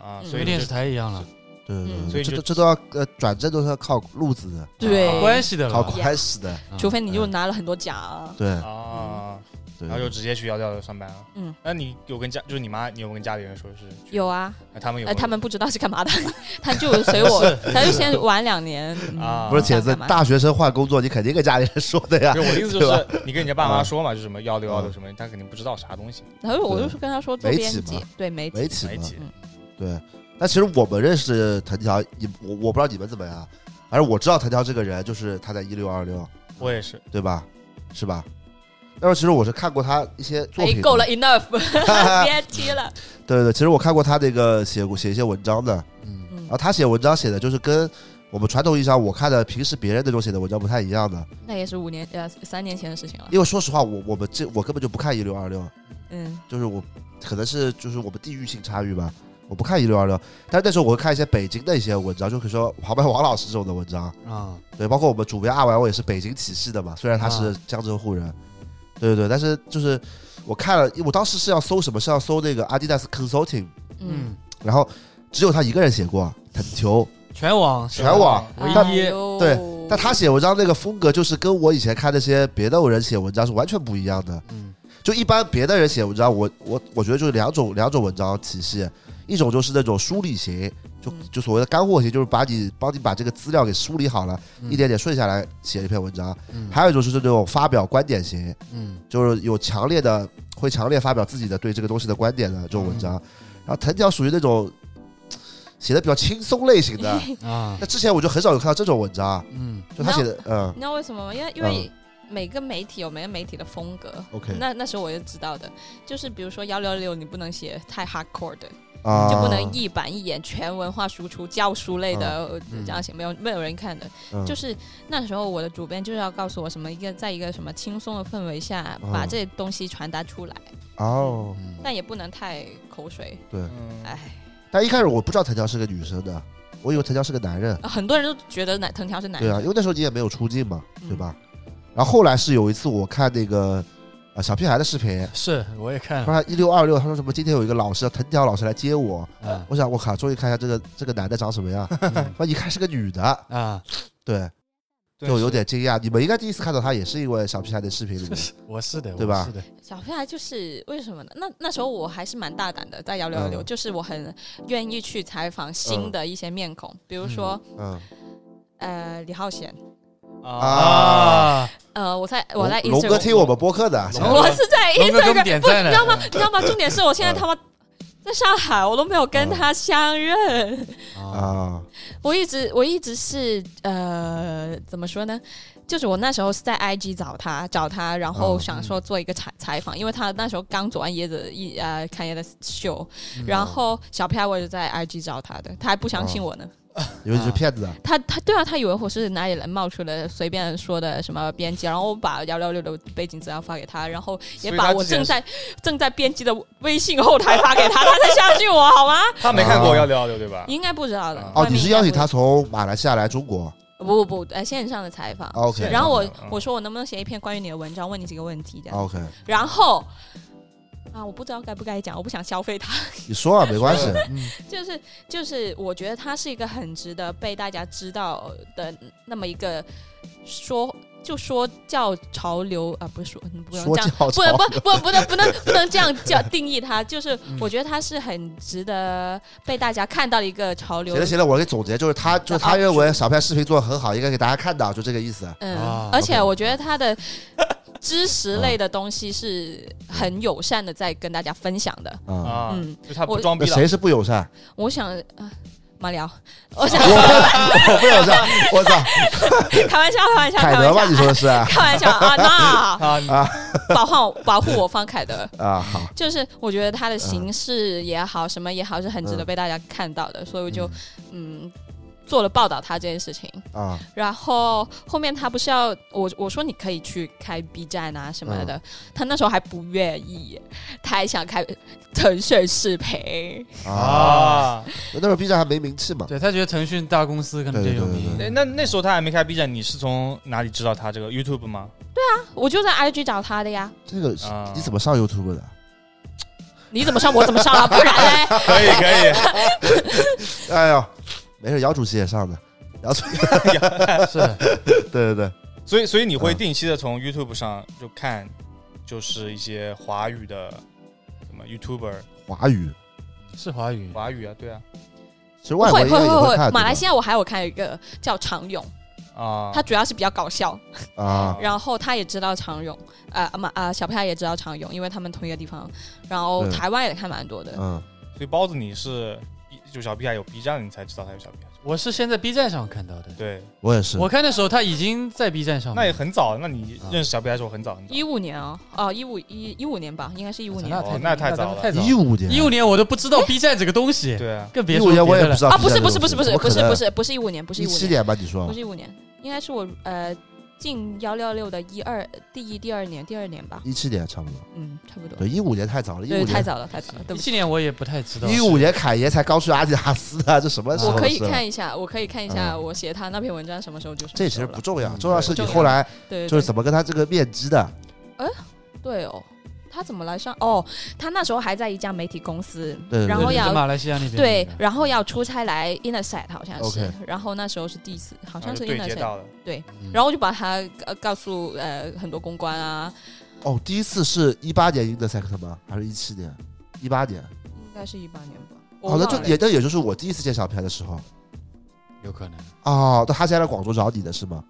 Speaker 3: 啊，
Speaker 4: 嗯
Speaker 3: 所
Speaker 2: 跟
Speaker 3: 以
Speaker 2: 电
Speaker 3: 就
Speaker 2: 视台一样了，
Speaker 1: 对对对，
Speaker 4: 嗯
Speaker 1: 对
Speaker 3: 所以
Speaker 1: 这
Speaker 3: 就
Speaker 1: 这这都要呃转正都是要靠路子的，
Speaker 4: 对
Speaker 2: 靠关系的
Speaker 1: 靠
Speaker 2: 了，
Speaker 1: 关系的，
Speaker 2: 嗯
Speaker 4: 除非你就
Speaker 1: 嗯
Speaker 4: 拿了很多奖，
Speaker 1: 对
Speaker 3: 啊，
Speaker 1: 嗯对。
Speaker 3: 然后就直接去幺幺六上班了。
Speaker 4: 嗯，
Speaker 3: 那你有跟家，就是你妈，你有跟家里人说是？
Speaker 4: 有，啊，
Speaker 3: 那他们有没
Speaker 4: 呃，
Speaker 3: 有，
Speaker 4: 他们不知道是干嘛的， [LAUGHS] 他就随
Speaker 1: [LAUGHS]
Speaker 4: 我，他就先玩两年
Speaker 1: 嗯
Speaker 3: 啊
Speaker 1: 不是
Speaker 4: 想
Speaker 1: 铁子
Speaker 4: 哦干，嘛
Speaker 1: 大学生换工作，你肯定跟家里人说的呀
Speaker 3: 不。是我的意思就
Speaker 1: 对嗯
Speaker 3: 是，你跟你家爸妈说嘛，就什么幺六幺六什么，他肯定不知道啥东西。
Speaker 4: 然后我就是跟他说做
Speaker 1: 媒
Speaker 4: 编
Speaker 1: 体
Speaker 4: 辑
Speaker 1: 嘛，
Speaker 4: 对媒
Speaker 1: 媒体
Speaker 4: 体，
Speaker 3: 媒
Speaker 1: 嘛，
Speaker 3: 体
Speaker 1: 对。但其实我们认识藤条，你我我不知道你们怎么样，反正我知道藤条这个人，就是他在一六二六，
Speaker 3: 我也是，
Speaker 1: 对吧？是吧？但是其实我是看过他一些作
Speaker 4: 哎
Speaker 1: 品，， [LAUGHS]
Speaker 4: 够了。，enough，别提了。
Speaker 1: 对对对，其实我看过他那个写过写一些文章的，
Speaker 2: 嗯，
Speaker 4: 嗯
Speaker 1: 然后，他写文章写的就是跟我们传统意义上我看的平时别人那种写的文章不太一样的，
Speaker 4: 那也是五年呃三年前的事情了。
Speaker 1: 因为说实话，我我们这我根本就不看一六二六，
Speaker 4: 嗯，
Speaker 1: 就是我可能是就是我们地域性差异吧，我不看一六二六，但是那时候我会看一些北京的一些文章，就比如说旁边王老师这种的文章，
Speaker 2: 啊，
Speaker 1: 对，包括我们主编阿玩，我也是北京体系的嘛，虽然他是江浙沪人，对对对，但是就是我看了，我当时是要搜什么，是要搜那个 Adidas Consulting，
Speaker 4: 嗯，
Speaker 1: 然后只有他一个人写过藤球，
Speaker 2: 全网
Speaker 1: 全网
Speaker 3: 唯
Speaker 1: 但
Speaker 4: 哎
Speaker 3: 一
Speaker 1: 嗯对，但他写文章那个风格就是跟我以前看那些别的人写文章是完全不一样的。
Speaker 2: 嗯
Speaker 1: 就一般别的人写文章，我我我觉得就是两种两种文章体系，一种就是那种梳理型，就
Speaker 4: 嗯
Speaker 1: 就所谓的干货型，就是把你帮你把这个资料给梳理好了，
Speaker 2: 嗯
Speaker 1: 一点点顺下来写一篇文章；
Speaker 2: 嗯
Speaker 1: 还有一种就是那种发表观点型，
Speaker 2: 嗯
Speaker 1: 就是有强烈的会强烈发表自己的对这个东西的观点的这种文
Speaker 2: 嗯
Speaker 1: 章。然后藤条属于那种写的比较轻松类型
Speaker 2: [LAUGHS]
Speaker 1: 的， [LAUGHS]
Speaker 2: 啊
Speaker 1: 那之前我就很少有看到这种文章，
Speaker 2: 嗯
Speaker 1: 就他写的嗯
Speaker 4: 你知道为什么吗？因为因为每个媒体有每个媒体的风格。
Speaker 1: OK
Speaker 4: 那那时候我就知道的，就是比如说幺六六，你不能写太 hardcore 的，
Speaker 1: 啊，
Speaker 4: 就不能一板一眼全文化输出、教书类的呃
Speaker 2: 嗯
Speaker 4: 这样写，没有没有人看的。
Speaker 1: 嗯
Speaker 4: 就是那时候我的主编就是要告诉我什么一个在一个什么轻松的氛围下
Speaker 1: 嗯
Speaker 4: 把这东西传达出来，
Speaker 1: 哦，
Speaker 2: 嗯
Speaker 4: 但也不能太口水。
Speaker 1: 对。
Speaker 3: 嗯
Speaker 4: 哎，
Speaker 1: 但一开始我不知道藤条是个女生的，我以为藤条是个男人。
Speaker 4: 很多人都觉得男藤条是男
Speaker 1: 对
Speaker 4: 的，
Speaker 1: 啊，因为那时候你也没有出镜嘛，
Speaker 4: 嗯
Speaker 1: 对吧？然后后来是有一次我看那个呃小屁孩的视频，
Speaker 4: 嗯
Speaker 2: 是我也看
Speaker 1: 他
Speaker 2: 了，
Speaker 1: 说一六二六，他说什么今天有一个老师藤条老师来接我，
Speaker 2: 啊
Speaker 1: 我想我靠，终于看一下这个这个男的长什么
Speaker 4: [LAUGHS]
Speaker 1: 样，
Speaker 2: 嗯
Speaker 1: 说一看是个女的，
Speaker 2: 啊，
Speaker 1: 对，就有点惊讶。你们应该第一次看到他也是因为小屁孩的视频里面，
Speaker 2: 我是的，
Speaker 1: 对吧
Speaker 2: 我是的，
Speaker 4: 小屁孩就是为什么呢？那那时候我还是蛮大胆的，在幺六幺
Speaker 1: 嗯
Speaker 4: 六，就是我很愿意去采访新的一些面孔，比如说、
Speaker 1: 嗯，
Speaker 4: 呃李浩贤，
Speaker 1: 啊
Speaker 2: 啊，
Speaker 4: 呃我在 [LAUGHS] 我在
Speaker 1: 龙龙哥
Speaker 4: Instagram，
Speaker 1: 听我们播客的，
Speaker 3: 龙
Speaker 4: 我是在
Speaker 2: 龙哥给我们
Speaker 4: Instagram，
Speaker 2: 点
Speaker 4: 不，
Speaker 2: 赞
Speaker 4: 哎你
Speaker 2: 了
Speaker 4: 知道吗？你知道吗？重点是我现在
Speaker 1: 嗯
Speaker 4: 他妈在上海，我都没有跟他相认。
Speaker 2: 啊
Speaker 1: 啊，
Speaker 4: 我一直我一直是呃，怎么说呢？就是我那时候是在 IG 找他找他，然后
Speaker 1: 嗯
Speaker 4: 想说做一个采采访，因为他那时候刚走完椰子一呃看椰的秀，然后小飘我也是在 IG 找他的，他还不相信我呢。
Speaker 1: 以为你是骗子，
Speaker 4: 他他对啊，他以为我是哪里人冒出来的随便说的什么编辑，然后我把幺幺六的背景资料发给他，然后也
Speaker 3: 所以
Speaker 4: 把
Speaker 3: 他
Speaker 4: 我
Speaker 3: 之前
Speaker 4: 正
Speaker 3: 是
Speaker 4: 在正在编辑的微信后台发给他，他才相信我
Speaker 3: [LAUGHS]
Speaker 4: 好吗？
Speaker 3: 他没看过
Speaker 1: 啊
Speaker 3: 幺六幺六对吧
Speaker 4: 你？应该不知道的
Speaker 3: 哦。
Speaker 1: 哦
Speaker 4: 外，面
Speaker 1: 你是
Speaker 4: 应该
Speaker 1: 邀
Speaker 4: 不
Speaker 1: 请他从马来西亚来中国
Speaker 4: 不不不，呃，线上的采访。
Speaker 1: ？OK，
Speaker 4: 然后我
Speaker 3: 嗯
Speaker 4: 我说我能不能写一篇关于你的文章，问你几个问题这样。
Speaker 1: OK，
Speaker 4: 然后啊，我不知道该不该讲，我不想消费他。
Speaker 1: 你说啊，没关系，
Speaker 2: 嗯
Speaker 4: 就是就是，我觉得他是一个很值得被大家知道的那么一个说。就说教潮流啊，不是说 [LAUGHS] 不能
Speaker 1: 说
Speaker 4: 这样，
Speaker 1: 教
Speaker 4: 不
Speaker 1: 潮
Speaker 4: 能不不不能不能 [LAUGHS] 不能这样叫定义它。就是
Speaker 1: 嗯
Speaker 4: 我觉得它是很值得被大家看到的一个潮流
Speaker 1: 行了行了，我给总结，就是他就是他
Speaker 4: 啊
Speaker 1: 认为小片视频做的很好，应该给大家看到，就这个意思。
Speaker 2: 啊
Speaker 4: 嗯，而且
Speaker 1: OK 啊
Speaker 4: 我觉得他的知识类的东西是很友善的，在跟大家分享的。
Speaker 1: 啊，
Speaker 3: 啊，
Speaker 4: 嗯
Speaker 3: 就他不
Speaker 4: 我
Speaker 3: 装
Speaker 1: 那
Speaker 3: 逼了。
Speaker 1: 谁是不友善？
Speaker 4: 我想啊，
Speaker 1: [LAUGHS]
Speaker 4: 马聊，我想
Speaker 1: 我我不友善，我操，
Speaker 4: [LAUGHS] 开玩笑，开玩笑，
Speaker 1: 凯
Speaker 4: 开
Speaker 1: 德
Speaker 4: 玩
Speaker 1: 吧？你
Speaker 4: 笑，
Speaker 1: 说的是
Speaker 4: [LAUGHS]
Speaker 1: 啊？
Speaker 4: 开玩笑啊！那
Speaker 3: 啊，
Speaker 1: [LAUGHS]
Speaker 4: 保护保护我方凯德，
Speaker 1: 啊好，
Speaker 4: 就是我觉得他的
Speaker 1: 嗯
Speaker 4: 形式也好，什么也好，是很值得被大家看到的，所以我就嗯做了报道他这件事情。
Speaker 1: 啊
Speaker 4: 然后后面他不是要我我说你可以去开 B 站啊什么的，
Speaker 1: 嗯
Speaker 4: 他那时候还不愿意，他还想开腾讯视频，
Speaker 1: 啊！
Speaker 3: 啊，
Speaker 1: 那时候 B 站还没名气嘛，
Speaker 2: 对他觉得腾讯大公司可能比较有名，
Speaker 1: 对
Speaker 3: 哎那那时候他还没开 B 站，你是从哪里知道他这个 YouTube 吗？ [LAUGHS]
Speaker 4: 我就在 IG 找他的呀，
Speaker 1: 这个是
Speaker 3: 啊，
Speaker 1: 你怎么上 YouTube 的？
Speaker 4: 你怎么上我怎么
Speaker 1: [LAUGHS]
Speaker 4: 上啊，不然嘞，
Speaker 3: 可以可以，
Speaker 1: 哎呦，没事，姚主席也上的，姚主席，
Speaker 2: 是
Speaker 1: 对对对，
Speaker 3: 所以，所以你会
Speaker 1: 嗯
Speaker 3: 定期的从 YouTube 上就看，就是一些华语的什么 YouTuber
Speaker 1: 华语，
Speaker 2: 是华语
Speaker 3: 华语啊，对啊，
Speaker 1: 其实外国
Speaker 4: 会
Speaker 1: 应该也
Speaker 4: 会
Speaker 1: 看，哦
Speaker 4: 马来西
Speaker 1: 亚
Speaker 4: 亚我还有看一个叫常勇，
Speaker 3: 啊，
Speaker 4: 他主要是比较搞笑，
Speaker 1: 啊，
Speaker 4: 然后他也知道常勇，呃马啊、小派也知道常勇，因为他们同一个地方，然后
Speaker 1: 嗯
Speaker 4: 台湾也看蛮多的，
Speaker 1: 嗯，
Speaker 3: 所以包子你是就小屁孩有 B 站，你才知道他有小屁孩，
Speaker 2: 我是先在 B 站上看到的，
Speaker 3: 对，
Speaker 1: 我也是，
Speaker 2: 我看的时候他已经在 B 站上
Speaker 3: 那也
Speaker 2: 面，
Speaker 3: 很早，那你
Speaker 2: 啊
Speaker 3: 认识小屁孩的时候很早很早
Speaker 4: 一五年哦，哦一五一一五年吧，应该是一五年
Speaker 2: 那
Speaker 3: 哦
Speaker 2: 太
Speaker 3: 那太早了
Speaker 2: 太早
Speaker 1: 一。五年，
Speaker 2: 一五年我都不知道 B 站这个东西，
Speaker 3: 对啊，
Speaker 2: 更别
Speaker 1: 一
Speaker 2: 说
Speaker 1: 五年我也
Speaker 2: 别的
Speaker 1: 不
Speaker 2: 了
Speaker 1: 知道，
Speaker 4: 啊不是不是不是不是不是不
Speaker 1: 是，
Speaker 4: 是不是一五年不是一
Speaker 1: 一
Speaker 4: 五
Speaker 1: 七
Speaker 4: 年。
Speaker 1: 年吧？哦你说
Speaker 4: 不是一五年，应该是我呃进幺六六的一二第一第二年第二年吧，
Speaker 1: 一七年差不多，
Speaker 4: 嗯，差不多
Speaker 1: 对，。一五年太早了，一
Speaker 4: 对，
Speaker 1: 五
Speaker 4: 太
Speaker 1: 年。
Speaker 4: 早了，太早了，对
Speaker 2: 一
Speaker 4: 不起。
Speaker 2: 七年我也不太知道。
Speaker 1: 一五年凯爷才刚去阿迪达斯啊，这什么时候
Speaker 4: 我
Speaker 1: 的
Speaker 4: 哦可以
Speaker 1: 事了
Speaker 4: 看一下，我可以看一下
Speaker 1: 嗯
Speaker 4: 我写他那篇文章什么时候就是。
Speaker 1: 这其实不重要，
Speaker 2: 嗯
Speaker 1: 重要是你
Speaker 4: 重要
Speaker 1: 后来
Speaker 4: 对，
Speaker 1: 就是
Speaker 4: 对
Speaker 1: 怎么跟他这个面基的
Speaker 4: 对哦，他怎么来上？哦，他那时候还在一家媒体公司
Speaker 1: 对对，
Speaker 4: 然后
Speaker 2: 对就是
Speaker 4: 要
Speaker 2: 马来西亚那边
Speaker 4: 对
Speaker 2: 那，个
Speaker 4: 然后要出差来 Innocent 好像是
Speaker 1: OK，啊
Speaker 4: 然后那时候是第四，好
Speaker 3: 然
Speaker 4: 像
Speaker 3: 后
Speaker 4: 是
Speaker 3: 啊就对接
Speaker 4: Innocent，
Speaker 3: 到了，
Speaker 2: 嗯
Speaker 4: 然后我就把他呃告诉呃很多公关啊，
Speaker 1: 哦，第一次是一八年 Intersect 吗？还是一七年？一八年，
Speaker 4: 应该是一八年吧。我
Speaker 1: 哦，那
Speaker 4: 忘
Speaker 1: 就
Speaker 4: 了
Speaker 1: 也那也就是我第一次见小片的时候
Speaker 2: 有可能
Speaker 1: 哦，那他先来广州找你的是吗？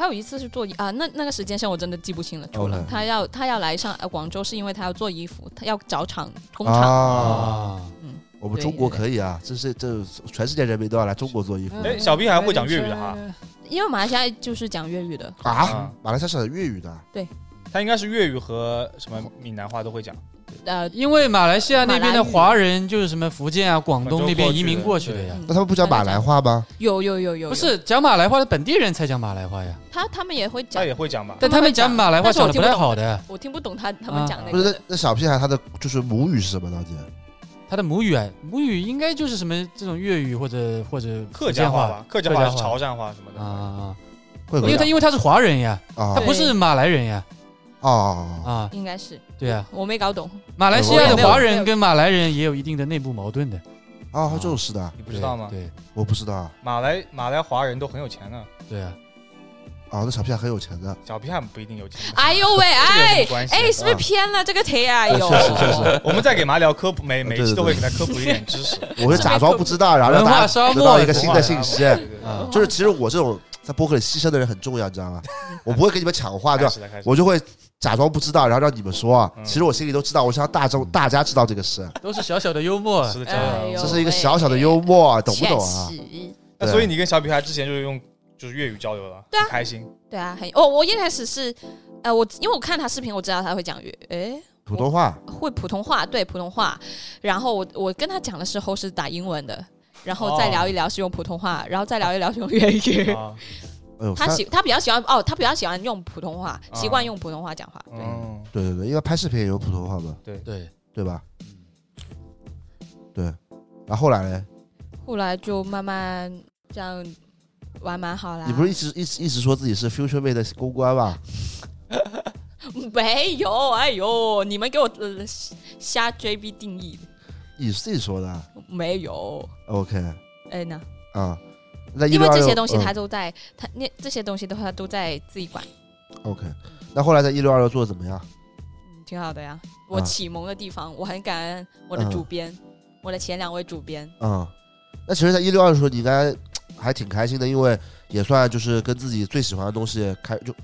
Speaker 4: 还有一次是做衣啊，那那个时间线我真的记不清了，除了
Speaker 1: OK
Speaker 4: 他要他要来上、呃、广州，是因为他要做衣服，他要找厂工厂。
Speaker 1: 啊，
Speaker 2: 啊，
Speaker 1: 我们中国可以啊，这是这全世界人民都要来中国做衣服
Speaker 3: 哎，小屁孩会讲粤语的
Speaker 2: 嗯
Speaker 3: 哈，
Speaker 4: 因为马来西亚就是讲粤语的，
Speaker 1: 啊，马来西亚是讲粤语的，
Speaker 3: 他应该是粤语和什么闽南话都会讲，
Speaker 4: 呃，
Speaker 2: 因为马来西亚那边的
Speaker 4: 马来语
Speaker 2: 华人就是什么福建啊、广东那边移民过去的呀
Speaker 4: 嗯，
Speaker 1: 那他们不讲马来话吗？
Speaker 4: 有有有有有，
Speaker 2: 不是讲马来话的本地人才讲马来话呀，
Speaker 4: 他他们也会
Speaker 3: 他
Speaker 4: 讲，
Speaker 3: 也会讲吧？
Speaker 2: 但他们讲马来话
Speaker 4: 但是
Speaker 2: 讲
Speaker 4: 我
Speaker 2: 的不
Speaker 4: 听不
Speaker 2: 太
Speaker 4: 懂
Speaker 2: 好的，
Speaker 4: 我听不懂他他们讲那
Speaker 1: 啊不是
Speaker 4: 个
Speaker 1: 那那小屁孩他的就是母语是什么到底？
Speaker 2: 他的母语啊，母语应该就是什么这种粤语或者或者
Speaker 3: 客家话
Speaker 2: 话
Speaker 3: 吧，客家
Speaker 2: 客
Speaker 3: 话
Speaker 2: 家
Speaker 3: 是
Speaker 2: 话
Speaker 3: 潮汕话什么
Speaker 2: 啊啊，
Speaker 3: 的，
Speaker 2: 啊
Speaker 1: 会
Speaker 2: 因
Speaker 1: 不
Speaker 2: 为
Speaker 1: 会
Speaker 2: 他因为他是华人呀，
Speaker 1: 啊
Speaker 2: 他不是马来人呀，
Speaker 1: 哦
Speaker 2: 啊，
Speaker 4: 应该是，
Speaker 2: 对呀，
Speaker 4: 我没搞懂，
Speaker 2: 马来西亚的华人跟马来人也有一定的内部矛盾的，啊
Speaker 1: 哦，这种事的
Speaker 2: 嗯
Speaker 3: 你不知道吗？
Speaker 2: 对
Speaker 1: 我不知道。
Speaker 3: 马来马来华人都很有钱的，
Speaker 2: 对对啊，
Speaker 1: 哦，那小屁孩很有钱
Speaker 2: [LAUGHS]
Speaker 1: 的，
Speaker 3: 小屁孩不一定有钱。
Speaker 4: 哎呦喂，
Speaker 3: 这个有什
Speaker 4: 哎
Speaker 3: 么关系
Speaker 4: [LAUGHS]
Speaker 3: 啊
Speaker 4: 哎，
Speaker 1: 啊
Speaker 4: 是不是偏了这个题啊？哎呦，
Speaker 1: 是是是是
Speaker 3: [LAUGHS] 我们在给马聊科普，每每
Speaker 1: 对呃对
Speaker 3: 期都
Speaker 1: 对
Speaker 3: 会给他科普一点
Speaker 1: [LAUGHS]
Speaker 3: 知识，
Speaker 1: 我是假装不知道，然后让
Speaker 2: 文
Speaker 1: 大
Speaker 2: 化
Speaker 1: 家
Speaker 2: 沙
Speaker 1: 得
Speaker 2: 漠
Speaker 1: 到一个新的信息。
Speaker 3: 对对对
Speaker 2: 啊
Speaker 1: [LAUGHS] 就是其实我这种在播客里牺牲的人很重要，你知道
Speaker 2: [LAUGHS]
Speaker 1: 吗？我不会给你们抢话，啊对
Speaker 3: 开
Speaker 1: 吧？
Speaker 3: 始了，开始了。
Speaker 1: 我就会假装不知道，然后让你们说。
Speaker 3: 嗯
Speaker 1: 其实我心里都知道，我想让大
Speaker 2: 嗯
Speaker 1: 众大家知道这个事，
Speaker 2: 都是小小的幽默，
Speaker 3: 是的，
Speaker 4: 哎
Speaker 3: 真
Speaker 4: 呦
Speaker 3: 的。
Speaker 1: 这是一个小小的幽默，懂不懂啊
Speaker 4: 确？实
Speaker 3: 那
Speaker 1: 对
Speaker 3: 所以你跟小屁孩之前就是用就是粤语交流了，
Speaker 4: 对啊
Speaker 3: 很开心。
Speaker 4: 对啊，很哦，我一开始是，呃，我因为我看他视频，我知道他会讲粤，哎，
Speaker 1: 普通话
Speaker 4: 会普通话，对普通话。然后我我跟他讲的时候是打英文的，然后再
Speaker 3: 哦
Speaker 4: 聊一聊是用普通话，然后再聊一聊是用粤语。
Speaker 3: 啊，
Speaker 1: 哎呦，
Speaker 4: [LAUGHS] 他
Speaker 1: 三
Speaker 4: 喜他比较喜欢哦，他比较喜欢用普通话，
Speaker 3: 啊
Speaker 1: 哦
Speaker 4: 习惯用普通话讲话。对，
Speaker 3: 嗯，
Speaker 1: 对对对，因为拍视频也有普通话嘛，
Speaker 2: 对，
Speaker 1: 对吧？对，然后后来呢？
Speaker 4: 后来就慢慢这样玩蛮好啦。
Speaker 1: 你不是一直一直一直说自己是 Future Mate 的公关吧？
Speaker 4: 嗯没有？哎呦，你们给我、呃、瞎 JB 定义
Speaker 1: 你自己说
Speaker 4: [LAUGHS]
Speaker 1: 的啊
Speaker 4: 没有？
Speaker 1: ，OK
Speaker 4: 哎那
Speaker 1: 啊？那
Speaker 4: 因为
Speaker 1: 162
Speaker 4: 这些东西
Speaker 1: 嗯
Speaker 4: 他都在，他那这些东西的话都在自己管，
Speaker 1: OK，那后来在一六二六做的怎么样？
Speaker 4: 嗯，挺好的呀。我
Speaker 1: 啊
Speaker 4: 启蒙的地方，我很感恩我的
Speaker 1: 嗯
Speaker 4: 主编，我的前两位主编。
Speaker 1: 嗯，那其实，在一六二的时候，你应该还挺开心的，因为也算就是跟自己最喜欢的东西开就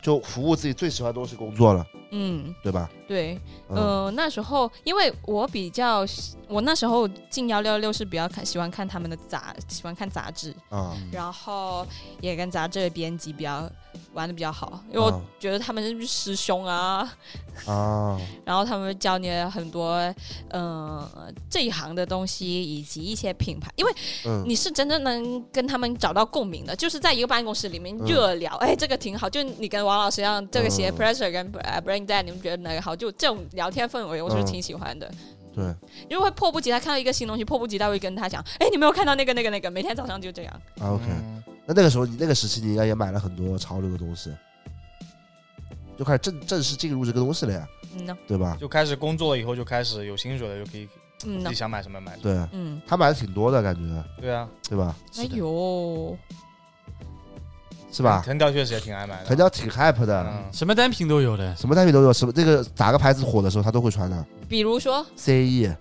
Speaker 1: 就服务自己最喜欢的东西工作了，
Speaker 4: 嗯，
Speaker 1: 对吧？
Speaker 4: 对，
Speaker 1: 嗯
Speaker 4: 呃，那时候因为我比较喜，我那时候进幺六六是比较看喜欢看他们的杂，喜欢看杂志，
Speaker 1: 啊
Speaker 4: 然后也跟杂志的编辑比较玩的比较好，因为我
Speaker 1: 嗯
Speaker 4: 觉得他们是师兄啊，
Speaker 1: 啊
Speaker 4: 然后他们教你很多呃这一行的东西，以及一些品牌，因为
Speaker 1: 嗯
Speaker 4: 你是真正能跟他们找到共鸣的，就是在一个办公室里面
Speaker 1: 嗯
Speaker 4: 热聊，哎，这个挺好，就你跟王老师一样，这个写
Speaker 1: 嗯
Speaker 4: pressure 跟呃 brain dead，你们觉得哪个好？就这种聊天氛围，我是挺喜欢的，
Speaker 1: 对，
Speaker 4: 因为会迫不及待看到一个新东西，迫不及待会跟他讲，哎，你没有看到那个那个那个，每天早上就这样，
Speaker 1: 啊 OK，
Speaker 3: 嗯
Speaker 1: 那那个时候你那个时期你应该也买了很多潮流的东西，就开始正正式进入这个东西了呀，
Speaker 4: 嗯呢，
Speaker 1: 对吧？
Speaker 3: 就开始工作了以后就开始有薪水了，就可以
Speaker 4: 嗯
Speaker 3: 自
Speaker 4: 呢
Speaker 3: 己，想买什么买什
Speaker 1: 对
Speaker 4: 嗯，
Speaker 1: 他买的挺多的感觉，
Speaker 3: 么。对啊，
Speaker 1: 对吧？
Speaker 4: 哎
Speaker 2: 是的
Speaker 4: 呦，
Speaker 1: 是吧？
Speaker 3: 藤条确实也挺爱买的
Speaker 1: 藤。条挺 hype 的，
Speaker 3: 嗯，
Speaker 2: 什么单品都有的，
Speaker 1: 什么单品都有，什么这个哪个牌子火的时候他都会穿的 E
Speaker 4: 比如说哦
Speaker 1: CE。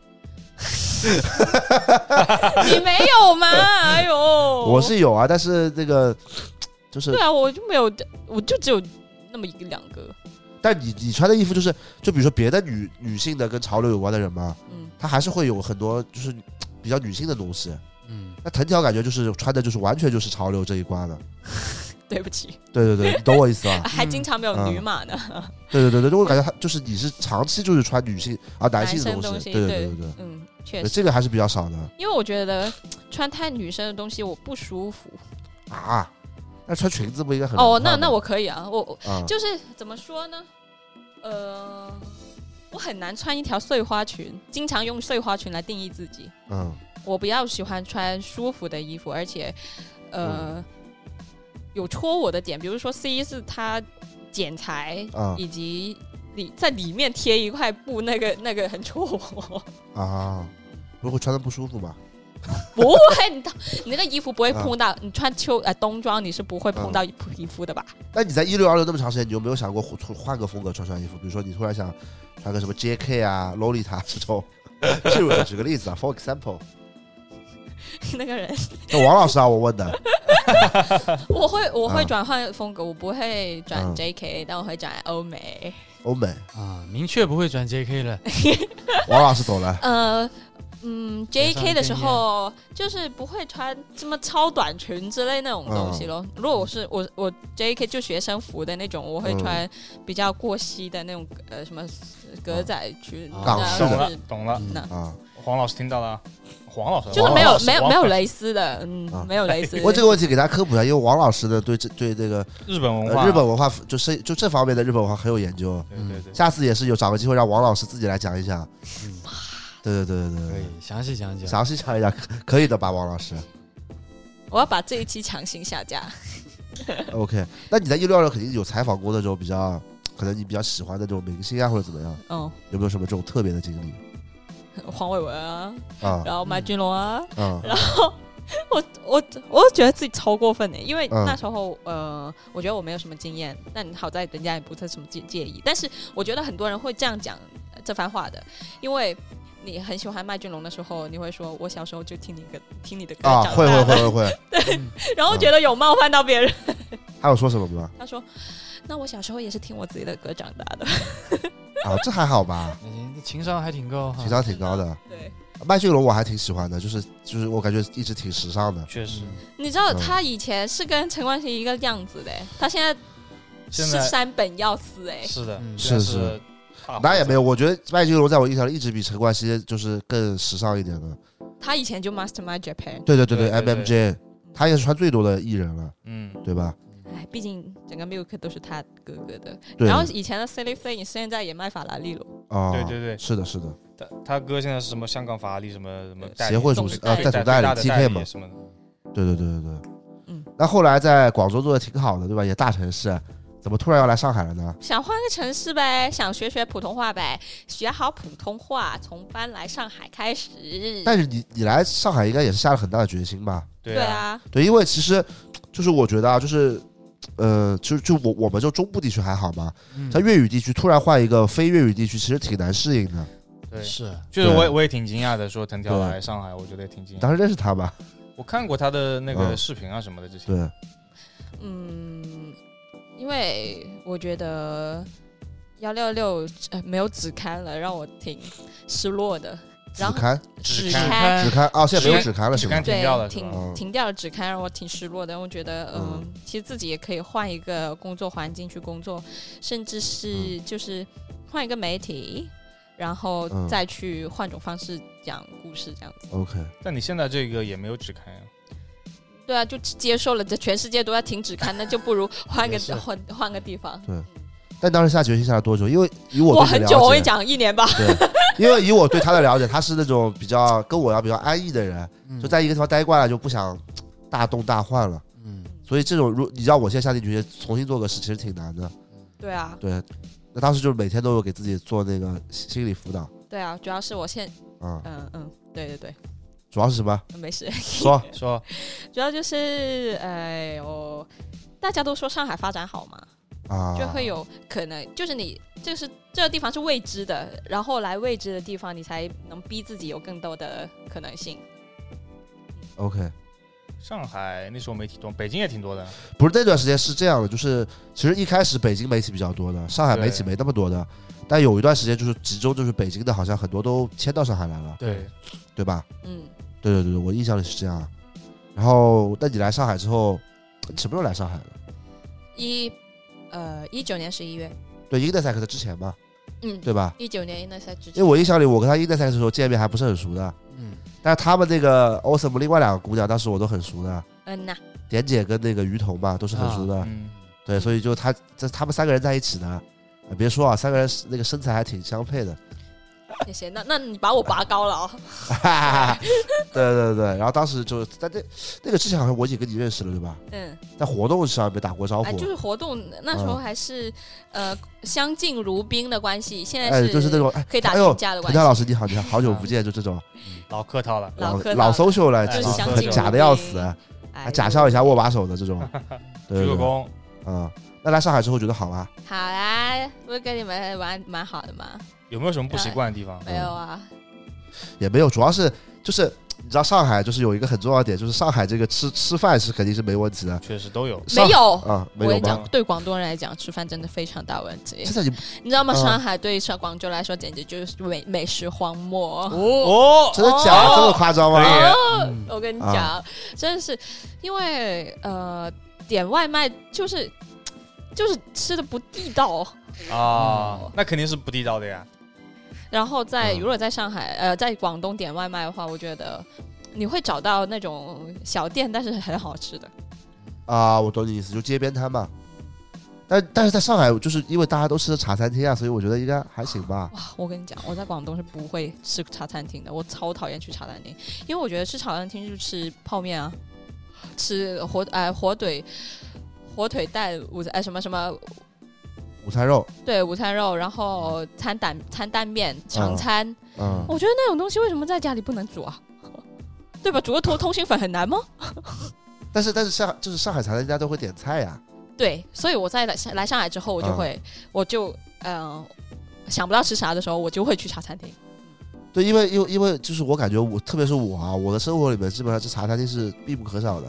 Speaker 4: 你没有吗？哎呦，
Speaker 1: 我是有啊，但是这个就是
Speaker 4: 对，啊，我就没有，我就只有那么一个两个，
Speaker 1: 但你你穿的衣服就是，就比如说别的女女性的跟潮流有关的人嘛，
Speaker 4: 嗯，
Speaker 1: 她还是会有很多就是比较女性的东西。
Speaker 2: 嗯，
Speaker 1: 那藤条感觉就是穿的就是完全就是潮流这一关了。
Speaker 4: 对不起，？
Speaker 1: 对对对，你懂我意思吧
Speaker 4: 还经常没有
Speaker 1: 嗯
Speaker 4: 女码呢，
Speaker 1: 对对对对，就我感觉她就是你是长期就是穿女性啊男性的
Speaker 4: 男生
Speaker 1: 东
Speaker 4: 东
Speaker 1: 西，
Speaker 4: 西
Speaker 1: 对对
Speaker 4: 对
Speaker 1: 对对
Speaker 4: 嗯，确
Speaker 1: 对，
Speaker 4: 实。
Speaker 1: 这个还是比较少的
Speaker 4: 因为我觉得穿太女生的东西我不舒服。
Speaker 1: 啊。那穿裙子不应该很
Speaker 4: 哦，
Speaker 1: 难
Speaker 4: 那
Speaker 1: 看吗
Speaker 4: 那我可以啊，我我
Speaker 1: 啊
Speaker 4: 就是怎么说呢？呃，我很难穿一条碎花裙，经常用碎花裙来定义自己。
Speaker 1: 嗯
Speaker 4: 我比较喜欢穿舒服的衣服，而且呃、
Speaker 1: 嗯
Speaker 4: 有戳我的点，比如说 C 是它剪裁、
Speaker 1: 啊
Speaker 4: 以及。里在里面贴一块布，那个那个很戳我，
Speaker 1: 啊，如果穿的不舒服嘛，
Speaker 4: 不会，你你那个衣服不会
Speaker 1: 啊
Speaker 4: 碰到，你穿秋呃冬装你是不会
Speaker 1: 嗯
Speaker 4: 碰到皮肤的吧？ [LAUGHS]
Speaker 1: 那你在一六二六那么长时间，你有没有想过换换个风格穿穿衣服？比如说你突然想穿个什么 JK 啊、Lolita 这种， [LAUGHS] 譬如说举个例子啊，for example，
Speaker 4: 那个人，
Speaker 1: 那王老师啊，我问的，
Speaker 4: 我会我
Speaker 1: 啊
Speaker 4: 会转换风格，我不会转
Speaker 1: 嗯
Speaker 4: JK，、但我会转欧美。
Speaker 1: 欧美，
Speaker 2: 啊，明确不会转 JK 了，
Speaker 1: 王老师走了，
Speaker 4: 呃，
Speaker 2: 上
Speaker 4: 嗯
Speaker 2: 更
Speaker 4: ，JK
Speaker 2: 艳
Speaker 4: 的时候
Speaker 1: 啊
Speaker 4: 就是不会穿什么超短裙之类那种东西
Speaker 1: 啊
Speaker 4: 咯。如果我是我我 JK 就学生服的那种，我会
Speaker 1: 嗯
Speaker 4: 穿比较过膝的那种呃什么格仔裙，
Speaker 2: 啊
Speaker 1: 港
Speaker 4: 那
Speaker 1: 式
Speaker 3: 懂
Speaker 1: 的
Speaker 4: 是
Speaker 3: 了，懂了。
Speaker 2: 嗯
Speaker 4: 那
Speaker 1: 啊，
Speaker 3: 黄老师听到了，黄老师
Speaker 4: 就是
Speaker 3: 黄
Speaker 4: 没有
Speaker 3: 老师
Speaker 4: 没有
Speaker 3: 黄
Speaker 4: 没有蕾丝的，嗯，
Speaker 1: 啊
Speaker 4: 没有蕾丝。
Speaker 1: 问这个问题给大家科普一下，因为王老师呢对这对这个、
Speaker 3: 日本文化，
Speaker 1: 呃、日本文化就是就这方面的日本文化很有研究，
Speaker 3: 对对对，
Speaker 1: 下次也是有找个机会让王老师自己来讲一讲，
Speaker 2: 嗯，
Speaker 1: 对对对对
Speaker 2: 可
Speaker 1: 对
Speaker 2: 以详细讲
Speaker 1: 对，
Speaker 2: 讲。
Speaker 1: 详细讲一讲，可以的吧，王老师
Speaker 4: 我要把这一期强行下架。
Speaker 1: ？OK，那你在一六二六肯定有采访过那种比较，可能你比较喜欢的这种明星啊，或者怎么样？
Speaker 4: 嗯，
Speaker 1: 有没有什么这种特别的经历
Speaker 4: 黄伟文啊，
Speaker 1: 啊？
Speaker 4: 然后麦浚龙啊，
Speaker 1: 啊
Speaker 4: 我我我觉得自己超过分欸的，因为
Speaker 1: 嗯
Speaker 4: 那时候、呃，我觉得我没有什么经验，但好在人家也不是什么介介意。但是我觉得很多人会这样讲呃这番话的，因为你很喜欢麦浚龙的时候，你会说我小时候就听你歌听你的歌
Speaker 1: 啊，
Speaker 4: 长
Speaker 1: 会
Speaker 4: 大
Speaker 1: 会会会
Speaker 4: 的，
Speaker 1: 会，
Speaker 4: 然后觉得有冒犯到别人。
Speaker 1: 还有说什么吗？
Speaker 4: 他说。那我小时候也是听我自己的歌长大的，
Speaker 1: 啊，这还好吧，
Speaker 2: 你这情商还挺高哈，
Speaker 1: 情商挺高的。
Speaker 4: 对，
Speaker 1: 麦浚龙我还挺喜欢的，就是就是我感觉一直挺时尚的。
Speaker 3: 确
Speaker 2: 嗯
Speaker 3: 实，
Speaker 4: 你知道
Speaker 1: 嗯
Speaker 4: 他以前是跟陈冠希一欸个样子的，他现在
Speaker 3: 现
Speaker 4: 是
Speaker 3: 在
Speaker 4: 山本耀司哎，
Speaker 3: 是的，
Speaker 2: 嗯
Speaker 3: 现在
Speaker 1: 是
Speaker 3: 是大
Speaker 1: 那也没有，我觉得麦金龙在我印象里一直比陈冠希就是更时尚一点的。
Speaker 4: 他以前就 Mastermind Japan，
Speaker 1: 对对对
Speaker 3: 对对
Speaker 1: MMJ，他也是穿最多的艺人了，
Speaker 3: 嗯，
Speaker 1: 对吧？
Speaker 4: 哎，毕竟整个 Milk 都是他哥哥的。
Speaker 1: 对，
Speaker 4: 然后以前的 Silly Flame 现在也卖法拉利了，
Speaker 1: 啊，
Speaker 3: 对对对，
Speaker 1: 是的，是的，
Speaker 3: 他他哥现在是什么香港法拉利什么什么代理
Speaker 1: 协会
Speaker 4: 主
Speaker 3: 对
Speaker 4: 席
Speaker 3: 对
Speaker 4: 呃
Speaker 3: 对
Speaker 4: 代
Speaker 1: 主
Speaker 3: 对
Speaker 1: 代理
Speaker 3: 大的
Speaker 1: TK
Speaker 3: 代
Speaker 1: 嘛
Speaker 3: 什么的
Speaker 1: 对对对对对。
Speaker 4: 嗯，
Speaker 1: 那后来在广州做的挺好的，对吧？也大城市，啊怎么突然要来上海了呢？
Speaker 4: 想换个城市呗，想学学普通话呗，学好普通话，从搬来上海开始。
Speaker 1: 但是你你来上海应该也是下了很大的决心吧？
Speaker 4: 对
Speaker 3: 对啊，
Speaker 4: 啊，
Speaker 1: 对，因为其实就是我觉得啊，就是呃，就就我我们就中部地区还好嘛，
Speaker 2: 嗯
Speaker 1: 像粤语地区突然换一个非粤语地区，其实挺难适应的。
Speaker 3: 对，
Speaker 2: 是
Speaker 3: 就是
Speaker 1: 对啊
Speaker 3: 我也我也挺惊讶的，说藤条
Speaker 1: 对
Speaker 3: 来上海，我觉得也挺惊
Speaker 1: 你
Speaker 3: 讶。
Speaker 1: 当时认识他吧？
Speaker 3: 我看过他的那个
Speaker 1: 嗯
Speaker 3: 视频啊什么的，之前
Speaker 1: 对，
Speaker 4: 嗯，因为我觉得幺六六呃没有子刊了，让我挺失落的。然
Speaker 1: 子
Speaker 4: 后呃
Speaker 1: 刊，
Speaker 3: 只
Speaker 4: 只看
Speaker 3: 看
Speaker 1: 子刊啊，现在没有子刊了是
Speaker 3: 只
Speaker 1: 吧
Speaker 3: 看？停
Speaker 4: 对
Speaker 3: 掉了，是吧
Speaker 4: 停
Speaker 1: 嗯
Speaker 4: 停掉了只刊，让我挺失落的。我觉得，嗯，
Speaker 1: 嗯
Speaker 4: 其实自己也可以换一个工作环境去工作，甚至是就是换一个媒体，然后
Speaker 1: 嗯
Speaker 4: 再去换种方式讲故事，这样子。
Speaker 1: OK，
Speaker 3: 但你现在这个也没有啊只看呀，
Speaker 4: 对啊，就接受了，这全世界都要停止刊，那就不如换个
Speaker 2: 也是
Speaker 4: 换换个地方。
Speaker 1: 但当时下决心下了多久？因为以我
Speaker 4: 我
Speaker 1: 对
Speaker 4: 很
Speaker 1: 你的
Speaker 4: 久，我
Speaker 1: 了
Speaker 4: 跟
Speaker 1: 解
Speaker 4: 你，讲，一年吧。
Speaker 1: 对，因为以我对他的了解，他是那种比较跟我要比较安逸的人，就嗯在一个地方待惯了，就不想大动大换了。
Speaker 2: 嗯
Speaker 1: 所以这种，如你让我现在下定决心重新做个事，其实挺难的。
Speaker 4: 对啊，
Speaker 1: 对，那当时就是每天都有给自己做那个心理辅导
Speaker 4: 对啊，主要是我现，
Speaker 1: 啊、
Speaker 4: 嗯嗯，对对对，
Speaker 1: 主要是什么？
Speaker 4: 没事。 [LAUGHS]
Speaker 1: 说，
Speaker 3: 说
Speaker 4: 主要就是，哎，我大家都说上海发展好嘛，
Speaker 1: 啊，
Speaker 4: 就会有可能，就是你就是这个地方是未知的，然后来未知的地方，你才能逼自己有更多的可能性。
Speaker 1: OK。
Speaker 3: 上海那时候没挺多，北京也挺多的，
Speaker 1: 不是那段时间是这样的，就是其实一开始北京媒体比较多的，上海媒体
Speaker 3: 对
Speaker 1: 没那么多的，但有一段时间就是集中，就是北京的好像很多都迁到上海来了，
Speaker 2: 对，
Speaker 1: 对吧？
Speaker 4: 嗯，
Speaker 1: 对对对对，我印象里是这样。然后，那你来上海之后，你什么时候来上海的？
Speaker 4: 一呃一九年十一月，
Speaker 1: 对 i n t e r s e x 之前嘛，
Speaker 4: 嗯，
Speaker 1: 对吧？
Speaker 4: 一九年应该在之
Speaker 1: 因为
Speaker 4: 前，
Speaker 1: 我印象里，我跟他 i n t e r s e x 的时候见面还不是很熟的，
Speaker 2: 嗯
Speaker 1: 但是他们那个 Awesome 另外两个姑娘，当时我都很熟的，
Speaker 4: 嗯呐，
Speaker 1: 点姐跟那个于彤嘛，都是很熟的。
Speaker 3: 嗯，
Speaker 1: 对，所以就他这他们三个人在一起呢，呃别说啊，三个人是那个身材还挺相配的。 [LAUGHS]
Speaker 4: 谢谢，那那你把我拔高了哦。
Speaker 1: 哈哈，对对对，然后当时就在那那个之前好像我已经跟你认识了，对吧？ [LAUGHS]
Speaker 4: 嗯，
Speaker 1: 在活动上没打过招呼
Speaker 4: 哎，，就是活动那时候
Speaker 1: 嗯
Speaker 4: 还是、呃相敬如宾的关系，现在
Speaker 1: 哎，就是那种哎，
Speaker 4: 可以打
Speaker 1: 哎呦
Speaker 4: 群，架的
Speaker 1: 陈
Speaker 4: 关
Speaker 1: 涛
Speaker 4: 系。
Speaker 1: 老师你好，你好，好久不见，就这种
Speaker 3: 老客套了，
Speaker 4: 老
Speaker 1: 老
Speaker 4: 客套
Speaker 1: 老 social 了，
Speaker 3: 哎
Speaker 1: 这
Speaker 4: 就是
Speaker 1: 种
Speaker 4: 相
Speaker 3: 敬
Speaker 1: 很
Speaker 3: 如
Speaker 1: 假的
Speaker 4: 宾
Speaker 1: 要死，
Speaker 4: 哎
Speaker 1: 还假笑一下握把手的这种，对
Speaker 3: 鞠
Speaker 1: 对
Speaker 3: 个
Speaker 1: 对，
Speaker 3: 躬，
Speaker 1: 嗯，那来上海之后觉得好吗？
Speaker 4: 好啦，不是跟你们玩蛮好的吗？
Speaker 3: 有没有什么不习惯的地方？
Speaker 4: 没有啊，
Speaker 1: 也没有，主要是就是你知道上海就是有一个很重要的点，就是上海这个吃吃饭是肯定是没问题的，
Speaker 3: 确实都有，
Speaker 1: 上
Speaker 4: 没有。
Speaker 1: 啊，没
Speaker 4: 我跟
Speaker 1: 有
Speaker 4: 你
Speaker 1: 吗
Speaker 4: 讲，？对广东人来讲，吃饭真的非常大问题
Speaker 1: 现。在你
Speaker 4: 你知道吗？
Speaker 1: 嗯
Speaker 4: 上海对上广州来说，简直就是美美食荒漠。 [LAUGHS]
Speaker 3: 哦，
Speaker 1: 真的假的？这么夸张吗
Speaker 3: 可？
Speaker 4: 哦
Speaker 3: 以
Speaker 2: 嗯
Speaker 4: 我跟你
Speaker 1: 啊
Speaker 4: 讲，真的是因为呃，点外卖就是就是吃的不地道。
Speaker 3: 啊，那肯定是不地道的呀。
Speaker 4: 然后在、
Speaker 1: 嗯
Speaker 4: 如果在上海呃在广东点外卖的话，我觉得你会找到那种小店，但是很好吃的。
Speaker 1: 啊，我懂你意思，就街边摊嘛。但但是在上海，就是因为大家都吃的茶餐厅啊，所以我觉得应该还行吧。
Speaker 4: 哇，我跟你讲，我在广东是不会吃茶餐厅的，我超讨厌去茶餐厅，因为我觉得吃茶餐厅就吃泡面啊，吃火呃火腿、火腿蛋午餐哎什么什么
Speaker 1: 午餐肉，
Speaker 4: 对午餐肉，然后餐蛋餐蛋面常餐，
Speaker 1: 嗯，
Speaker 4: 我觉得那种东西为什么在家里不能煮啊？ [LAUGHS] 对吧？煮个通通心粉很难吗？
Speaker 1: 但是但是上就是上海茶餐厅家都会点菜呀、
Speaker 4: 对，所以我在来上来上海之后，我就
Speaker 1: 嗯
Speaker 4: 会，我就嗯、呃想不到吃啥的时候，我就会去茶餐厅。
Speaker 1: 对，因为因为因为就是我感觉我特别是我啊，我的生活里面基本上这茶餐厅是必不可少的。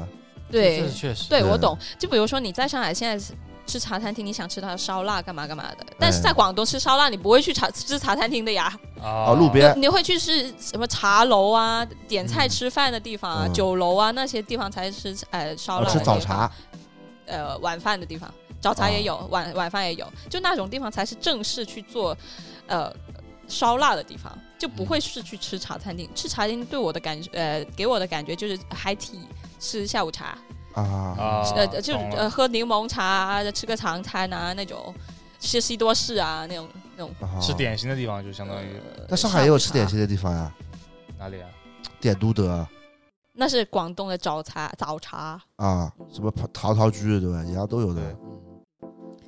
Speaker 4: 对，
Speaker 2: 这是确实
Speaker 4: 对，
Speaker 1: 对
Speaker 4: 我懂。就比如说你在上海现在吃茶餐厅，你想吃它的烧腊干嘛干嘛的，但
Speaker 1: 哎
Speaker 4: 是在广东吃烧腊，你不会去茶吃茶餐厅的呀，
Speaker 3: 啊
Speaker 1: 哦，路边
Speaker 4: [LAUGHS] 你会去吃什么茶楼啊、点菜吃饭的地方啊、
Speaker 1: 嗯
Speaker 4: 酒楼啊那些地方才是吃呃烧
Speaker 1: 我
Speaker 4: 腊的
Speaker 1: 啊吃
Speaker 4: 地方、
Speaker 1: 早茶，哦
Speaker 4: 呃晚饭的地方。早茶也有，晚晚饭也有，就那种地方才是正式去做，呃烧腊的地方，就
Speaker 1: 嗯
Speaker 4: 不会是去吃茶餐厅。吃茶餐厅对我的感觉，呃，给我的感觉就是 high tea，吃下午茶，
Speaker 1: 啊，
Speaker 3: 啊，
Speaker 4: 呃，就是
Speaker 3: 懂了
Speaker 4: 呃喝柠檬茶啊，吃个常餐啊那种，吃西多士啊那种那种。
Speaker 1: 啊
Speaker 3: 吃。点心的地方就相当于
Speaker 4: 呃
Speaker 1: 但上海也有吃
Speaker 4: 下午茶
Speaker 1: 点心的地方呀，
Speaker 3: 哪里啊？
Speaker 1: 点都德
Speaker 4: 那是广东的早茶，早茶
Speaker 1: 啊，什么陶陶居对吧？人家都有的嗯
Speaker 3: 对。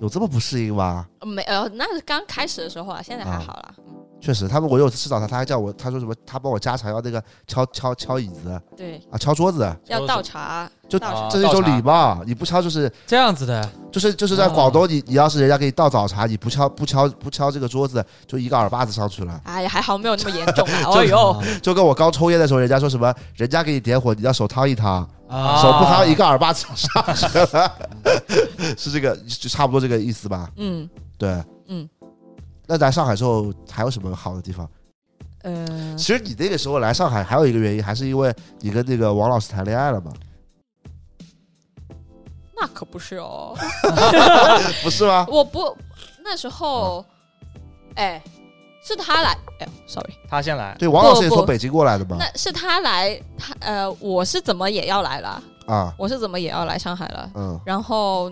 Speaker 1: 有这么不适应吗？
Speaker 4: 呃没呃，那是刚开始的时候啊，现在还
Speaker 1: 啊
Speaker 4: 好啦。
Speaker 1: 确实，他们我有次吃早餐，他还叫我，他说什么？他帮我加茶要那个敲敲敲椅子
Speaker 4: 对，
Speaker 1: 啊，敲桌子，
Speaker 4: 要
Speaker 3: 都是
Speaker 4: 倒茶，
Speaker 1: 就
Speaker 4: 倒茶
Speaker 3: 啊
Speaker 1: 这是一种
Speaker 3: 倒茶
Speaker 1: 礼貌。你不敲就是
Speaker 2: 这样子的，
Speaker 1: 就是就是在广
Speaker 3: 哦
Speaker 1: 东，你你要是人家给你倒早茶，你不敲不敲不敲这个桌子，就一个耳巴子上去了。
Speaker 4: 哎呀，还好没有那么严
Speaker 3: [LAUGHS]
Speaker 4: 重啊！哎呦，
Speaker 1: 就跟我刚抽烟的时候，人家说什么，人家给你点火，你要手烫一烫， [LAUGHS]
Speaker 2: 啊，
Speaker 1: 手不烫一个耳巴子上去了，是这个就差不多这个意思吧？
Speaker 4: 嗯
Speaker 1: 对，
Speaker 4: 嗯，
Speaker 1: 那来上海之后还有什么好的地方？
Speaker 4: 呃
Speaker 1: 其，实你那个时候来上海还有一个原因，还是因为你跟那个王老师谈恋爱了嘛？
Speaker 4: 那可不是哦，
Speaker 1: 不是吗？
Speaker 4: 我不那时候，
Speaker 3: 嗯
Speaker 4: 哎，是他来，哎，sorry，
Speaker 3: 他先来，
Speaker 1: 对，王老师也
Speaker 4: 不
Speaker 1: 从北京过来的嘛？
Speaker 4: 那是他来，他呃，我是怎么也要来了，
Speaker 1: 啊，
Speaker 4: 我是怎么也要来上海了，
Speaker 1: 嗯，
Speaker 4: 然后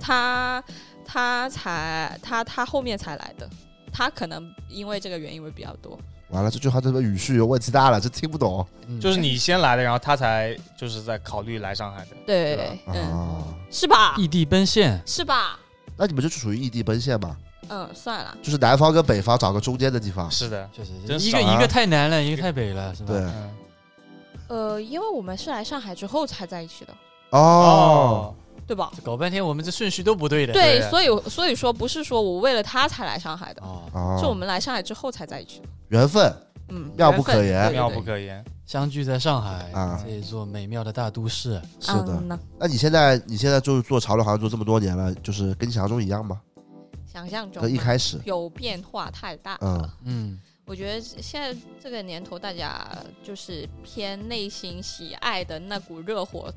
Speaker 4: 他他才他他后面才来的，他可能因为这个原因会比较多。
Speaker 1: 完了，这句话这个语序有问题大了，这听不懂
Speaker 2: 嗯
Speaker 3: 就是你先来的，然后他才就是在考虑来上海的。
Speaker 4: 对，嗯，
Speaker 1: 啊。
Speaker 4: 是吧？
Speaker 2: 异地奔现，
Speaker 4: 是吧？
Speaker 1: 那你们就属于异地奔现嘛？
Speaker 4: 嗯，算了，
Speaker 1: 就是南方跟北方找个中间的地方。
Speaker 3: 是的，
Speaker 2: 确实
Speaker 3: 真
Speaker 2: 一
Speaker 3: 少
Speaker 2: 个
Speaker 3: 啊
Speaker 2: 一个太南了，一个太北了，是吧？
Speaker 1: 对，，
Speaker 3: 嗯，
Speaker 4: 呃，因为我们是来上海之后才在一起的，
Speaker 1: 哦，
Speaker 3: 哦，
Speaker 4: 对吧？
Speaker 2: 搞半天我们这顺序都不对的。
Speaker 4: 对，
Speaker 3: 对
Speaker 4: 所以所以说不是说我为了他才来上海的，
Speaker 2: 哦，
Speaker 1: 哦
Speaker 4: 是我们来上海之后才在一起的。
Speaker 1: 缘分
Speaker 4: 嗯，
Speaker 1: 妙不可
Speaker 4: 缘分
Speaker 1: 言
Speaker 4: 对
Speaker 3: 哦妙不
Speaker 4: 对对
Speaker 3: 可言。
Speaker 2: 相聚在上海
Speaker 1: 啊
Speaker 2: 这一座美妙的大都市，
Speaker 1: 是的。
Speaker 4: 嗯呐，
Speaker 1: 那你现在你现在就是做潮流行业做这么多年了，就是跟你想象中一样吗？
Speaker 4: 想象中
Speaker 1: 跟一开始，
Speaker 4: 有变化太大
Speaker 1: 嗯
Speaker 4: 了。
Speaker 2: 嗯，
Speaker 4: 我觉得现在这个年头，大家就是偏内心喜爱的那股热火、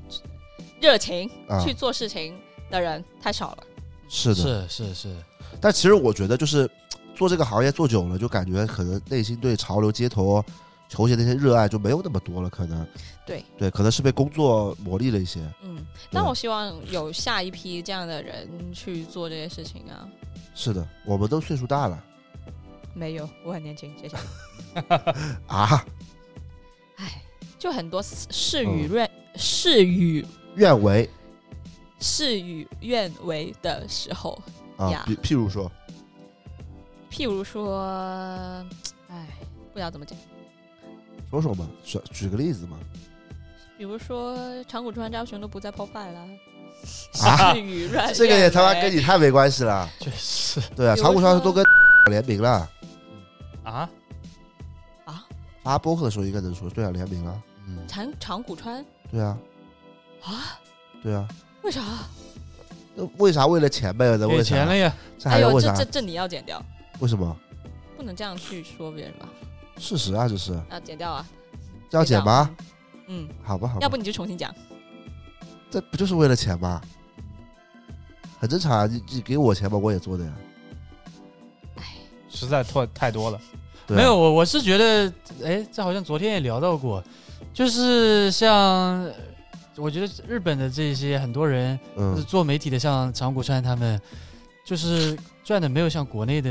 Speaker 4: 热情
Speaker 1: 啊，
Speaker 4: 去做事情的人太少了。
Speaker 1: 是的。
Speaker 2: 是是是，
Speaker 1: 但其实我觉得就是做这个行业做久了，就感觉可能内心对潮流、街头、球鞋那些热爱就没有那么多了，可能
Speaker 4: 对，
Speaker 1: 对，可能是被工作磨砺了一些。
Speaker 4: 嗯，但我希望有下一批这样的人去做这些事情啊。
Speaker 1: 是的，我们都岁数大了
Speaker 4: 没有，我很年轻，谢谢。
Speaker 1: 啊，
Speaker 4: 唉，就很多事事与愿、事与
Speaker 1: 愿为
Speaker 4: 事与愿违的时候，
Speaker 1: 啊
Speaker 4: 呀，
Speaker 1: 比譬如说，
Speaker 4: 譬如说，唉，不知道怎么讲。
Speaker 1: 说说嘛，举举个例子嘛，
Speaker 4: 比如说，长谷川昭雄都不在 pop five 啦，
Speaker 1: [LAUGHS] 啊
Speaker 4: 事与哎愿
Speaker 1: 这个也他妈
Speaker 4: 违
Speaker 1: 跟你太没关系了。
Speaker 2: 确实
Speaker 1: 对啊，
Speaker 4: 比
Speaker 1: 长
Speaker 4: 如
Speaker 1: 谷川
Speaker 4: 说
Speaker 1: 都跟联名了，
Speaker 3: 啊，
Speaker 4: 啊，
Speaker 1: 发播客的时候应该能说，对啊，联名了，
Speaker 2: 嗯，
Speaker 4: 长长谷川
Speaker 1: 对啊，
Speaker 4: 啊？
Speaker 1: 对啊，
Speaker 4: 为啥？
Speaker 1: 那为啥为了钱呗？那为
Speaker 2: 给
Speaker 1: 啥？
Speaker 2: 钱了呀，
Speaker 1: 这
Speaker 4: 哎
Speaker 1: 还要
Speaker 4: 呦，
Speaker 1: 为
Speaker 4: 这
Speaker 1: 啥？
Speaker 4: 这这你要剪掉，
Speaker 1: 为什么？
Speaker 4: 不能这样去说别人吧？
Speaker 1: 事实啊，这是
Speaker 4: 啊，剪掉啊，
Speaker 1: 这要剪吗？？
Speaker 4: 嗯，
Speaker 1: 好吧，好吧，
Speaker 4: 要不你就重新讲。
Speaker 1: 这不就是为了钱吗？很正常啊，你你给我钱吧，我也做的呀。
Speaker 4: 哎，
Speaker 3: 实在太太多了。
Speaker 1: 对啊
Speaker 2: 没有，我我是觉得，哎，这好像昨天也聊到过，就是像呃我觉得日本的这些很多人，就是
Speaker 1: 嗯，
Speaker 2: 做媒体的，像长谷川他们，就是赚的没有像国内的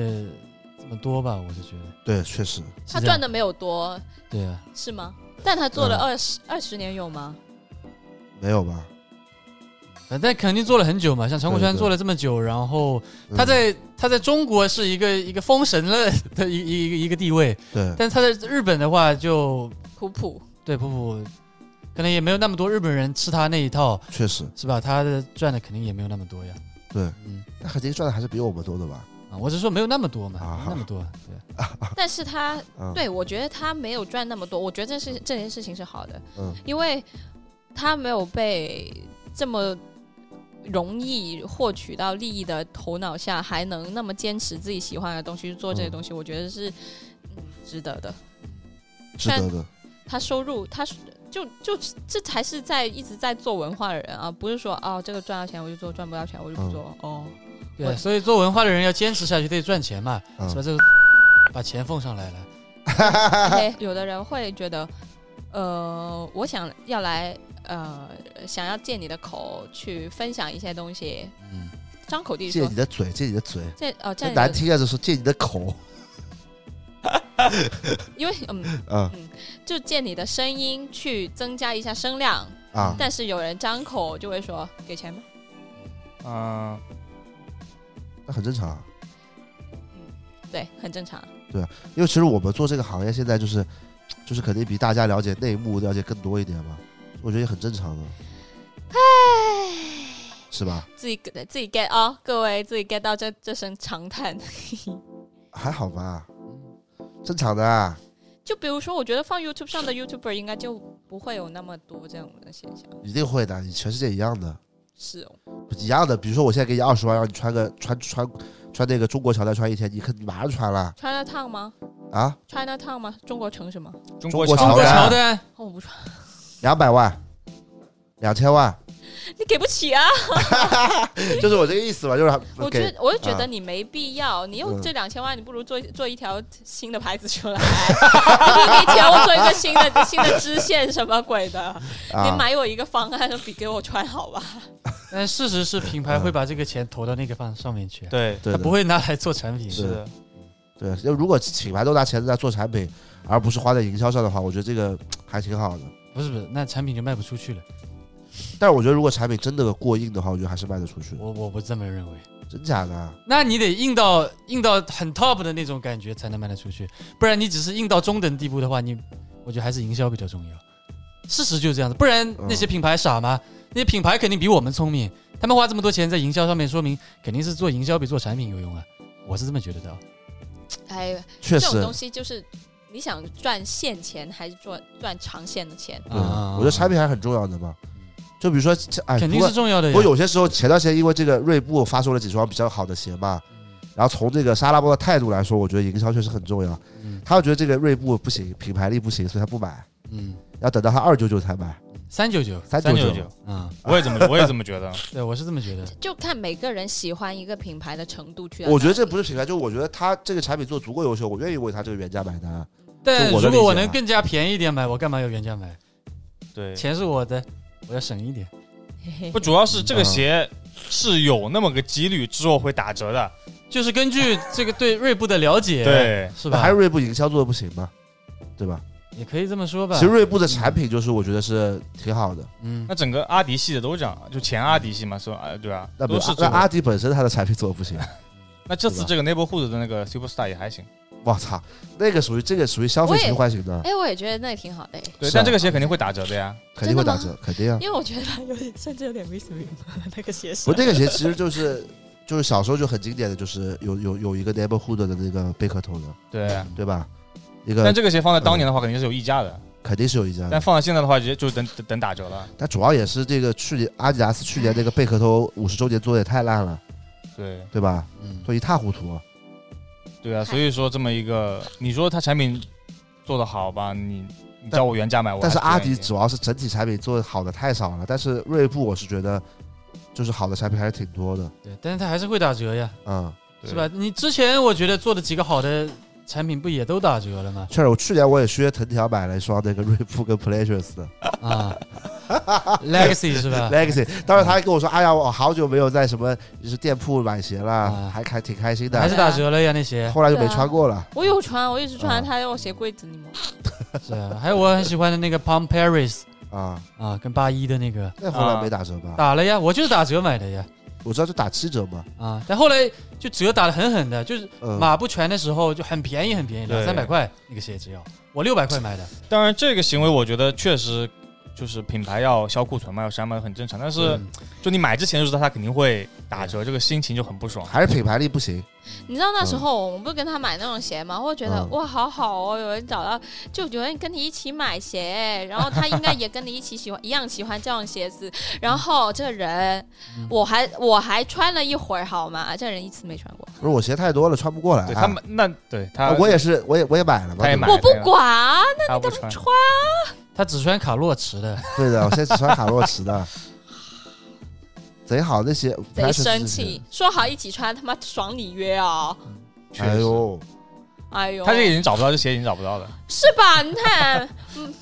Speaker 2: 这么多吧，我是觉得
Speaker 1: 对，确实，
Speaker 2: 是
Speaker 4: 他
Speaker 2: 这样
Speaker 4: 赚的没有多
Speaker 2: 对啊，
Speaker 4: 是吗？但他做了
Speaker 1: 嗯
Speaker 4: 二十二十年有吗？
Speaker 1: 没有吧？
Speaker 2: 反正肯定做了很久嘛，像长谷川
Speaker 1: 对对
Speaker 2: 做了这么久，然后
Speaker 1: 嗯
Speaker 2: 他在他在中国是一个一个封神了的一一一个一个地位，
Speaker 1: 对
Speaker 2: 但是他在日本的话就
Speaker 4: 普普，
Speaker 2: 对普普，可能也没有那么多日本人吃他那一套，
Speaker 1: 确实，
Speaker 2: 是吧？他的赚的肯定也没有那么多呀。
Speaker 1: 对，
Speaker 2: 嗯
Speaker 1: 那肯定赚的还是比我们多的吧？
Speaker 2: 啊，我只是说没有那么多嘛，
Speaker 1: 啊
Speaker 2: 没有那么多，对，
Speaker 4: 但是他
Speaker 1: 嗯，，
Speaker 4: 对我觉得他没有赚那么多，我觉得这是这件事情是好的，
Speaker 1: 嗯，
Speaker 4: 因为他没有被这么容易获取到利益的头脑下，还能那么坚持自己喜欢的东西去做这些东西，我觉得是嗯值得的。
Speaker 1: 值得的。
Speaker 4: 他收入，他就就这才是在一直在做文化的人啊，不是说哦这个赚到钱我就做，赚
Speaker 1: 嗯 [LAUGHS]
Speaker 4: 不到钱我就不做、哦。
Speaker 2: 对，
Speaker 4: 我
Speaker 2: 所以做文化的人要坚持下去，得赚钱嘛，
Speaker 1: 嗯
Speaker 2: 是吧？这把钱奉上来了，
Speaker 4: 对，有的人会觉得，呃，我想要来，呃，想要借你的口去分享一些东西，
Speaker 2: 嗯，
Speaker 4: 张口地
Speaker 1: 借
Speaker 4: 说
Speaker 1: 你，的嘴，借你的嘴，
Speaker 4: 这哦，这
Speaker 1: 这
Speaker 4: 样
Speaker 1: 难听啊，就说借你的口，
Speaker 4: 因为嗯， [LAUGHS]
Speaker 1: 嗯
Speaker 4: 就借你的声音去增加一下声量，
Speaker 1: 啊，
Speaker 4: 但是有人张口就会说给钱吗？
Speaker 3: 嗯，
Speaker 1: 那很正常啊。
Speaker 4: 对，很正常。
Speaker 1: 因为其实我们做这个行业，现在就是就是肯定比大家了解内幕了解更多一点嘛，我觉得也很正常的，是吧？
Speaker 4: 自己自己 get 哦，各位自己 get 到这这声长叹。 [LAUGHS]
Speaker 1: 还好吧，正常的、啊。
Speaker 4: 就比如说，我觉得放 YouTube 上的 YouTuber 应该就不会有那么多这种的现象。
Speaker 1: 一定会的，你全世界一样的，
Speaker 4: 是哦，
Speaker 1: 一样的。比如说，我现在给你二十万，让你穿个穿穿穿那个中国乔丹穿一天，你可你马上穿了
Speaker 4: China Town 吗
Speaker 1: 啊，
Speaker 4: ？China Town 吗？中国城什么？
Speaker 3: 中
Speaker 1: 国
Speaker 3: 国
Speaker 1: 乔
Speaker 3: 乔
Speaker 2: 过
Speaker 1: 丹
Speaker 2: 乔丹，
Speaker 4: 哦，我不穿，
Speaker 1: 两百万，两千万，
Speaker 4: [LAUGHS] 你给不起啊！
Speaker 1: 就是我这个意思吧，就是
Speaker 4: 我
Speaker 1: 给
Speaker 4: 觉得我就觉
Speaker 1: 啊
Speaker 4: 得你没必要，你有
Speaker 1: 嗯
Speaker 4: 这两千万，你不如做做一条新的牌子出来， [LAUGHS] 你给钱我做一个新的新的支线什么鬼的，你
Speaker 1: 啊，
Speaker 4: 买我一个方案，比给我穿好吧？
Speaker 2: 但事实是品牌会把这个钱投到那个方上面去，啊
Speaker 3: 对，
Speaker 1: 嗯对
Speaker 2: 他
Speaker 1: 的
Speaker 2: 不会拿来做产品。
Speaker 1: 是
Speaker 3: 是的，
Speaker 1: 对，要如果品牌都拿钱在做产品，而不是花在营销上的话，我觉得这个还挺好的。
Speaker 2: 不是不是，那产品就卖不出去了。
Speaker 1: 但是我觉得如果产品真的过硬的话，我觉得还是卖得出去的。
Speaker 2: 我我不这么认为。
Speaker 1: 真假的啊？
Speaker 2: 那你得硬到硬到很 top 的那种感觉才能卖得出去，不然你只是硬到中等地步的话，你我觉得还是营销比较重要。事实就是这样子，不然那些品牌傻吗？
Speaker 1: 嗯
Speaker 2: 那些品牌肯定比我们聪明，他们花这么多钱在营销上面，说明肯定是做营销比做产品有用啊。我是这么觉得的啊。
Speaker 4: 哎，
Speaker 1: 确
Speaker 4: 这
Speaker 1: 实
Speaker 4: 种，东西就是你想赚现钱还是赚赚长线的钱？
Speaker 1: 对我觉得产品还是很重要的嘛。就比如说这，哎，
Speaker 2: 啊嗯肯定
Speaker 1: 不过
Speaker 2: 是重要的呀
Speaker 1: 我。有些时候前段时间因为这个锐步发售了几双比较好的鞋嘛，
Speaker 2: 嗯
Speaker 1: 然后从这个沙拉波的态度来说，我觉得营销确实很重要。
Speaker 2: 嗯
Speaker 1: 他会觉得这个锐步不行，品牌力不行，所以他不买，
Speaker 2: 嗯，
Speaker 1: 要等到他二九九才买，
Speaker 2: 三九九，
Speaker 1: 三
Speaker 3: 三九
Speaker 1: 九
Speaker 3: 九。，
Speaker 2: 嗯，
Speaker 3: 我也这么，我也这么觉得。
Speaker 2: 对我是这么觉得。
Speaker 4: 就看每个人喜欢一个品牌的程度去。
Speaker 1: 我觉得这不是品牌，就我觉得他这个产品做足够优秀，我愿意为他这个原价买单啊。
Speaker 2: 但
Speaker 1: 就我的
Speaker 2: 如果
Speaker 1: 理解
Speaker 2: 我能
Speaker 1: 啊
Speaker 2: 更加便宜一点买，我干嘛要原价买？
Speaker 3: 对，
Speaker 1: [LAUGHS]
Speaker 2: 钱是我的，我要省一点。
Speaker 3: 不，主要
Speaker 1: 嗯
Speaker 3: 是这个鞋是有那么个几率之后会打折的。
Speaker 2: 就是根据这个对锐步的了解，
Speaker 3: 对，
Speaker 2: 是
Speaker 1: 那
Speaker 2: 吧？
Speaker 1: 还是锐步营销做的不行吗？对吧？
Speaker 2: 也可以这么
Speaker 4: 嗯
Speaker 2: 说吧。
Speaker 1: 其实锐步的产品就是我觉得是挺好的。
Speaker 2: 嗯，
Speaker 3: 那整个阿迪系的都这样，就前阿迪系嘛，是吧？啊，对啊，
Speaker 1: 那不
Speaker 3: 都是这
Speaker 1: 那
Speaker 3: 个
Speaker 1: 阿迪本身它的产品做的不
Speaker 4: [LAUGHS]
Speaker 1: 行，
Speaker 3: 那这
Speaker 1: 对
Speaker 3: 次
Speaker 1: 吧
Speaker 3: 这个 Neighborhood 的那个 Superstar 也还行，
Speaker 1: 我操，那个属于这个属于消费
Speaker 4: 我也
Speaker 1: 循环型的，
Speaker 4: 哎，我也觉得那挺好的，
Speaker 3: 对，
Speaker 1: 是啊
Speaker 3: 但这个鞋肯定会打折的呀。
Speaker 1: 肯定会
Speaker 4: 真
Speaker 1: 打
Speaker 4: 的吗
Speaker 1: 折，肯定啊。
Speaker 4: [LAUGHS] 因为我觉得有点甚至有点 miss 那个鞋
Speaker 1: 不，
Speaker 4: 是。
Speaker 1: 那个鞋其实就是就是小时候就很经典的，就是有有有一个 neighborhood 的那个贝壳头的，
Speaker 3: 对，
Speaker 1: 对吧？一
Speaker 3: 但
Speaker 1: 个
Speaker 3: 这个鞋放在当年的
Speaker 1: 嗯
Speaker 3: 话肯定是有溢价的，
Speaker 1: 肯定是有一家的
Speaker 3: 但，放在现在的话，直接就等等等打折了。
Speaker 1: 但主要也是这个去年阿迪达斯去年那个贝壳头五十周年做的也太烂了，
Speaker 3: 对，
Speaker 1: 对吧？
Speaker 2: 嗯
Speaker 1: 做一塌糊涂。啊
Speaker 3: 对啊，所以说这么一个，你说它产品做的好吧，你你叫我原价买，我
Speaker 1: 但是
Speaker 3: 还
Speaker 1: 阿
Speaker 3: 不愿
Speaker 1: 迪
Speaker 3: 意
Speaker 1: 主要是整体产品做的好的太少了，但是锐步我是觉得就是好的产品还是挺多的，
Speaker 2: 对，但是它还是会打折呀，
Speaker 1: 嗯。
Speaker 3: 对
Speaker 2: 是吧？你之前我觉得做的几个好的产品不也都打折了
Speaker 3: [LAUGHS]
Speaker 2: 吗？
Speaker 1: 确实，我去年我也去藤条买了一双那个锐步跟 Pleasures 的
Speaker 2: 啊，Legacy 是
Speaker 3: 啊
Speaker 2: 吧？
Speaker 1: Legacy，当时他还跟我说：“哎呀，我好久没有在什么就是店铺买鞋了，
Speaker 2: 啊
Speaker 1: 还还挺开心
Speaker 2: 还
Speaker 1: 的。
Speaker 2: 是打折了呀？那”
Speaker 3: [LAUGHS]
Speaker 2: 些
Speaker 1: 后来就没穿过了。
Speaker 4: 我有穿，我一直穿，
Speaker 1: 啊
Speaker 4: 它在我鞋柜子里嘛。
Speaker 2: 是啊，还有我很喜欢的那个 Palm Paris
Speaker 1: 啊，
Speaker 2: 啊，跟八一的那个
Speaker 1: 那后来没打折
Speaker 3: 啊
Speaker 1: 吧？
Speaker 2: 打了呀，我就是打折买的呀
Speaker 1: 我知道就打七折嘛。
Speaker 2: 啊，但后来就折打的狠狠的，就是
Speaker 1: 嗯，
Speaker 2: 码不全的时候就很便宜很便宜，两
Speaker 3: 对
Speaker 2: 三百块那个鞋只要我六百块买的，
Speaker 3: 当然，这个行为我觉得确实就是品牌要销库存嘛，要删嘛，很正常。但是
Speaker 2: 嗯
Speaker 3: 就你买之前就知道它肯定会打折，这个心情就很不爽。
Speaker 1: 还是品牌力不行。
Speaker 4: 你知道那时候我们不是跟他买那种鞋吗？我觉得
Speaker 1: 嗯
Speaker 4: 哇，好好哦，有人找到，就有人跟你一起买鞋，然后他应该也跟你一起喜欢一样喜欢这种鞋子。然后这人，
Speaker 1: 嗯
Speaker 4: 我还我还穿了一会儿，好吗？这人一次没穿过，
Speaker 1: 不是我鞋太多了，穿不过来。
Speaker 3: 对
Speaker 1: 啊
Speaker 3: 他们，那对他
Speaker 1: 啊，我也是，我也我也买了嘛。
Speaker 3: 他也
Speaker 1: 对吧
Speaker 3: 买
Speaker 4: 我
Speaker 3: 了
Speaker 4: 不管，
Speaker 3: 他不穿，
Speaker 4: 穿
Speaker 2: 他只穿卡洛驰的，
Speaker 1: 对的，我现在只穿卡洛驰
Speaker 3: [LAUGHS]
Speaker 1: 的，贼好那鞋。
Speaker 4: 贼
Speaker 1: Pleasures
Speaker 4: 生
Speaker 1: 这些
Speaker 4: 气。。说好一起穿，他妈爽你约哦！
Speaker 3: 确实
Speaker 1: 哎呦，
Speaker 4: 哎呦，
Speaker 3: 他这个已经找不到，这鞋已经找不到了。
Speaker 4: 是吧？你看，嗯，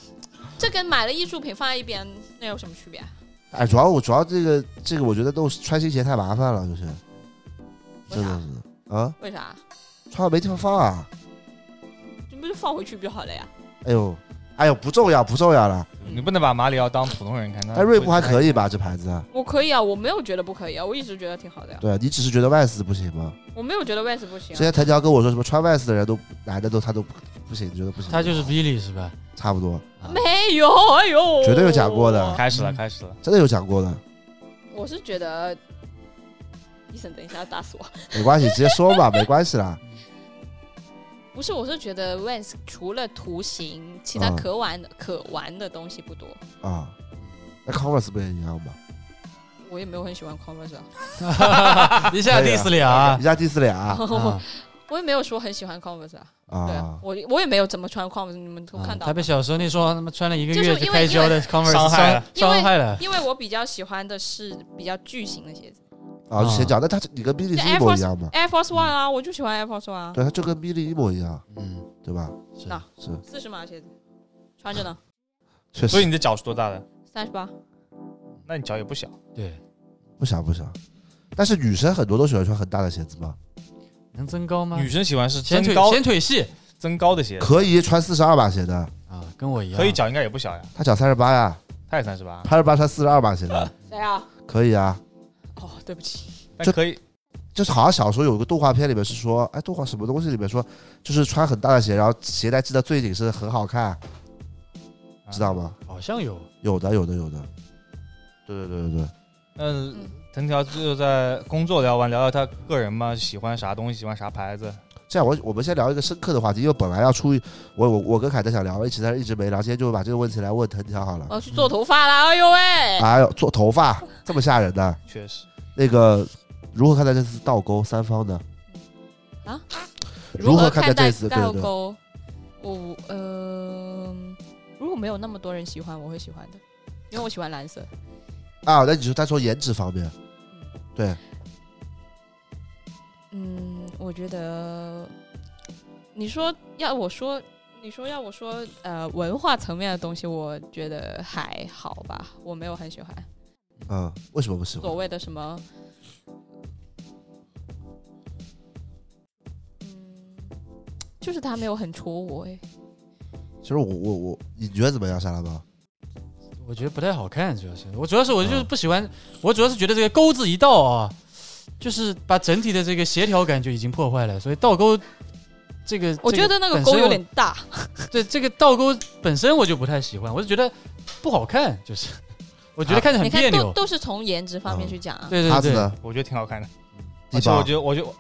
Speaker 4: 这跟买了艺术品放在一边，那有什么区别啊？
Speaker 1: 哎，主要我主要这个这个，我觉得都是穿新鞋太麻烦了，就是
Speaker 4: 为
Speaker 1: 真
Speaker 4: 啥
Speaker 1: 的？是啊，
Speaker 4: 为啥？
Speaker 1: 穿了没地方放啊！
Speaker 4: 你不就放回去不就好了呀？
Speaker 1: 哎呦，哎呦，不重要不重要了。
Speaker 2: 嗯
Speaker 3: 你不能把马里奥当普通人看。他
Speaker 1: 哎，锐步还可
Speaker 3: 以，
Speaker 1: 以吧？这牌子，
Speaker 4: 我可以啊，我没有觉得不可以啊，我一直觉得挺好的呀、
Speaker 1: 对你只是觉得外四不行吗？
Speaker 4: 我没有觉得 Vans 不
Speaker 1: 之
Speaker 4: 行啊、
Speaker 1: 前藤条跟我说什么穿外四的人都男的都他都不不行，觉得不行。
Speaker 2: 他就是
Speaker 3: [LAUGHS]
Speaker 2: Billy 是吧？
Speaker 1: 差不多，
Speaker 2: 啊
Speaker 4: 没有，哎呦，
Speaker 1: 绝对有讲过的
Speaker 3: 开始了，开始了。
Speaker 1: 真的有讲过的，
Speaker 4: 我是觉得，医生，等一下要打死我。
Speaker 1: 没关系，直接说吧， [LAUGHS] 没关系啦。
Speaker 4: 不是，我是觉得 Vans 除了图形，其他
Speaker 1: 嗯
Speaker 4: 可玩的、可玩的东西不多。
Speaker 1: 啊，那 Converse 不也一样吗？
Speaker 4: 我也没有很喜欢 Converse，、啊、
Speaker 2: 一下 diss 了啊
Speaker 3: [LAUGHS]
Speaker 1: 一！下 diss 俩啊 [LAUGHS]
Speaker 2: 啊
Speaker 4: 我也没有说很喜欢 Converse 啊。 [LAUGHS] 对啊
Speaker 1: 啊，！
Speaker 4: 我我也没有怎么穿 Converse，你们都看
Speaker 2: 他
Speaker 4: 到
Speaker 1: [LAUGHS]
Speaker 4: 了
Speaker 2: 被。啊小时候那双他妈穿了一个
Speaker 4: 就
Speaker 2: 月
Speaker 4: 是因为
Speaker 2: 开胶的 Converse
Speaker 3: 伤害了
Speaker 4: 因为
Speaker 2: 伤害了。
Speaker 4: 因为我比较喜欢的是比较巨型的鞋子
Speaker 1: 啊，就先讲，那他你跟 Billy
Speaker 4: 就是
Speaker 1: 一模一样吗？
Speaker 4: ，Air Force One 啊，我就喜欢 Air Force One 啊，
Speaker 1: 对，他就跟 Billy 一模一样，
Speaker 2: 嗯，
Speaker 1: 对吧？
Speaker 2: 是
Speaker 4: 那
Speaker 1: 是，
Speaker 4: 四十码的鞋子，穿着呢，
Speaker 1: 确
Speaker 3: 所以
Speaker 1: 实
Speaker 3: 你的脚是多大的？
Speaker 4: 三十八，
Speaker 3: 那你脚也不小，
Speaker 2: 对，
Speaker 1: 不想不想。但是女生很多都喜欢穿很大的鞋子吗？
Speaker 2: 能增高吗？
Speaker 3: 女生喜欢是
Speaker 2: 嗯前
Speaker 3: 增
Speaker 2: 腿
Speaker 3: 高
Speaker 2: 前腿细
Speaker 3: 增高的鞋，
Speaker 1: 可以穿四十二码鞋的，
Speaker 2: 啊，跟我一样。
Speaker 3: 嗯可以脚应该也不小呀，
Speaker 1: 他脚三十八呀，
Speaker 3: 他也三十八，
Speaker 1: 他是八穿四十二码鞋的， [LAUGHS]
Speaker 4: 谁啊？
Speaker 1: 可以啊。
Speaker 4: 哦，对不起，
Speaker 3: 但
Speaker 1: 这
Speaker 3: 可以
Speaker 1: 就是好像小时候有一个动画片里面是说，哎，动画什么东西里面说，就是穿很大的鞋，然后鞋带系得最紧是很好看，
Speaker 3: 啊
Speaker 1: 知道？吗？
Speaker 2: 好像有
Speaker 1: 有的，有的，有的。对对对对对，
Speaker 3: 嗯，藤条就在工作聊完，聊聊他个人嘛，喜欢啥东西，喜欢啥牌子。
Speaker 1: 这样我我们先聊一个深刻的话题，因为本来要出一我我我跟凯特想聊一起，但是一直没聊，今天就把这个问题来问藤条好了。
Speaker 4: 我去做头发啦，哎呦喂，
Speaker 1: 哎呦，做头发这么吓人的，
Speaker 3: 确实，
Speaker 1: 那个如何看待这次倒钩三方呢？
Speaker 4: 啊？
Speaker 1: 如
Speaker 4: 何
Speaker 1: 何看
Speaker 4: 待
Speaker 1: 这次？对
Speaker 4: 倒
Speaker 1: 对对，
Speaker 4: 钩？我呃，如果没有那么多人喜欢，我会喜欢的，因为我喜欢蓝色。
Speaker 1: 啊，那你说单说颜值方面，对，
Speaker 4: 嗯，我觉得你说要我说，你说要我说，呃，文化层面的东西，我觉得还好吧，我没有很喜欢
Speaker 1: 嗯，为什么不喜欢
Speaker 4: 所？谓的什么。嗯，就是他没有很戳我哎，
Speaker 1: 其实我我我，你觉得怎么样，沙拉包？
Speaker 2: 我觉得不太好看，主要是我主要是我
Speaker 3: 嗯
Speaker 2: 就是不喜欢，我主要是觉得这个钩子一倒啊，就是把整体的这个协调感就已经破坏了，所以倒钩这个
Speaker 4: 我
Speaker 2: 这
Speaker 4: 觉
Speaker 2: 个
Speaker 4: 得那个
Speaker 2: 本身
Speaker 4: 沟有
Speaker 2: 我
Speaker 4: 点大，
Speaker 2: 对这个倒钩本身我就不太喜欢，我就觉得不好看，就是我觉得看着很
Speaker 4: 你看
Speaker 2: 别
Speaker 4: 都
Speaker 2: 扭。
Speaker 4: 都是从颜值方
Speaker 1: 嗯
Speaker 4: 面去讲啊。
Speaker 2: 对
Speaker 1: 哈
Speaker 2: 对
Speaker 1: 子
Speaker 2: 对，
Speaker 1: 呢？
Speaker 3: 我觉得挺好啊看的。
Speaker 1: 地
Speaker 3: 而且我
Speaker 1: 方
Speaker 3: 觉得，我就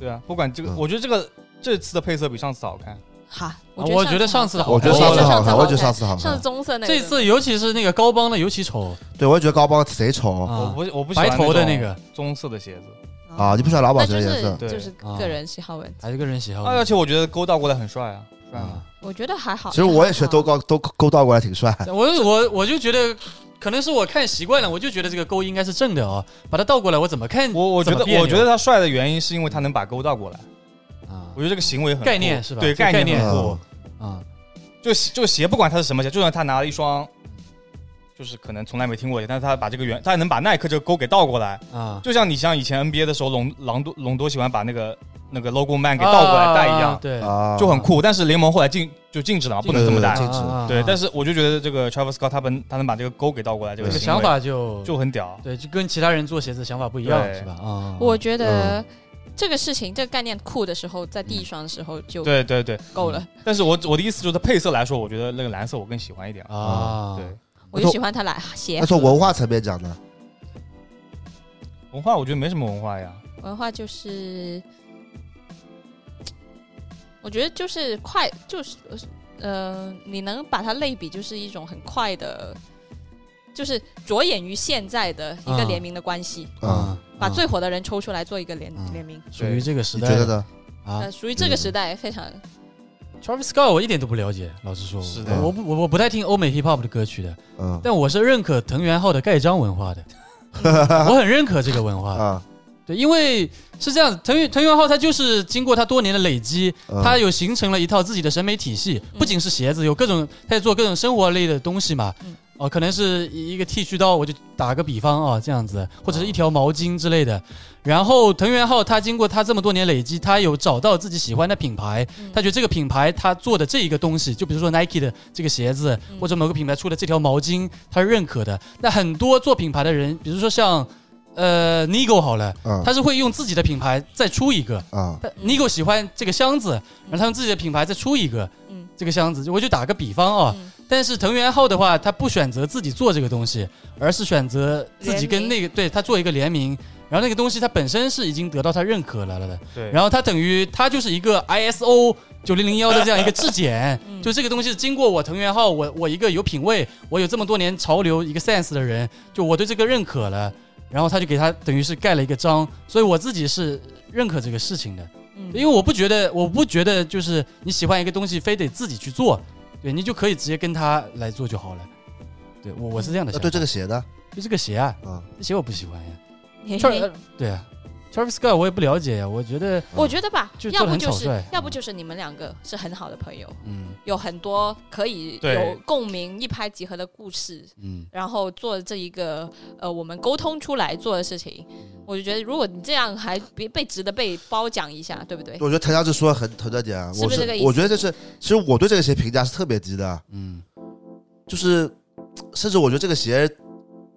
Speaker 3: 对啊，不管这个，
Speaker 1: 嗯
Speaker 3: 我觉得这个这次的配色比上次好看。
Speaker 4: 好，
Speaker 2: 我觉得上次好
Speaker 1: 我觉得
Speaker 2: 我
Speaker 1: 上
Speaker 2: 觉
Speaker 1: 次
Speaker 2: 得
Speaker 1: 好看，我也觉得上
Speaker 4: 上
Speaker 1: 次好
Speaker 4: 上
Speaker 1: 看
Speaker 4: 次。棕色那个，
Speaker 2: 这次尤其是那个高帮的尤其丑
Speaker 1: 对，我也觉得高帮贼丑
Speaker 2: 啊
Speaker 3: 哦我，不，我不喜欢
Speaker 2: 白头的那
Speaker 3: 那
Speaker 2: 个，
Speaker 3: 种棕色的鞋子，
Speaker 1: 啊！你不喜欢劳保
Speaker 4: 嗯那
Speaker 1: 鞋
Speaker 4: 就
Speaker 1: 的颜色
Speaker 4: 是哦
Speaker 3: 对
Speaker 4: 就是
Speaker 2: 啊
Speaker 4: 个人喜好问题，
Speaker 2: 还是个人喜好
Speaker 1: 哦
Speaker 3: 啊而且我觉得勾倒过来很帅啊，帅吗
Speaker 2: 啊？。
Speaker 4: 我觉得还好。
Speaker 1: 其实我也
Speaker 4: 哦
Speaker 1: 觉得都高都勾倒过来挺帅。
Speaker 2: [LAUGHS] 哎我我我就觉得，可能是我看习惯了，我就觉得这个钩应该是正的啊、把它倒过来，我怎么看
Speaker 3: 我我觉
Speaker 2: 怎么
Speaker 3: 得
Speaker 2: 别扭
Speaker 3: 我觉得他帅的原因是因为他能把勾倒过来，
Speaker 2: 啊
Speaker 3: 我觉得这个行为很酷
Speaker 2: 概念是吧
Speaker 3: 对，
Speaker 2: 这个概
Speaker 3: 念
Speaker 2: 念
Speaker 3: 很酷。
Speaker 1: 嗯
Speaker 2: 啊
Speaker 3: 就鞋就鞋不管它是什么鞋，就算他拿了一双，就是可能从来没听过的，但是他把这个圆，他能把耐克这个勾给倒过来，
Speaker 2: 啊，
Speaker 3: 就像你像以前 NBA 的时候，隆朗多隆多喜欢把那个那个 logo man 给倒过来戴一
Speaker 2: 啊
Speaker 3: 样，
Speaker 2: 对，
Speaker 1: 啊，
Speaker 3: 就很酷。但是联盟后来禁就禁止了嘛，不能这么戴
Speaker 1: 对。禁止
Speaker 3: 对，但
Speaker 2: 是
Speaker 3: 是我就觉得这个 Travis Scott 他们他能把这个勾给倒过来，这
Speaker 2: 啊这
Speaker 3: 个
Speaker 2: 个
Speaker 3: 行
Speaker 2: 想
Speaker 3: 为
Speaker 2: 法就
Speaker 3: 就很屌。
Speaker 2: 对，就跟其他人做鞋子想法不一样
Speaker 3: 对
Speaker 2: 是吧？啊，
Speaker 4: 我觉得这个事情，这个概念酷的时候，在第一双的时候就
Speaker 3: 对嗯对对，
Speaker 4: 够了。
Speaker 3: 但是我我的意思就是配色来说，我觉得那个蓝色我更喜欢一点。
Speaker 2: 啊，
Speaker 3: 对，
Speaker 4: 我就喜欢它来鞋
Speaker 1: 那从文化层面讲呢？
Speaker 3: 文化我觉得没什么文化呀，
Speaker 4: 文化就是，我觉得就是快，就是呃，你能把它类比，就是一种很快的，就是着眼于现在的一个
Speaker 2: 嗯
Speaker 4: 联名的关系，
Speaker 1: 啊，
Speaker 4: 把最火的人抽出来做一个联
Speaker 2: 嗯
Speaker 4: 联名。
Speaker 2: 属于这个时
Speaker 1: 你
Speaker 2: 代
Speaker 1: 觉得呢？
Speaker 2: 啊
Speaker 4: 呃，属于这个时代非常，
Speaker 2: ，Travis Scott 我一点都不了解，老实说，
Speaker 3: 是
Speaker 1: 的
Speaker 2: 我不我我不太听欧美 hip hop 的歌曲的，
Speaker 1: 嗯
Speaker 2: 但我是认可藤原浩的盖章文化的，我很认可这个文化，
Speaker 1: 啊
Speaker 2: 对，因为是这样子，藤原藤原浩他就是经过他多年的累积，
Speaker 1: 嗯
Speaker 2: 他有形成了一套自己的审美体系，
Speaker 4: 嗯
Speaker 2: 不仅是鞋子，有各种他也做各种生活类的东西嘛
Speaker 4: 嗯。
Speaker 2: 哦，可能是一个剃须刀，我就打个比方啊，这样子，或
Speaker 4: 哦
Speaker 2: 者是一条毛巾之类的。然后藤原浩他经过他这么多年累积，他有找到自己喜欢的品牌，
Speaker 4: 嗯
Speaker 2: 他觉得这个品牌他做的这一个东西，就比如说 Nike 的这个鞋子，
Speaker 4: 嗯
Speaker 2: 或者某个品牌出的这条毛巾，他是认可的。那很多做品牌的人，比如说像呃 Nigo 好了，
Speaker 1: 嗯
Speaker 2: 他是会用自己的品牌再出一个。
Speaker 1: 啊，
Speaker 2: 他
Speaker 4: 嗯
Speaker 2: Nigo 喜欢这个箱子，然后他用自己的品牌再出一个
Speaker 4: 嗯
Speaker 2: 这个箱子。我就打个比方啊，
Speaker 4: 嗯
Speaker 2: 但是藤原浩的话，他不选择自己做这个东西，而是选择自己跟那个对他做一个联名，然后那个东西它本身是已经得到他认可了了的，
Speaker 3: 对，
Speaker 2: 然后它等于它就是一个 ISO 九零零幺的这样一个质检，
Speaker 4: [LAUGHS] 嗯
Speaker 2: 就这个东西经过我藤原浩，我我一个有品味，我有这么多年潮流一个 sense 的人，就我对这个认可了，然后他就给他等于是盖了一个章，所以我自己是认可这个事情的，
Speaker 4: 嗯
Speaker 2: 因为我不觉得我不觉得就是你喜欢一个东西非得自己去做，对你就可以直接跟他来做就好了。对我我是这样的
Speaker 1: 那嗯呃
Speaker 2: 想法，
Speaker 1: 对这个鞋呢？
Speaker 2: 就这个鞋啊，
Speaker 1: 啊，
Speaker 2: 这鞋我不喜欢呀，
Speaker 4: 嘿
Speaker 2: 这
Speaker 4: 嘿
Speaker 2: 儿对啊，Travis Scott 我也不了解呀，我觉得
Speaker 4: 我觉得吧
Speaker 2: 就，
Speaker 4: 要
Speaker 2: 做得
Speaker 4: 不
Speaker 2: 很
Speaker 4: 就
Speaker 2: 草率
Speaker 4: 是要不就是你们两个是很好的朋友，
Speaker 2: 嗯
Speaker 4: 有很多可以
Speaker 3: 对
Speaker 4: 有共鸣、一拍即合的故事，
Speaker 2: 嗯
Speaker 4: 然后做这一个呃我们沟通出来做的事情。我就觉得，如果你这样还别被值得被褒奖一下，对不对？
Speaker 1: 我觉得谭家志说的很很对点啊，
Speaker 4: 是
Speaker 1: 我
Speaker 4: 不是这个意思
Speaker 1: 我觉得就是，其实我对这个鞋评价是特别低的，
Speaker 2: 嗯
Speaker 1: 就是甚至我觉得这个鞋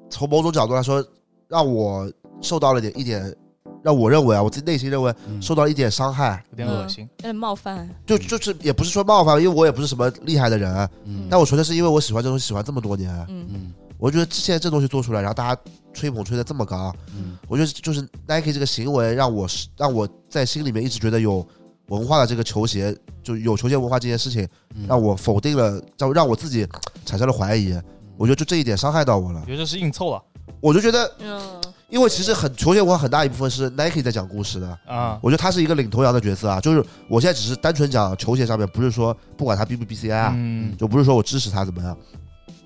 Speaker 1: 从某种角度来说，让我受到了点一点，让我认为啊，我自己内心认为
Speaker 2: 嗯
Speaker 1: 受到了一点伤害，
Speaker 3: 有点恶心。
Speaker 4: 有点冒犯。
Speaker 1: 就就是也不是说冒犯，因为我也不是什么厉害的人啊，
Speaker 2: 嗯
Speaker 1: 但我纯粹是因为我喜欢这东西，喜欢这么多年，
Speaker 4: 嗯
Speaker 2: 嗯
Speaker 1: 我觉得之前这东西做出来，然后大家吹捧吹的这么高，
Speaker 2: 嗯
Speaker 1: 我觉得就是 Nike 这个行为让我是让我在心里面一直觉得有文化的这个球鞋，就有球鞋文化这件事情，
Speaker 2: 嗯
Speaker 1: 让我否定了，让让我自己产生了怀疑。我觉得就这一点伤害到我了
Speaker 2: 嗯
Speaker 3: 我，觉得这是硬凑啊
Speaker 1: 我就觉得，
Speaker 4: 嗯，
Speaker 1: 因为其实很球鞋文化很大一部分是 Nike 在讲故事的，
Speaker 3: 啊，
Speaker 1: 我觉得他是一个领头羊的角色啊。就是我现在只是单纯讲球鞋上面，不是说不管他 B 不 BCI 啊，
Speaker 3: 嗯，
Speaker 1: 就不是说我支持他怎么样，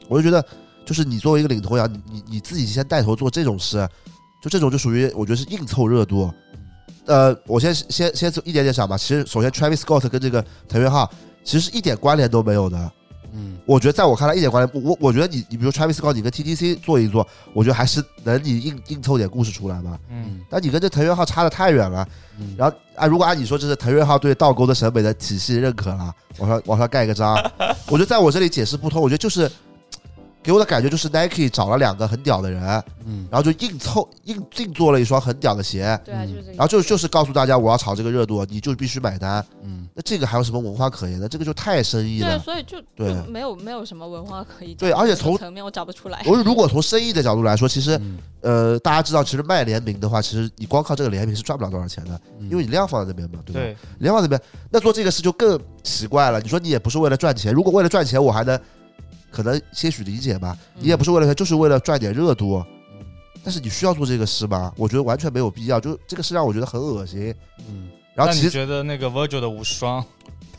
Speaker 1: 我就觉得就是你作为一个领头羊，你你你自己先带头做这种事，就这种就属于我觉得是硬凑热度。呃，我先先先一点点想吧。其实首先，Travis Scott 跟这个藤原浩其实是一点关联都没有的。
Speaker 2: 嗯
Speaker 1: 我觉得在我看来一点关联，我我觉得你你比如 Travis Scott 你跟 TTC 做一做，我觉得还是能你硬硬凑点故事出来吧。
Speaker 3: 嗯，
Speaker 1: 但你跟这藤原浩差的太远了。
Speaker 2: 嗯
Speaker 1: 然后啊，如果按你说，这是藤原浩对倒钩的审美的体系认可了，往上往上盖一个章，我觉得在我这里解释不通。我觉得就是给我的感觉就是 Nike 找了两个很屌的人，
Speaker 2: 嗯
Speaker 1: 然后就硬凑硬硬做了一双很屌的鞋，
Speaker 4: 对啊，就是这
Speaker 1: 嗯然
Speaker 4: 个。
Speaker 1: 后就就是告诉大家我要炒这个热度，你就必须买单。
Speaker 2: 嗯
Speaker 1: 那这个还有什么文化可言的？这个就太生意
Speaker 4: 对啊，
Speaker 1: 了。
Speaker 4: 所以就
Speaker 1: 对
Speaker 4: 就没有没有什么文化可以讲
Speaker 1: 对而且从
Speaker 4: 层面我找不出来。
Speaker 1: 我如果从生意的角度来说，其实
Speaker 2: 嗯，
Speaker 1: 呃，大家知道，其实卖联名的话，其实你光靠这个联名是赚不了多少钱的，因为
Speaker 2: 你
Speaker 1: 你量放在那边嘛，对吧？
Speaker 3: 对，
Speaker 1: 联邦那边，那做这个事就更奇怪了。你说你也不是为了赚钱，如果为了赚钱，我还能可能些许理解吧。
Speaker 4: 嗯
Speaker 1: 你也不是为了钱，就是为了赚点热度。但是你需要做这个事吗？我觉得完全没有必要。就这个事让我觉得很恶心。
Speaker 2: 嗯
Speaker 1: 然后
Speaker 3: 那
Speaker 1: 其
Speaker 3: 你
Speaker 1: 实
Speaker 3: 觉得那个 Virgil 的无双，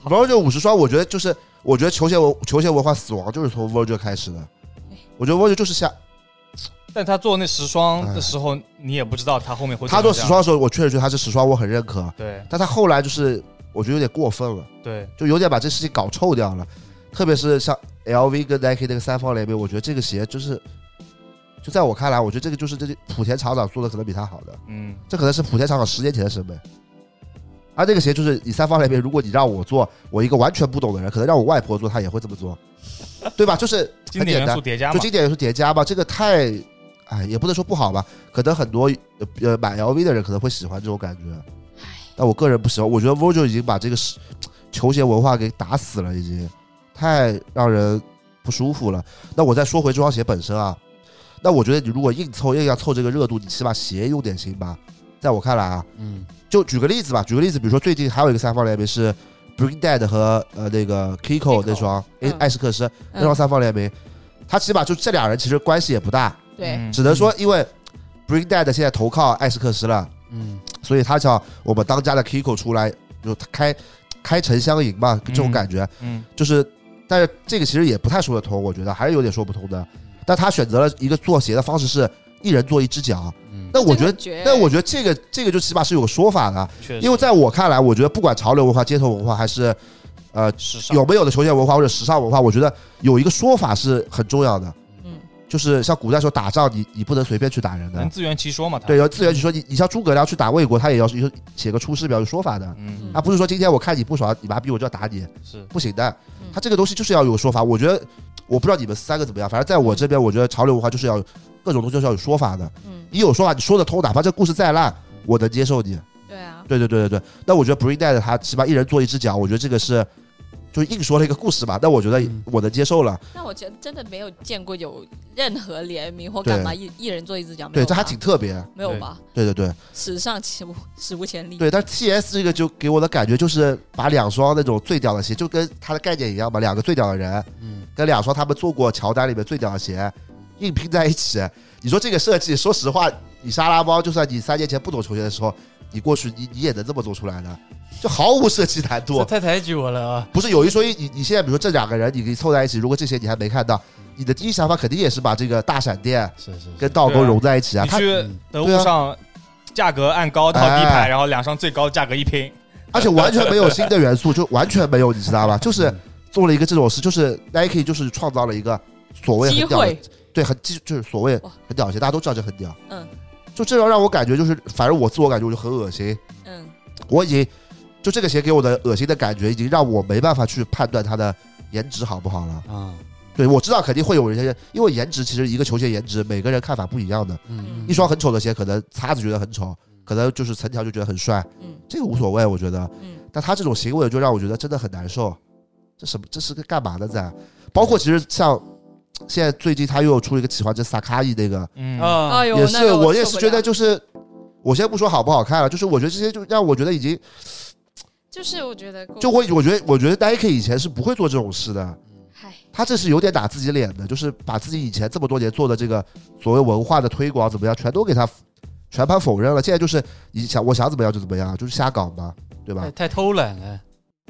Speaker 1: Virgil 五十双，我觉得就是我觉得球鞋文球鞋文化死亡就是从 Virgil 开始的
Speaker 4: 哎。
Speaker 1: 我觉得 Virgil 就是下
Speaker 3: 但他做那十双的时候，你也不知道他后面会
Speaker 1: 他做
Speaker 3: 怎
Speaker 1: 时
Speaker 3: 么
Speaker 1: 装的时候，我确实觉得他是时装，我很认可。
Speaker 3: 样，
Speaker 1: 但他后来就是我觉得有点过分了。
Speaker 3: 对对，
Speaker 1: 就有点把这事情搞臭掉了。特别是像 LV 跟 Nike 那个三方联名，我觉得这个鞋就是，就在我看来，我觉得这个就是这个莆田厂长做的可能比他好的，
Speaker 3: 嗯，
Speaker 1: 这可能是莆田厂长十年前的审美。而这个鞋就是你三方联名，如果你让我做，我一个完全不懂的人，可能让我外婆做，她也会这么做，对吧？就是
Speaker 3: 经
Speaker 1: 很
Speaker 3: 典
Speaker 1: 简
Speaker 3: 元
Speaker 1: 单
Speaker 3: 素，叠加
Speaker 1: 就
Speaker 3: 嘛，
Speaker 1: 经典元素叠加吧。这个太，哎，也不能说不好吧，可能很多呃呃买 LV 的人可能会喜欢这种感觉。
Speaker 4: 唉
Speaker 1: 但我个人不喜欢，我觉得 Virgil 已经把这个是球鞋文化给打死了，已经太让人不舒服了。那我再说回这双鞋本身啊，那我觉得你如果硬凑硬要凑这个热度，你起码鞋用点心吧。在我看来啊，
Speaker 2: 嗯
Speaker 1: 就举个例子吧，举个例子，比如说最近还有一个三方联名是 Bring Dead 和呃那个 Kiko
Speaker 4: Kiko，
Speaker 1: 那双艾
Speaker 4: 嗯
Speaker 1: 艾斯克斯那双
Speaker 4: 嗯，
Speaker 1: 三方联名，他起码就这俩人其实关系也不大，
Speaker 4: 对，
Speaker 3: 嗯
Speaker 1: 只能说因为 Bring Dead 现在投靠艾斯克斯了。
Speaker 2: 嗯
Speaker 1: 所以他想我们当家的 Kiko 出来，就开开城相迎嘛，这种感觉、
Speaker 3: 嗯
Speaker 1: 就是，但是这个其实也不太说得通，我觉得还是有点说不通的。但他选择了一个做鞋的方式是一人做一只脚，
Speaker 2: 嗯
Speaker 1: 那我觉得，
Speaker 4: 得
Speaker 1: 那我觉得这个这个就起码是有个说法的，
Speaker 3: 确实
Speaker 1: 因为在我看来，我觉得不管潮流文化、街头文化，还是呃
Speaker 3: 时尚
Speaker 1: 有没有的球鞋文化或者时尚文化，我觉得有一个说法是很重要的，
Speaker 4: 嗯，
Speaker 1: 就是像古代时候打仗，你你不能随便去打人的
Speaker 3: 能，自圆其说嘛？他
Speaker 1: 嗯对，，有自然去说你你像诸葛亮去打魏国，他也要是写个出师表有说法的，
Speaker 3: 嗯，
Speaker 1: 他不是说今天我看你不爽，你妈逼我就要打你，
Speaker 3: 是
Speaker 1: 不行的，
Speaker 3: 嗯
Speaker 1: 他这个东西就是要有说法。我觉得我不知道你们三个怎么样，反正在我这边，我觉得潮流文化就是要有各种东西就是要有说法的，
Speaker 4: 嗯，
Speaker 1: 你有说法，你说得通，哪怕这故事再烂，我能接受你。
Speaker 4: 对啊，
Speaker 1: 对对对对对，那我觉得 Bring Dead 他起码一人做一只脚，我觉得这个是就是硬说了一个故事吧，但我觉得
Speaker 2: 嗯
Speaker 1: 我能接受了。
Speaker 4: 那我觉得真的没有见过有任何联名或干嘛一一人做一只脚，没
Speaker 1: 对，
Speaker 4: 有啊
Speaker 1: 这还
Speaker 4: 吧
Speaker 1: 挺特别。
Speaker 4: 没有吧？
Speaker 1: 对对对
Speaker 4: 史上史无史无前例。
Speaker 1: 对，但是 T S 这个就给我的感觉就是把两双那种最屌的鞋，就跟它的概念一样嘛，两个最屌的人
Speaker 2: 嗯，
Speaker 1: 跟两双他们做过乔丹里面最屌的鞋硬拼在一起。你说这个设计，说实话，你沙拉猫就算你三年前不懂球鞋的时候，你过去你你也能这么做出来的，就毫无设计难度
Speaker 2: 这。太抬举我了啊！
Speaker 1: 不是有一说一，你你现在比如说这两个人，你给凑在一起，如果这些你还没看到，你的第一想法肯定也是把这个大闪电
Speaker 2: 是是
Speaker 1: 跟倒钩融在一起啊。
Speaker 3: 你
Speaker 1: 他
Speaker 3: 去
Speaker 2: 嗯
Speaker 3: 得物
Speaker 1: 对啊
Speaker 3: 上价格按高套低
Speaker 1: 哎
Speaker 3: 排，然后两双最高的价格一拼，
Speaker 1: 而且完全没有新的元素，就完全没有，你知
Speaker 4: [LAUGHS]
Speaker 1: 道吧？就是做了一个这种事，就是 Nike 就是创造了一个所谓
Speaker 4: 机
Speaker 1: 很屌的
Speaker 4: 会，
Speaker 1: 对，很就就是所谓
Speaker 4: 哇
Speaker 1: 很屌鞋，大家都知道这很屌。
Speaker 4: 嗯，
Speaker 1: 就这种让我感觉就是，反正我自我感觉我就很恶心，
Speaker 4: 嗯，
Speaker 1: 我已经就这个鞋给我的恶心的感觉，已经让我没办法去判断它的颜值好不好了。
Speaker 2: 啊，
Speaker 1: 对，我知道肯定会有人，因为颜值其实一个球鞋颜值，每个人看法不一样的。
Speaker 2: 嗯
Speaker 1: 一双很丑的鞋，可能擦子觉得很丑，可能就是层条就觉得很帅，
Speaker 4: 嗯
Speaker 1: 这个无所谓，我觉得。
Speaker 4: 嗯
Speaker 1: 但他这种行为就让我觉得真的很难受，这什么这是个干嘛的在？包括其实像现在最近他又出了一个喜欢这萨卡伊那个，
Speaker 3: 嗯
Speaker 2: 嗯，啊
Speaker 4: 哎，呦，
Speaker 1: 也
Speaker 4: 那
Speaker 1: 是
Speaker 4: 个
Speaker 1: 我
Speaker 4: 受
Speaker 1: 也
Speaker 4: 不
Speaker 1: 是觉得
Speaker 4: 了
Speaker 1: 就是，我先不说好不好看了，就是我觉得这些就让我觉得已经
Speaker 4: 就是我觉得
Speaker 1: 就我我觉得我觉得 Nike 以前是不会做这种事的，
Speaker 4: 嗨，
Speaker 1: 他这是有点打自己脸的，就是把自己以前这么多年做的这个所谓文化的推广怎么样，全都给他全盘否认了。现在就是你想我想怎么样就怎么样，就是瞎搞嘛，对吧
Speaker 2: 太？太偷懒了，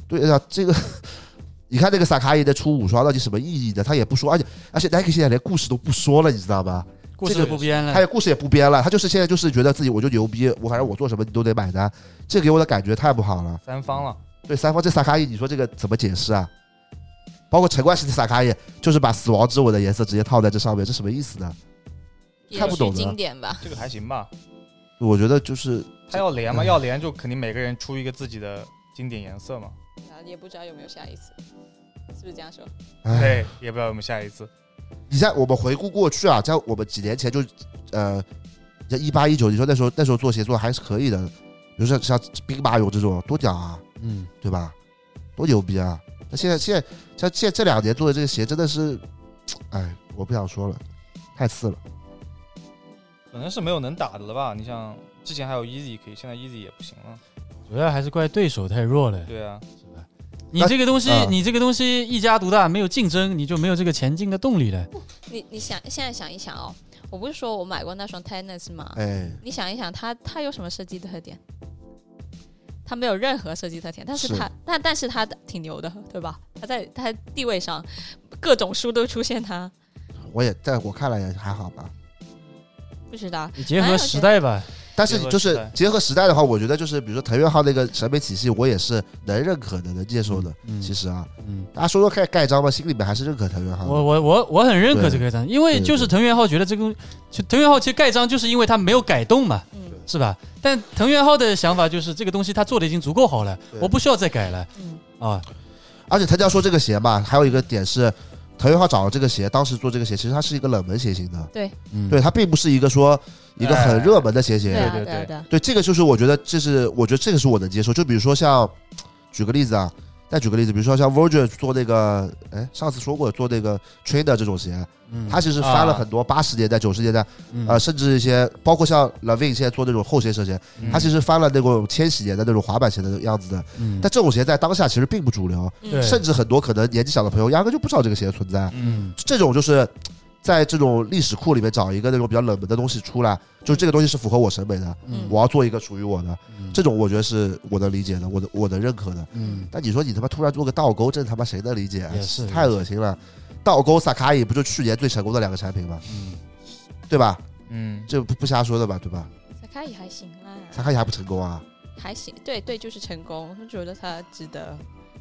Speaker 1: 对啊，这个你看那个萨卡伊的出五双到底什么意义呢？他也不说，而且而且 Nike 现在连故事都不说了，你知道吗？
Speaker 2: 故事
Speaker 1: 这个
Speaker 2: 都不编
Speaker 1: 他
Speaker 2: 了，
Speaker 1: 也故事也不编了，他就是现在就是觉得自己我就牛逼，我反正我做什么你都得买单，这给我的感觉太不好了。
Speaker 3: 三方了，
Speaker 1: 对，三方这萨卡伊，你说这个怎么解释啊？包括陈冠希的萨卡伊，就是把死亡之吻的颜色直接套在这上面，这什么意思呢？
Speaker 4: 也
Speaker 1: 看不
Speaker 4: 许
Speaker 1: 懂的
Speaker 4: 经典吧，
Speaker 3: 这个还行吧？
Speaker 1: 我觉得就是
Speaker 3: 他要连嘛，
Speaker 1: 嗯
Speaker 3: 要连就肯定每个人出一个自己的经典颜色嘛。
Speaker 4: 然后哎也不知道有没有下一次，是不是这样说？
Speaker 1: 哎，
Speaker 3: 对，也不知道我们下一次。
Speaker 1: 你在我们回顾过去啊，在我们几年前就，呃，像一八一九，你说那时候那时候做协作还是可以的，比如像像兵马俑这种多屌啊，
Speaker 2: 嗯，
Speaker 1: 对吧？多牛逼啊！那现在现在像现在这两年做的这个鞋真的是，哎，我不想说了，太次了。
Speaker 3: 可能是没有能打的了吧？你像之前还有 Easy 可以，现在 Easy 也不行了。
Speaker 2: 主要还是怪对手太弱了，
Speaker 3: 对啊，
Speaker 2: 是吧？你
Speaker 1: 那
Speaker 2: 这个东西
Speaker 1: 啊，
Speaker 2: 你这个东西一家独大，没有竞争，你就没有这个前进的动力了。
Speaker 4: 你你想现在想一想哦，我不是说我买过那双 Tennis 吗？
Speaker 1: 哎，
Speaker 4: 你想一想它，它有什么设计特点？它没有任何设计特点，但是
Speaker 1: 是
Speaker 4: 它但但是它挺牛的，对吧？它在它地位上，各种书都出现它，
Speaker 1: 我也在我看来也还好吧。
Speaker 4: 不知道。
Speaker 2: 你结
Speaker 1: 哎
Speaker 2: 合时代吧，
Speaker 1: 但是你就
Speaker 3: 结合
Speaker 1: 是
Speaker 3: 时代
Speaker 1: 结合时代的话，我觉得就是比如说藤原浩那个审美体系，我也是能认可的、能接受的。
Speaker 2: 嗯
Speaker 1: 其实啊，
Speaker 2: 嗯，
Speaker 1: 大家说说看盖章吧，心里面还是认可藤原浩
Speaker 2: 我
Speaker 1: 的。
Speaker 2: 我我我很认可这个盖章，因为
Speaker 1: 对对
Speaker 2: 就是
Speaker 1: 对
Speaker 2: 藤原浩觉得这个东西，就藤原浩其实盖章就是因为他没有改动嘛，
Speaker 4: 嗯
Speaker 2: 是吧？但藤原浩的想法就是这个东西他做的已经足够好了，
Speaker 1: 对
Speaker 2: 我不需要再改了
Speaker 4: 嗯，
Speaker 2: 啊。
Speaker 1: 而且藤条说这个鞋嘛，还有一个点是，藤原浩找的这个鞋，当时做这个鞋，其实它是一个冷门鞋型的，
Speaker 2: 嗯
Speaker 1: 对，它并不是一个说一个很热门的鞋型。
Speaker 4: 啊，
Speaker 3: 哎对对
Speaker 4: 对啊，对啊。
Speaker 1: 对，这个就是我觉得这是我觉得这个是我能接受。就比如说像，举个例子啊，再举个例子，比如说像 Virgil 做那个，哎，上次说过做那个 Trainer 这种鞋，
Speaker 2: 嗯
Speaker 1: 它其实翻了
Speaker 3: 啊
Speaker 1: 很多八十年代、九十年代，
Speaker 2: 嗯
Speaker 1: 呃，甚至一些包括像 Lavin 现在做那种后鞋设鞋，它其实翻了那种千禧年的那种滑板鞋的样子的。
Speaker 2: 嗯
Speaker 1: 但这种鞋在当下其实并不主流，
Speaker 2: 对
Speaker 4: 嗯
Speaker 1: 甚至很多可能年纪小的朋友压根就不知道这个鞋的存在。啊
Speaker 3: 嗯，
Speaker 1: 这种就是在这种历史库里面找一个那种比较冷门的东西出来，就这个东西是符合我审美的，
Speaker 4: 嗯
Speaker 1: 我要做一个属于我的，
Speaker 2: 嗯
Speaker 1: 这种我觉得是我能理解的，我的我能认可的。
Speaker 2: 嗯
Speaker 1: 但你说你他妈突然做个倒钩，这他妈谁能理解？啊
Speaker 2: 也是
Speaker 1: 太恶心了。倒钩萨卡伊不就去年最成功的两个产品吗？
Speaker 2: 嗯
Speaker 1: 对吧？
Speaker 3: 嗯，
Speaker 1: 这不不瞎说的吧，对吧？
Speaker 4: 萨卡也还行啦，
Speaker 1: 萨卡也还不成功啊，
Speaker 4: 还行，对对，就是成功，我觉得他值得。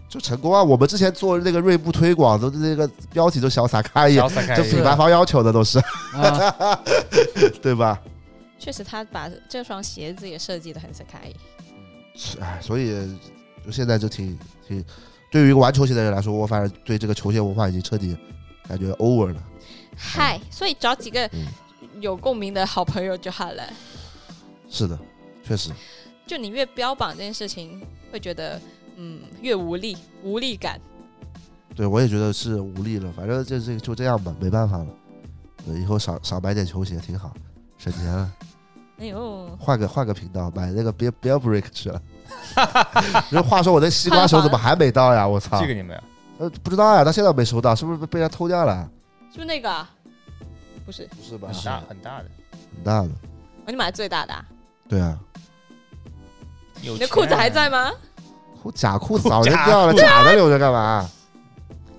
Speaker 1: 就成功啊！我们之前做那个锐步推广的那个标题都小萨卡也，
Speaker 3: 小撒开
Speaker 1: 这品牌方要求的都是，
Speaker 2: 啊，
Speaker 1: 对吧？
Speaker 4: 确实，他把这双鞋子也设计的很萨卡伊。
Speaker 1: 是哎，所以就现在就挺挺，对于一个玩球鞋的人来说，我反正对这个球鞋文化已经彻底感觉 over 了。
Speaker 4: 嗨，所以找几个
Speaker 1: [LAUGHS] 嗯
Speaker 4: 有共鸣的好朋友就好了。
Speaker 1: 是的，确实，
Speaker 4: 就你越标榜这件事情，会觉得嗯越无力，无力感。
Speaker 1: 对我也觉得是无力了。反正就这就这样吧，没办法了。对以后少少买点球鞋挺好，省钱了。
Speaker 4: 哎呦，
Speaker 1: 换个换个频道，买那个 Bear Bear Brick 去了。 [LAUGHS] 人话说我那西瓜球怎么还没到呀？我操！
Speaker 3: 这个你没有，
Speaker 1: 呃，不知道呀，他现在没收到，是不是被被人家偷掉了？
Speaker 4: 是不是那个啊？不是，
Speaker 1: 不是吧
Speaker 3: 很大很大的。
Speaker 1: 很大的，
Speaker 4: 哦你买最大的啊、
Speaker 1: 对啊，
Speaker 3: 你
Speaker 4: 你的裤子还在？吗？
Speaker 1: 裤假裤早扔掉了，假的留着干嘛？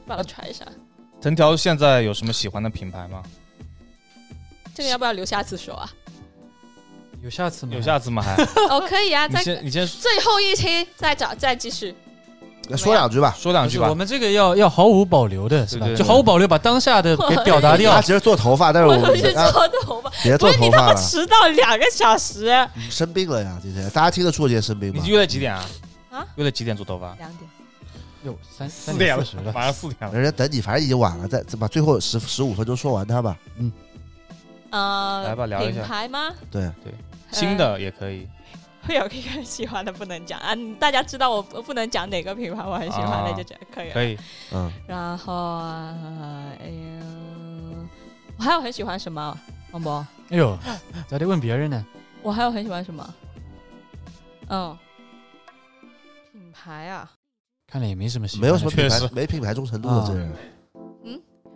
Speaker 4: 把它穿
Speaker 3: 啊
Speaker 4: 上。
Speaker 3: 藤条现在有什么喜欢的品牌吗？
Speaker 4: 这个要不要留下次
Speaker 3: [LAUGHS]
Speaker 4: 说啊？
Speaker 2: 有下次吗？
Speaker 3: 有下次吗？还？
Speaker 4: 哦，可以啊，
Speaker 3: 你
Speaker 4: 再
Speaker 3: 先你先
Speaker 4: 最后一期再找再继续。
Speaker 1: 那 [LAUGHS] 说两句吧。
Speaker 3: 说两
Speaker 2: 不
Speaker 3: 句
Speaker 2: 是
Speaker 3: 吧
Speaker 2: 我。们这个要要毫无保留的是吧
Speaker 3: 对对？
Speaker 2: 就
Speaker 3: 对
Speaker 2: 毫无保留把当下的给表达掉
Speaker 1: 他。其实做头发，但是
Speaker 4: 我
Speaker 1: 我
Speaker 4: 要去
Speaker 1: 们啊
Speaker 4: 做头发，
Speaker 1: 别
Speaker 4: 不
Speaker 1: 做
Speaker 4: 是你
Speaker 1: 头
Speaker 4: 他
Speaker 1: 发
Speaker 4: 妈
Speaker 1: 了，
Speaker 4: 迟到两个小时，
Speaker 1: 你生病了呀！今天大家听得出我今天生病
Speaker 3: 你
Speaker 1: 吗？
Speaker 3: 约了几点啊？
Speaker 4: 啊
Speaker 3: 约了几点做头发？
Speaker 4: 两点。
Speaker 2: 哟，哎三
Speaker 3: 四
Speaker 2: 三
Speaker 3: 点
Speaker 2: 点
Speaker 3: 了
Speaker 2: 四十，了，
Speaker 3: 马上四点了。
Speaker 1: 人家等你，反正已经晚了，再再把最后十十五分钟说完它吧。
Speaker 4: 呃，
Speaker 3: 来吧聊一下
Speaker 4: 品牌吗？
Speaker 1: 对，
Speaker 3: 新的也可以。
Speaker 4: 会有一个喜欢的不能讲 [LAUGHS] 啊，大家知道我不不能讲哪个品牌我很喜欢的
Speaker 3: 啊
Speaker 4: 就这样可以了。
Speaker 3: 可以，
Speaker 1: 嗯，
Speaker 4: 然后啊，哎呦，我还有很喜欢什么？王博，
Speaker 2: 哎呦，咋得问别人呢？
Speaker 4: 我还有很喜欢什么？嗯，品牌啊，
Speaker 2: 看来也没什么喜欢
Speaker 1: 没
Speaker 2: 的，
Speaker 1: 有什么
Speaker 3: 确
Speaker 1: 品牌
Speaker 3: 实，
Speaker 1: 没品牌忠诚度的这人，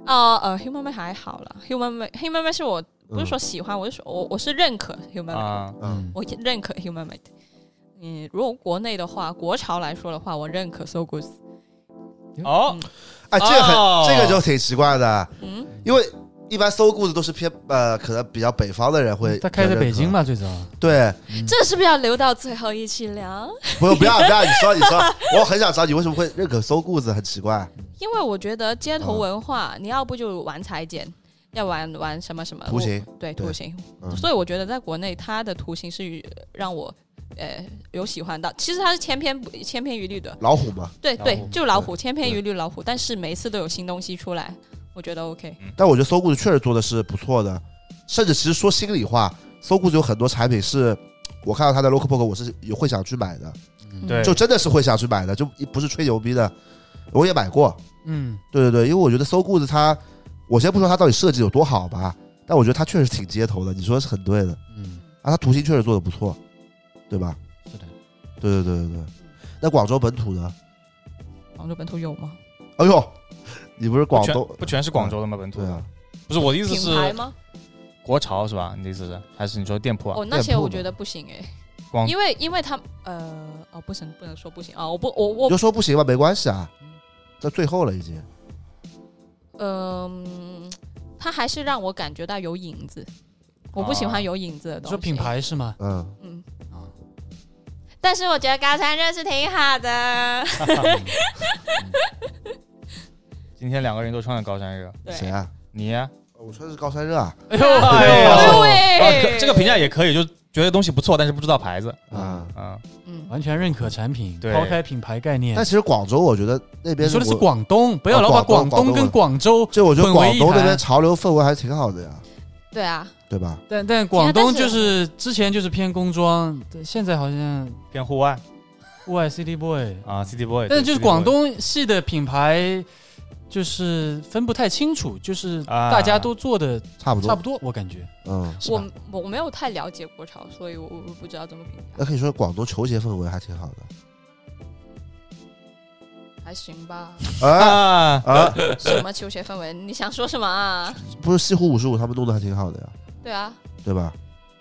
Speaker 4: 哦呃，Human Made 还好了，Human Made，Human Made 是我不是
Speaker 1: 嗯
Speaker 4: 说喜欢，我是说我我是认可 Human Made，、
Speaker 3: 啊，
Speaker 1: 嗯，
Speaker 2: 嗯，
Speaker 4: 我认可 Human Made。嗯，如果国内的话，国潮来说的话，我认可 So Good。
Speaker 3: 哦，
Speaker 1: 哎，这个
Speaker 3: 哦
Speaker 1: 很这个就挺奇怪的，
Speaker 4: 嗯，
Speaker 1: 因为一般搜故事都是偏呃，可能比较北方的人会。
Speaker 2: 他开在北京？嘛，最早。
Speaker 1: 对，
Speaker 3: 嗯
Speaker 4: 这是不是要留到最后一期聊？
Speaker 1: 不用不要不要，你说你说，我很想知道你为什么会认可搜故事，很奇怪。
Speaker 4: 因为我觉得街头文化，你要不就玩裁剪，要玩玩什么什么
Speaker 1: 嗯图，形，
Speaker 4: 我对
Speaker 1: 对
Speaker 4: 图形。
Speaker 1: 嗯
Speaker 4: 所以我觉得在国内，它的图形是让我呃有喜欢到。其实它是千篇不千篇一律的，
Speaker 1: 老虎嘛。
Speaker 4: 对
Speaker 3: 老
Speaker 4: 对
Speaker 3: 虎，
Speaker 4: 就老虎千篇一律老虎，但是每一次都有新东西出来，我觉得 OK。
Speaker 3: 嗯
Speaker 1: 但我觉得搜故事确实做的是不错的，甚至其实说心里话，搜故事有很多产品是我看到它的 local book，我是有会想去买的，
Speaker 4: 嗯
Speaker 3: 对，
Speaker 1: 就真的是会想去买的，就不是吹牛逼的。我也买过，
Speaker 2: 嗯，
Speaker 1: 对对对，因为我觉得搜故事它，我先不说它到底设计有多好吧，但我觉得它确实挺街头的，你说的是很对的。
Speaker 2: 嗯，
Speaker 1: 啊，它图形确实做的不错，对吧？
Speaker 2: 是的，
Speaker 1: 对对对对对。那广州本土呢？
Speaker 4: 广州本土有吗？
Speaker 1: 哎呦，你不是
Speaker 3: 不
Speaker 1: 广
Speaker 3: 全
Speaker 1: 东？
Speaker 3: 不全是广州的吗？本土
Speaker 1: 对啊
Speaker 3: 的，不是我的意思
Speaker 4: 品牌
Speaker 3: 是
Speaker 4: 吗？
Speaker 3: 国潮是吧？你的意思是还是你说店铺啊？
Speaker 4: 哦，那些
Speaker 1: 铺
Speaker 4: 我
Speaker 1: 嘛
Speaker 4: 觉得不行哎，
Speaker 3: 光
Speaker 4: 因为因为他呃哦不行不能说不行啊，我不我
Speaker 1: 你
Speaker 4: 我
Speaker 1: 就说不行吧，没关系啊，
Speaker 3: 嗯
Speaker 1: 到最后了已经。
Speaker 4: 嗯，他还是让我感觉到有影子，我不喜
Speaker 3: 啊
Speaker 4: 欢有影子的
Speaker 2: 哦你
Speaker 4: 东西。
Speaker 2: 说品，牌是吗？
Speaker 1: 嗯，
Speaker 4: 嗯
Speaker 2: 啊。
Speaker 4: 但是我觉得高山热是挺好的，
Speaker 3: 嗯今天两个人都穿了高山热，
Speaker 4: 对，
Speaker 1: 谁啊？
Speaker 3: 你呀
Speaker 1: 我穿的是高山热啊。
Speaker 2: 哎呦，
Speaker 3: 哎
Speaker 2: 哦
Speaker 4: 对
Speaker 3: 啊，可这个评价也可以，就觉得东西不错，但是不知道牌子。
Speaker 1: 啊
Speaker 3: 嗯，
Speaker 4: 嗯，
Speaker 2: 完全认可产品，
Speaker 3: 对
Speaker 2: 抛开品牌概念
Speaker 1: 但。其实广州，我觉得那边
Speaker 2: 你说的是
Speaker 1: 我，
Speaker 2: 广东，不要
Speaker 1: 啊
Speaker 2: 老把
Speaker 1: 广
Speaker 2: 广
Speaker 1: 东啊
Speaker 2: 东跟广州，
Speaker 1: 就我觉得
Speaker 2: 混为
Speaker 1: 广
Speaker 2: 一
Speaker 1: 东那边
Speaker 2: 谈
Speaker 1: 潮流氛围还挺好的呀，
Speaker 4: 对啊，
Speaker 1: 对吧？
Speaker 2: 但但广东
Speaker 4: 但
Speaker 2: 就是是之前就是偏工装，对现在好像
Speaker 3: 偏户外
Speaker 2: 户外 City Boy，
Speaker 3: 啊，City Boy 对。
Speaker 2: 但是就是
Speaker 3: City
Speaker 2: 广
Speaker 3: Boy
Speaker 2: 东系的品牌。就是分不太清楚，就是
Speaker 3: 啊
Speaker 2: 大家都做的
Speaker 1: 差不
Speaker 2: 差
Speaker 1: 多
Speaker 2: 不，多，我感觉
Speaker 1: 嗯。
Speaker 2: 是吧
Speaker 4: 我我没有太了解国潮，所以我我不知道怎么评价
Speaker 2: 呃
Speaker 1: 那，可以说广东球鞋氛围还挺好的。
Speaker 4: 还行吧。
Speaker 1: 啊
Speaker 3: 啊，
Speaker 1: 啊，
Speaker 4: 什么球鞋氛围？你想说什么啊？
Speaker 1: 不是西湖五十五他们弄的还挺好的呀，
Speaker 4: 对啊，
Speaker 1: 对吧？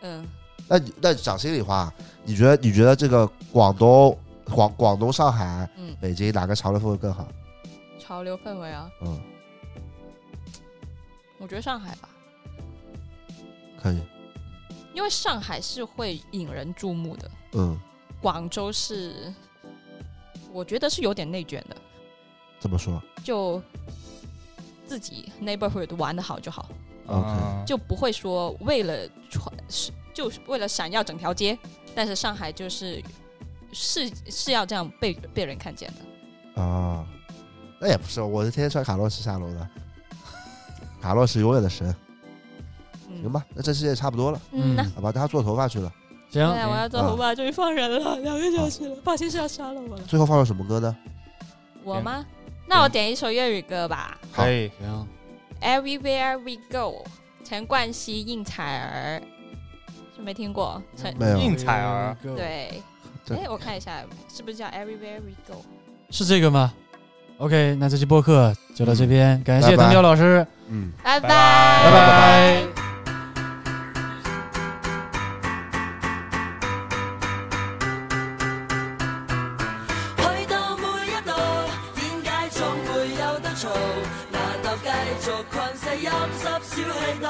Speaker 4: 嗯，
Speaker 1: 那你那讲心里话，你觉得你觉得这个广东广广东上海、
Speaker 4: 嗯
Speaker 1: 北京哪个潮流氛围更好？
Speaker 4: 潮流氛围啊，
Speaker 1: 嗯，
Speaker 4: 我觉得上海吧。
Speaker 1: 可以，
Speaker 4: 因为上海是会引人注目的，
Speaker 1: 嗯，
Speaker 4: 广州是，我觉得是有点内卷的，
Speaker 1: 怎么说
Speaker 4: 就自己 neighborhood 玩的好就好，
Speaker 1: ？OK，
Speaker 3: 啊
Speaker 4: 就不会说为了传是就是为了闪耀整条街，但是上海就是是是要这样被被人看见的。
Speaker 1: 啊，那也不是，我是天天穿卡洛士下楼的，卡洛士永远的神，
Speaker 4: 嗯
Speaker 1: 行吧？那这期也差不多了，
Speaker 4: 嗯呐。
Speaker 1: 好吧？他做头发去了，
Speaker 2: 行，
Speaker 4: 对，我要做
Speaker 1: 啊
Speaker 4: 头发，终于放人了，两个小时了，抱歉是要杀了我了。
Speaker 1: 最后放首什么歌呢？
Speaker 4: 我吗？那我点一首粤语歌吧，
Speaker 1: 好
Speaker 3: 可以，
Speaker 2: 行，
Speaker 4: 《Everywhere We Go》，陈冠希、应采儿，是没听过？陈
Speaker 1: 没有
Speaker 3: 应采儿，
Speaker 2: 嗯
Speaker 4: 对，
Speaker 1: 这
Speaker 4: 哎，我看一下是不是叫《Everywhere We Go》？
Speaker 2: 是这个吗？OK，那这期播客就到这边，感谢
Speaker 1: 嗯拜拜
Speaker 2: 藤椒老师，
Speaker 1: 嗯。
Speaker 4: 拜
Speaker 3: 拜
Speaker 2: 拜
Speaker 3: 拜
Speaker 2: 拜。
Speaker 5: 去到每一度，點解總會有得嘈？難道繼續困死陰濕小氣度？